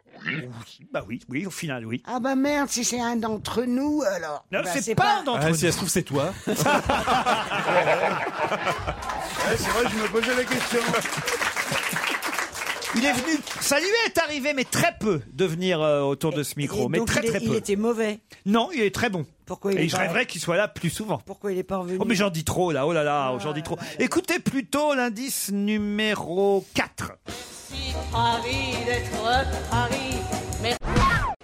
Bah oui, oui, au final, oui.
Ah bah merde, si c'est un d'entre nous, alors...
Non,
Bah,
c'est pas un d'entre
Ah, Si elle se trouve, c'est toi.
Ouais, c'est vrai, je me posais la question.
Il est venu. Ça lui est arrivé, mais très peu, de venir euh, autour de ce micro. mais
donc
très,
il est-
très peu.
il était mauvais.
Non, il est très bon.
Pourquoi il
Et
est
je
pas-
rêverais qu'il soit là plus souvent.
Pourquoi il est pas revenu Ah
Oh, mais j'en dis trop, là. Oh là là, j'en dis trop. Écoutez plutôt l'indice numéro 4.
Ravi d'être Paris. Mais...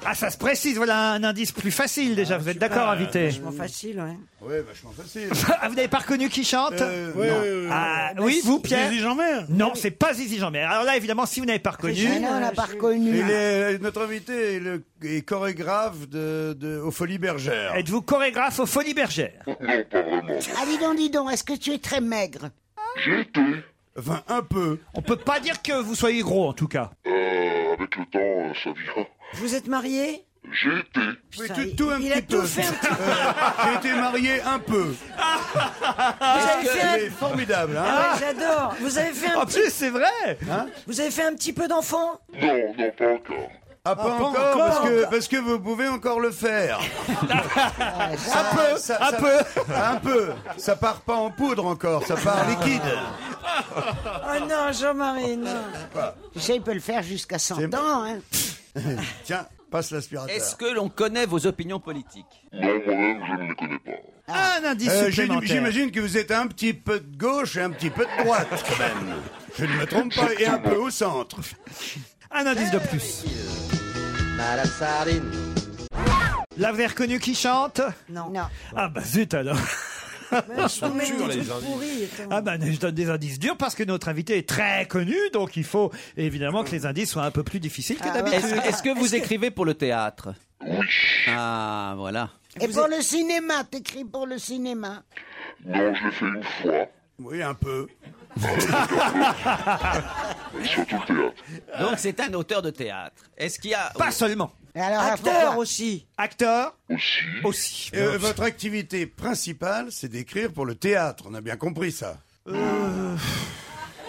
Ah, ça se précise. Voilà un indice plus facile,
Ah,
déjà. Vous êtes d'accord, invité
Vachement facile, ouais.
Ouais, vachement facile.
Ah, vous n'avez pas reconnu qui chante
Euh,
Non.
ouais, ouais, ouais, ouais.
Ah,
Bah,
oui,
si.
vous, Pierre
Zizi Jeanmaire.
Non, c'est pas Zizi Jeanmaire. Alors là, évidemment, si vous n'avez pas reconnu...
Ah non, on l'a pas reconnu.
Il est- euh, notre invité est, le- est chorégraphe de, de- aux Folies Bergères.
Êtes-vous chorégraphe aux Folies Bergères
Non, pas vraiment.
Ah dis donc, dis donc, est-ce que tu es très maigre
J'ai été,
Enfin, un peu.
On peut pas dire que vous soyez gros, en tout cas.
euh, avec le temps, euh, ça vient.
Vous êtes marié
J'ai été,
Mais tout, tout un
il
petit
a tout
peu.
fait un petit peu.
Euh, J'ai été marié un peu. Ah.
Vous avez fait un-
Elle est formidable, hein
Ah ouais, J'adore. Vous avez fait un
En
petit... Hein
plus, c'est vrai
Vous avez fait un petit peu d'enfant
Non, non, pas encore.
Ah, pas, encore, parce, que, parce que vous pouvez encore le faire.
Ah,
un peu, un peu. Un peu. Ça part pas en poudre encore, ça part liquide.
Ah,
Oh non, Jean-Marie, non.
Ah,
Tu sais, il peut le faire jusqu'à 100 ans, hein.
Tiens, passe l'aspirateur.
Est-ce que l'on connaît vos opinions politiques
Non, moi-même, je ne les connais pas.
Ah.
Un indice
Euh, j'ai-
supplémentaire.
J'imagine que vous êtes un petit peu de gauche et un petit peu de droite, quand même. Je ne me trompe pas, et un peu au centre.
Un indice de plus.
Madame Sardine.
Là, vous avez reconnu qui chante
Non.
Ah bah zut alors
Même si on met
durs,
des
les
trucs
indices.
pourris, attends.
Ah bah je donne des indices durs parce que notre invité est très connu, donc il faut évidemment que les indices soient un peu plus difficiles que
Ah Est-ce
d'habitude.
est-ce que vous écrivez pour le théâtre Ah, voilà.
Et pour le cinéma, t'écris pour le cinéma.
Non, je l'ai fait une fois,
Oui, un peu.
surtout le théâtre.
Donc c'est un auteur de théâtre. Est-ce qu'il y a
Pas seulement.
Et alors,
Acteur aussi.
Acteur
Aussi,
aussi.
Et, euh, votre activité principale, c'est d'écrire pour le théâtre. On a bien compris ça. Euh.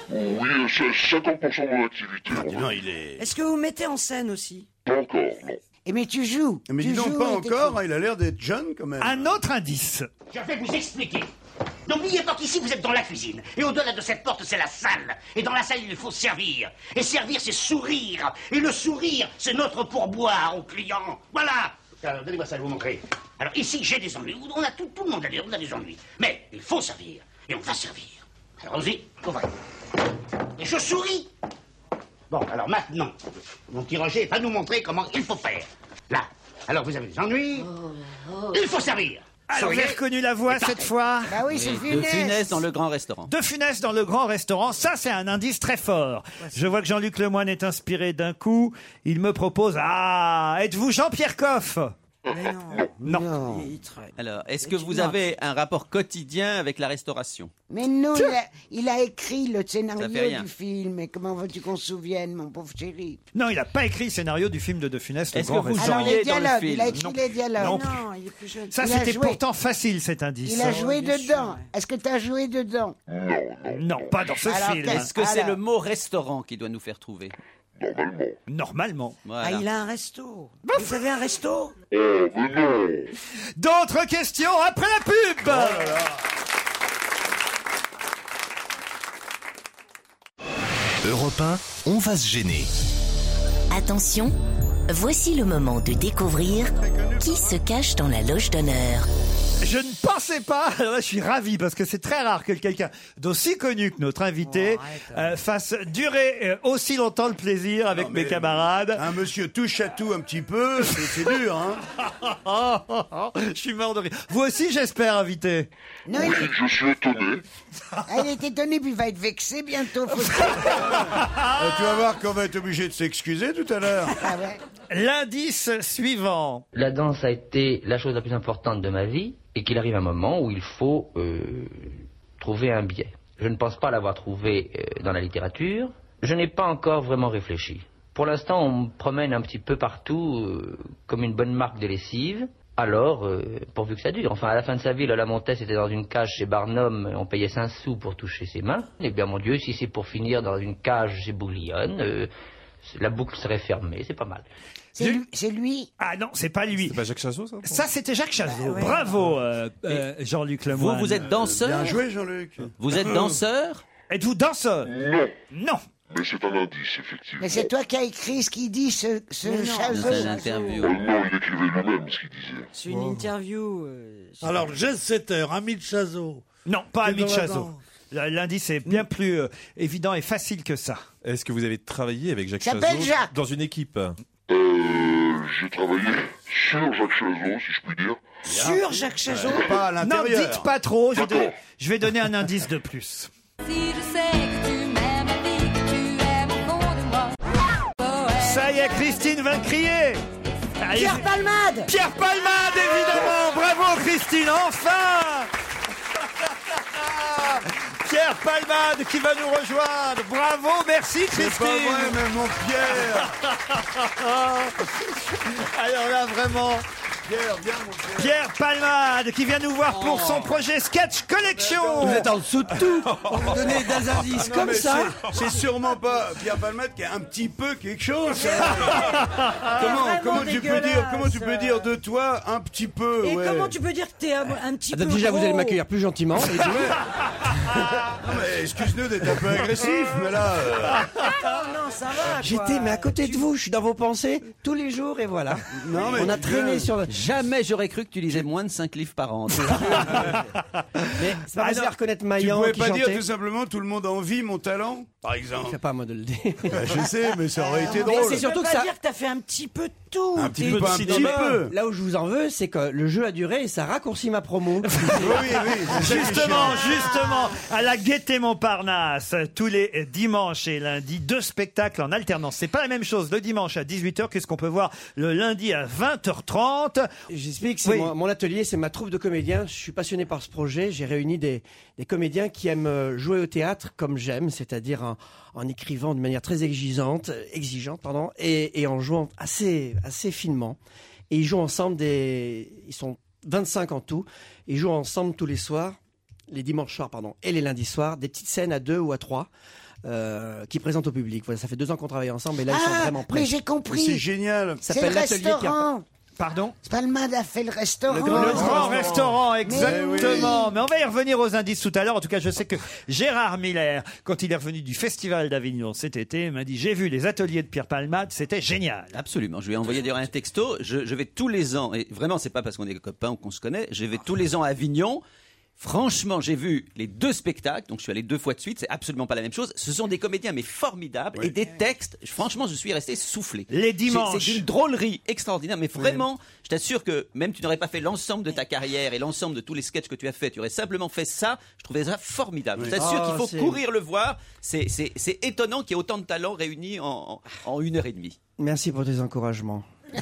oui, euh, c'est 50% de mon activité. on va-
Ah, il est.
Est-ce que vous mettez en scène aussi
Pas encore, non.
Et Eh mais tu joues.
Eh Mais
tu
dis donc,
joues
pas
et t'écris.
encore. hein, il a l'air d'être jeune quand même.
Un autre indice.
Je vais vous expliquer.
N'oubliez pas qu'ici, vous êtes dans la cuisine. Et au-delà de cette porte, c'est la salle. Et dans la salle, il faut servir. Et servir, c'est sourire. Et le sourire, c'est notre pourboire aux clients. Voilà. Alors, Donnez-moi ça, je vais vous montrer. Alors, ici, j'ai des ennuis. On a tout, tout le monde a des, on a des ennuis. Mais il faut servir. Et on va servir. Alors, allons-y, on va. Et je souris. Bon, alors maintenant, mon petit Roger va nous montrer comment il faut faire. Là. Alors, vous avez des ennuis. Il faut servir.
Alors, vous
Souriez.
avez reconnu la voix cette fois
Bah oui, c'est
De Funès dans le grand restaurant.
De Funès dans le grand restaurant, ça c'est un indice très fort. Je vois que Jean-Luc Lemoyne est inspiré d'un coup. Il me propose Ah, êtes-vous Jean-Pierre Coff non.
Alors, est-ce que vous avez un rapport quotidien avec la restauration
Mais non, il a, il a écrit le
Ça fait
scénario
rien.
du film. Et comment veux-tu qu'on se souvienne, mon pauvre chéri
Non, il n'a pas écrit le scénario du film de De Funès. Le
Est-ce
Grand
que vous
Restaurant.
Alors, les dialogues, il a écrit
Non.
les dialogues.
Non.
il est plus jeune.
Ça, c'était pourtant facile cet indice.
Il a joué dedans. Est-ce que tu as joué dedans
Euh, Non, pas dans ce
Alors,
film.
qu'est-ce-
Est-ce que c'est
alors-
le mot restaurant qui doit nous faire trouver
Normalement. Normalement.
Voilà.
Ah, il a un resto. Vous avez un resto
Oh,
D'autres questions après la pub
Europe 1, on va se gêner.
Attention, voici le moment de découvrir qui se cache dans la loge d'honneur.
Je ne pensais pas, alors là je suis ravi parce que c'est très rare que quelqu'un d'aussi connu que notre
Oh,
invité euh, fasse durer euh, aussi longtemps le plaisir avec mes camarades. Un monsieur touche à tout un petit peu, c'est dur. hein. je suis mort de rire. Vous aussi j'espère invité.
Oui, je suis étonné.
Elle est étonnée, puis il va être vexé bientôt. faut-
Euh, tu vas voir qu'on va être obligé de s'excuser tout à l'heure.
L'indice suivant.
La danse a été la chose la plus importante de ma vie et qu'il arrive un moment où il faut euh, trouver un biais. Je ne pense pas l'avoir trouvé euh, dans la littérature. Je n'ai pas encore vraiment réfléchi. Pour l'instant, on me promène un petit peu partout euh, comme une bonne marque de lessive. Alors, euh, pourvu que ça dure. Enfin, à la fin de sa vie, Lola Montès était dans une cage chez Barnum, on payait 5 sous pour toucher ses mains. Eh bien, mon Dieu, si c'est pour finir dans une cage chez Bouillonne, euh, la boucle serait fermée, c'est pas mal.
C'est lui, c'est lui.
Ah non, c'est pas lui. C'est
pas Jacques Chazot, ça
Ça c'était Jacques
Ah
Chazot. Bravo euh, euh, Jean-Luc Lemoyne.
Vous, vous êtes danseur
Euh, Bien joué,
Jean-Luc.
Vous êtes danseur
Êtes-vous danseur
Non.
Non.
Mais c'est un indice, effectivement.
Mais c'est toi qui as écrit ce qu'il dit, ce, ce Chazot.
Oh non, il écrivait lui-même ce qu'il disait.
C'est une
Ah,
interview. euh, c'est-
Alors, Jess Setter, ami de Chazot.
Non, pas
Qui est
Amit
dans la
Chazot.
danse.
L'indice est bien plus euh, évident et facile que ça.
Est-ce que vous avez travaillé avec Jacques
J'appelle
Chazot
Jacques.
dans une équipe
Euh, j'ai travaillé sur Jacques Chazot, si je puis dire.
Sur Jacques Chazot
Pas à
Non,
l'intérieur.
dites pas trop, je, vais- je vais donner un indice de plus.
Si je sais que tu m'aimes, la vie que tu aimes au fond de moi.
Ça y est, Christine va crier Allez,
Pierre
Palmade Pierre Palmade, évidemment Bravo, Christine, enfin Pierre Palmade qui va nous rejoindre Bravo, merci, Christine
C'est pas vrai, mais mon Pierre
Alors là, vraiment...
Pierre, viens mon Pierre Oh.
Pierre Palmade qui vient nous voir pour son projet Sketch Collection Ah
Vous êtes en
dessous de
tout.
Vous
donnez Ah Non, mais c'est- C'est sûrement pas Pierre Palmade qui a un petit peu quelque chose. hein. comment
vraiment
comment tu peux
dégueulasse.
dire comment tu peux dire de toi un petit peu
Et
Euh, ouais.
comment tu peux dire que t'es un, un petit peu.
Ah, déjà, vous
gros
allez m'accueillir plus gentiment. Et tout.
Non, mais Eh, excuse-nous d'être un peu agressif, mais là. euh,
Ah non, non, ça va.
J'étais mais à côté de vous, je suis dans vos pensées tous les jours et voilà.
Non, mais
On a
tu
traîné
viens-
sur le...
Jamais j'aurais cru que tu lisais moins de 5 livres par an.
Mais c'est pas
Ah
facile
non,
à reconnaître
tu
Maillan
pouvais
qui
pas dire
chantait.
tout simplement tout le monde envie mon talent, par exemple.
C'est pas à moi de le dire.
Bah, je sais, mais ça aurait été
Mais
drôle.
c'est surtout que ça. dire que t'as fait un petit peu de tout.
Un petit
T'es-
peu de
t'es-
cinéma. petit peu.
Là où je vous en veux, c'est que le jeu a duré et ça raccourcit ma promo.
oui, oui, c'est ça qui est
Justement,
chiant.
justement, à la Gaîté Montparnasse, tous les dimanches et lundis, deux spectacles en alternance. C'est pas la même chose le dimanche à 18h que ce qu'on peut voir le lundi à 20h30.
J'explique, c'est
Oui.
mon, mon atelier, c'est ma troupe de comédiens. Je suis passionné par ce projet. J'ai réuni des, des comédiens qui aiment euh, jouer au théâtre comme j'aime, c'est-à-dire en, en écrivant de manière très exigeante, euh, exigeante pardon, et, et en jouant assez, assez finement. Et ils jouent ensemble des, ils sont 25 en tout. Ils jouent ensemble tous les soirs, les dimanches soirs, pardon, et les lundis soirs, des petites scènes à deux ou à trois. euh, qui présentent au public. Voilà, ça fait deux ans qu'on travaille ensemble et là ils sont
Ah,
vraiment prêts.
mais j'ai compris.
Ça
C'est génial.
C'est
s'appelle
le
l'atelier Pierre-
restaurant.
Pardon
Spalman a fait le restaurant.
Le grand restaurant, exactement. Mais
Mais oui.
on va y revenir aux indices tout à l'heure. En tout cas, je sais que Gérard Miller, quand il est revenu du Festival d'Avignon cet été, m'a dit J'ai vu les ateliers de Pierre Palmade, c'était génial.
Absolument. Je lui ai envoyé d'ailleurs un texto. Je, je vais tous les ans, et vraiment, c'est pas parce qu'on est copains ou qu'on se connaît, je vais tous les ans à Avignon. Franchement, j'ai vu les deux spectacles, donc je suis allé deux fois de suite, c'est absolument pas la même chose. Ce sont des comédiens, mais formidables, et des textes, franchement, je suis resté soufflé.
Les
C'est-
dimanches.
C'est une drôlerie extraordinaire, mais vraiment, je t'assure que même tu n'aurais pas fait l'ensemble de ta carrière et l'ensemble de tous les sketchs que tu as fait, tu aurais simplement fait ça, je trouvais ça formidable. Je t'assure
Ah,
Oh,
qu'il faut
c'est-
courir le voir, c'est- c'est c'est étonnant qu'il y ait autant de talents réunis en, en- en une heure et demie.
Merci pour tes encouragements.
non,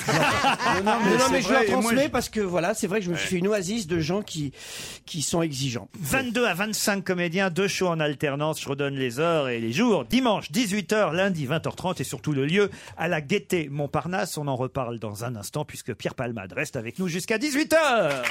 mais, non, mais je leur transmets
je-
parce que voilà, c'est vrai que je me suis fait une oasis de gens qui, qui sont exigeants.
22 à 25 comédiens, deux shows en alternance. Je redonne les heures et les jours. Dimanche, 18h, lundi, 20h30 et surtout le lieu à la Gaîté Montparnasse. On en reparle dans un instant puisque Pierre Palmade reste avec nous jusqu'à 18h.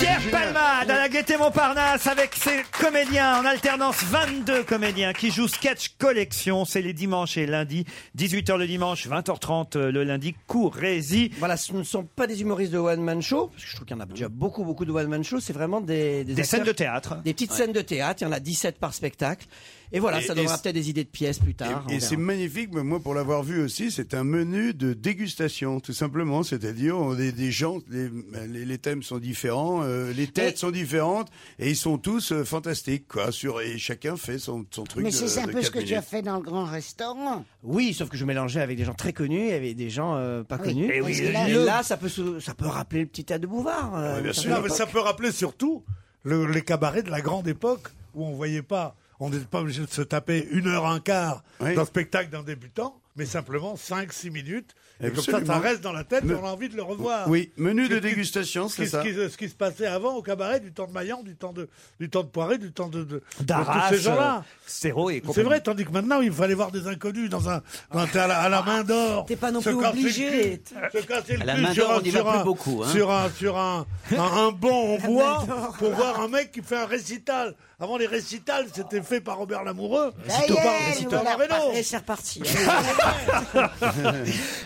Pierre Palmade à la Gaîté Montparnasse avec ses comédiens en alternance 22 comédiens qui jouent sketch collection. C'est les dimanches et lundis, 18h le dimanche, 20h30 le lundi. Courez-y.
Voilà, ce ne sont pas des humoristes de one-man show, parce que je trouve qu'il y en a déjà beaucoup, beaucoup de one-man show. C'est vraiment des...
Des scènes de
théâtre. Des petites
Ouais.
scènes de théâtre, il y en a 17 par spectacle. Et voilà,
Et-
ça
et
donnera
c'est-
peut-être des idées de pièces plus tard.
Et,
on
et c'est
verra.
magnifique, mais moi pour l'avoir vu aussi, c'est un menu de dégustation, tout simplement. C'est-à-dire, on est des gens, les, les- les thèmes sont différents, euh, les têtes sont différentes, et ils sont tous euh, fantastiques, quoi. Sur, et chacun fait son, son truc.
Mais
de-
c'est un
de
peu ce
quatre
que tu as
minutes.
fait dans le grand restaurant.
Oui, sauf que je mélangeais avec des gens très connus et avec des gens euh, pas
Oui.
connus.
Eh
Et oui,
et
là-
là, ça peut, se- ça peut rappeler le petit tas de Bouvard. euh,
Ouais, Ah, bien
ça
sûr. Non,
peut-
mais ça peut rappeler surtout le- les cabarets de la grande époque où on voyait pas, on n'était pas obligé de se taper une heure un quart d'un spectacle d'un débutant, mais simplement 5-6 minutes. Et comme ça,
Absolument.
ça reste dans la tête
Me-
et on a envie de le revoir.
Oui, menu
Ce
de
qui-
dégustation,
ce qui-
c'est ça.
Ce qui, ce qui se passait avant au cabaret, du temps de Maillan, du temps de, du temps de Poiré, du temps de, de, de
D'Arras,
tous ces gens-là.
euh, Serrault et
C'est
compagnie.
vrai, tandis que maintenant, il fallait voir des inconnus dans un, dans un- à, la, à la main d'or.
T'es pas non
Se
plus
casser le
obligé.
cul. Se casser le
À la
cul
main
sur
d'or,
un-
on y va
sur
plus
un-
beaucoup, hein.
Sur un, sur un, un, un banc en bois pour voir un mec qui fait un récital. Avant, les récitals, c'était fait par Robert Lamoureux.
Eh,
C'était par- c'était par Renaud.
Et c'est reparti.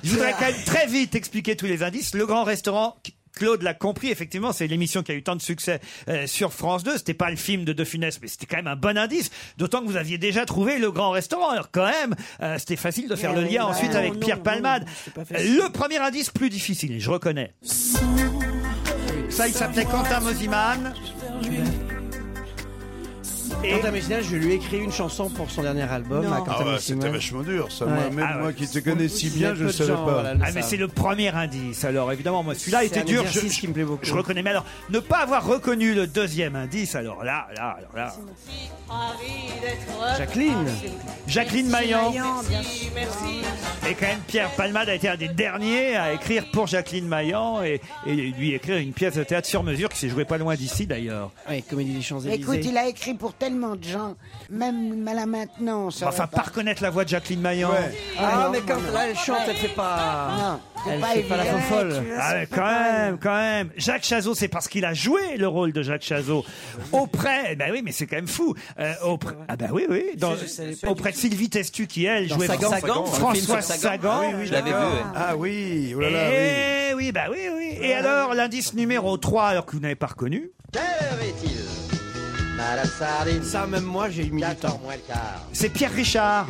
Je voudrais quand même très vite expliquer tous les indices. Le grand restaurant. Claude l'a compris, effectivement, c'est l'émission qui a eu tant de succès euh, sur France 2. C'était pas le film de De Funès, mais c'était quand même un bon indice. D'autant que vous aviez déjà trouvé le grand restaurant. Alors quand même, euh, c'était facile de faire
Ouais,
le lien
ouais,
ensuite
Eh bah non,
avec
non,
Pierre
non,
Palmade. Euh,
c'est pas facile.
le premier indice plus difficile, je reconnais. Ça, il s'appelait Quentin Mosiman.
Et... Quentin Messinas, je lui ai écrit une chanson pour son dernier album. à Quentin
Ah ouais,
Messinas.
c'était vachement dur, ça.
Ouais.
Moi, même
Ah ouais.
moi qui te connais si bien, je
peu
ne
de
savais
gens,
pas.
voilà, le
Ah, mais
savent.
c'est le premier indice. Alors évidemment, moi celui-là
C'est
était
un
dur. Je,
exercice
je-
qui me plaît beaucoup.
je reconnais. Mais alors, ne pas avoir reconnu le deuxième indice. Alors là, là, alors là.
Ravie d'être
Jacqueline. Jacqueline Maillan.
Merci, merci.
Et quand même, Pierre Palmade a été un des derniers à écrire pour Jacqueline Maillan et, et lui écrire une pièce de théâtre sur mesure qui s'est jouée pas loin d'ici d'ailleurs.
Oui, Comédie des Champs-Élysées.
Écoute, il a écrit pour tellement de gens, même à la maintenance. ça
Enfin,
va
pas reconnaître la voix de Jacqueline Maillan.
Ah,
non,
mais quand
non,
là, elle chante, elle fait pas.
c'est
elle
pas
fait pas la
évident.
folle.
Ah ouais, quand même, quand même. Jacques Chazot, c'est parce qu'il a joué le rôle de Jacques Chazot auprès. Ben oui, mais c'est quand même fou. Euh, auprès, ah ben oui, oui. dans-
Je savais pas
auprès de Sylvie Testu qui elle
Dans
jouait
Sagan,
François
Sagan,
François
le film sur Sagan.
Sagan.
Ah oui, oui, Je l'avais d'accord. vu, ouais.
Ah oui, oh là là,
Et oui, bah oui, oui. Et alors l'indice numéro 3, alors que vous n'avez pas reconnu.
Quelle heure est-il Ça, même moi, j'ai hein. eu mis du temps.
C'est Pierre Richard.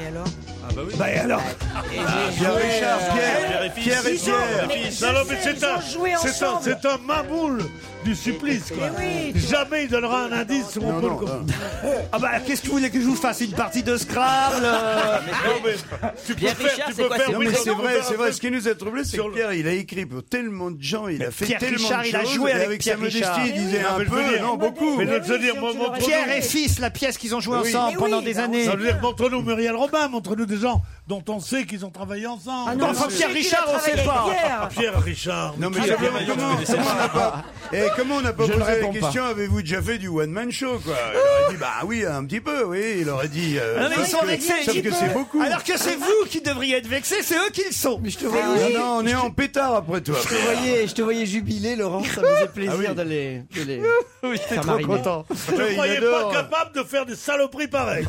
Et alors
Ah bah oui. Bah et alors
Pierre
joué,
Richard,
euh,
Pierre,
Pierre et
Pierre et
fils. Ils ont-
Pierre.
mais je
Non, non,
sais,
mais
ils
c'est un,
ont joué
c'est un,
ensemble. Eh
c'est un maboule du supplice, quoi. Jamais il donnera un indice sur on peut le comprendre.
Ah bah qu'est-ce que vous voulez que je vous fasse une partie de Scrabble euh
Tu
Pierre
peux faire-
Richard,
tu
c'est
peux
quoi,
faire
c'est
Non,
oui,
mais
non,
c'est
on peut
vrai,
faire
c'est
un
vrai.
truc.
Ce qui nous a troublé, c'est que Pierre, il a écrit pour tellement de gens, il a fait
Pierre
tellement
Richard,
de
il
choses.
a joué
et
avec
avec
Pierre
sa modestie,
Richard.
il disait un
mais je veux
peu,
dire-
non, beaucoup.
Mais je veux dire, mon- mon-
Pierre et fils, la pièce qu'ils ont jouée
Oui.
ensemble pendant des années.
Ça veut dire qu'entre nous, Muriel Robin, entre nous des gens dont on sait qu'ils ont travaillé ensemble.
Ah non, Dans on Jean-Pierre sait qu'il a Richard, on sait travaillé pas. avec Pierre.
Pierre Richard.
Non, mais
qui-
comment, comment- comment on n'a pas, et comment on n'a pas
Je ne
posé la
réponds pas.
question avez-vous déjà fait du one man show quoi Il aurait dit bah oui un petit peu oui il aurait dit. euh,
Non, mais ils
sauf
sont
que-
vexés.
Sauf que c'est beaucoup.
Alors que c'est vous qui devriez être vexés, c'est eux qui le sont. Mais je te
Ah oui. Non, non, on est en pétard après toi.
Je te voyais, je te voyais jubilé, Laurent. Ça me faisait
Ah
plaisir d'aller. de les faire mariner.
Je ne croyais pas capable de faire des saloperies pareilles.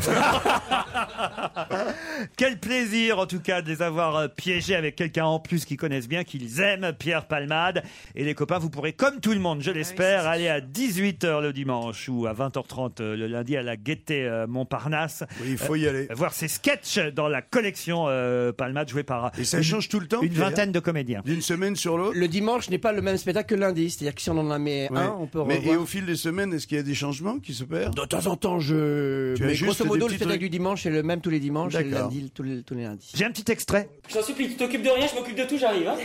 Quel plaisir en tout cas de les avoir euh, piégés avec quelqu'un en plus qu'ils connaissent bien, qu'ils aiment Pierre Palmade. Et les copains, vous pourrez, comme tout le monde, je l'espère, aller à 18h le dimanche ou à 20h30 euh, le lundi à la Gaîté euh, Montparnasse. Euh,
Oui, il faut y aller.
Voir ses sketchs dans la collection euh, Palmade jouée par
Et ça
une-
change tout le temps,
une
Pierre.
vingtaine de comédiens.
D'une semaine sur l'autre.
Le dimanche n'est pas le même spectacle que lundi. C'est-à-dire que si on en a mis
Ouais.
un, on peut
mais
revoir.
et au fil des semaines, est-ce qu'il y a des changements qui se perdent
De temps en temps, je.
Tu
Mais
ajustes
grosso
des
modo, le
petits
spectacle
trucs
du dimanche est le même tous les dimanches et le
D'accord.
lundi, tous les, tous les lundis.
J'ai un petit extrait.
Je t'en supplie, tu t'occupes de rien, je m'occupe de tout, j'arrive. Hein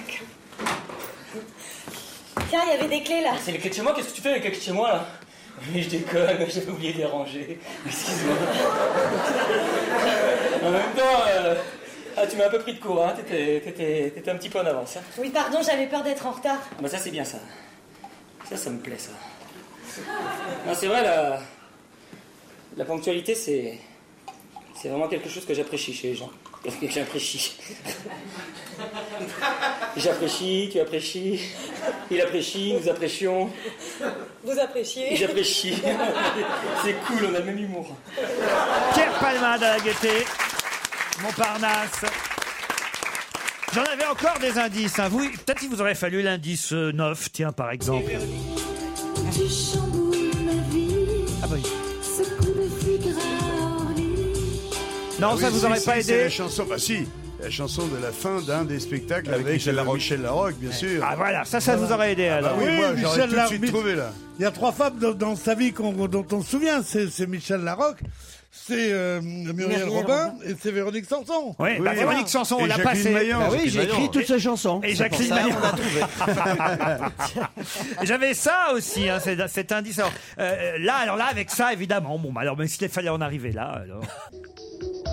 Tiens, il y avait des clés là.
C'est les clés de chez moi, qu'est-ce que tu fais avec les clés de chez moi là Mais je déconne, j'avais oublié de les ranger. Excuse-moi. en même temps, euh, ah, tu m'as un peu pris de court, hein. t'étais, t'étais- t'étais un petit peu en avance. Hein.
Oui, pardon, j'avais peur d'être en retard.
Ah Bah ça c'est bien ça. Ça, ça me plaît ça. Non, c'est vrai, la, la ponctualité c'est. C'est vraiment quelque chose que j'apprécie chez les gens. Que j'apprécie. J'apprécie, tu apprécies, il apprécie, nous apprécions.
Vous appréciez
Et J'apprécie. C'est cool, on a le même humour.
Pierre Palmade à la gaieté, Montparnasse. J'en avais encore des indices. hein. Vous, peut-être qu'il vous aurait fallu l'indice euh, 9, tiens, par exemple.
Tu chamboules ma vie.
Ah bah oui.
Ce coup de figure à Orly.
Non,
Ah
ça
oui,
vous
si,
aurait
si,
pas
c'est
aidé
La chanson, bah si, la chanson de la fin d'un des spectacles
Avec
avec, euh,
Michel
Michel,
Larocque.
Larocque. bien sûr.
Ah voilà, ça, ça vous aurait aidé
Ah bah
alors.
oui, moi, j'aurais tout de suite
Larocque.
trouvé là.
Il y a trois femmes dans, dans sa vie qu'on- dont on se souvient. C'est c'est Michel Larocque, c'est euh, Muriel
Muriel
Robin et c'est Véronique Sanson.
Oui, bah, Véronique Sanson, on l'a passé.
Bah oui, j'ai écrit toutes ces chansons.
Et
C'est
Jacqueline
pour ça,
Maillan.
on a trouvé.
J'avais ça aussi, hein, c'est- cet indice. Alors, euh, là, alors là, avec ça, évidemment. Bon, bah, alors, mais s'il fallait en arriver là, alors.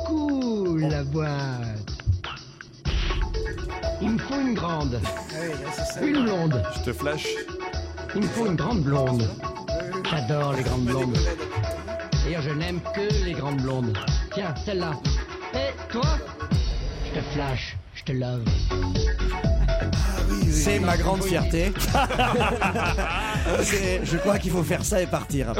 Cool la boîte. Il me faut une grande. Une blonde.
Je te flash.
Il me faut une grande blonde. J'adore les grandes blondes. D'ailleurs, je n'aime que les grandes blondes. Tiens, celle-là. Et toi Je te flash, je te love.
C'est ma grande fierté. C'est- je crois qu'il faut faire ça et partir.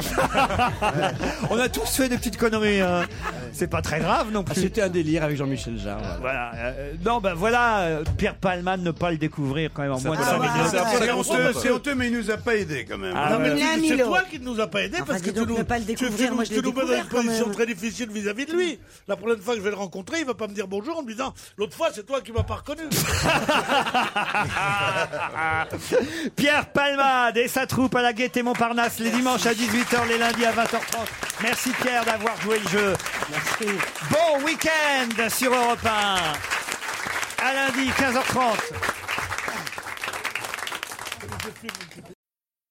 On a tous fait des petites conneries. hein. C'est pas très grave non plus.
Ah, C'était un délire avec Jean-Michel Jarre. voilà.
Voilà. euh, non, ben voilà, euh, Pierre Palman, ne pas le découvrir quand même en moins de
Ah,
5
bah,
minutes.
c'est honteux, c'est honteux, mais il nous a pas aidé quand même.
Ah,
Non, mais
ouais.
tu-
L'ami
c'est
Laurent.
toi qui ne nous a pas aidé parce que
dis
tu
Ah, donc,
nous,
ne pas le
tu- tu
découvrir,
nous-
moi, je
tu
l'ai
nous mets dans une
découvert, quand
position
même.
très difficile vis-à-vis de lui. La prochaine fois que je vais le rencontrer, il va pas me dire bonjour en me disant l'autre fois c'est toi qui m'as pas reconnu.
Pierre Palmade et sa troupe à la Gaîté Montparnasse les dimanches à 18h, les lundis à 20h30. Merci Pierre d'avoir joué le jeu. Merci. Bon week-end sur Europe 1. À lundi 15h30.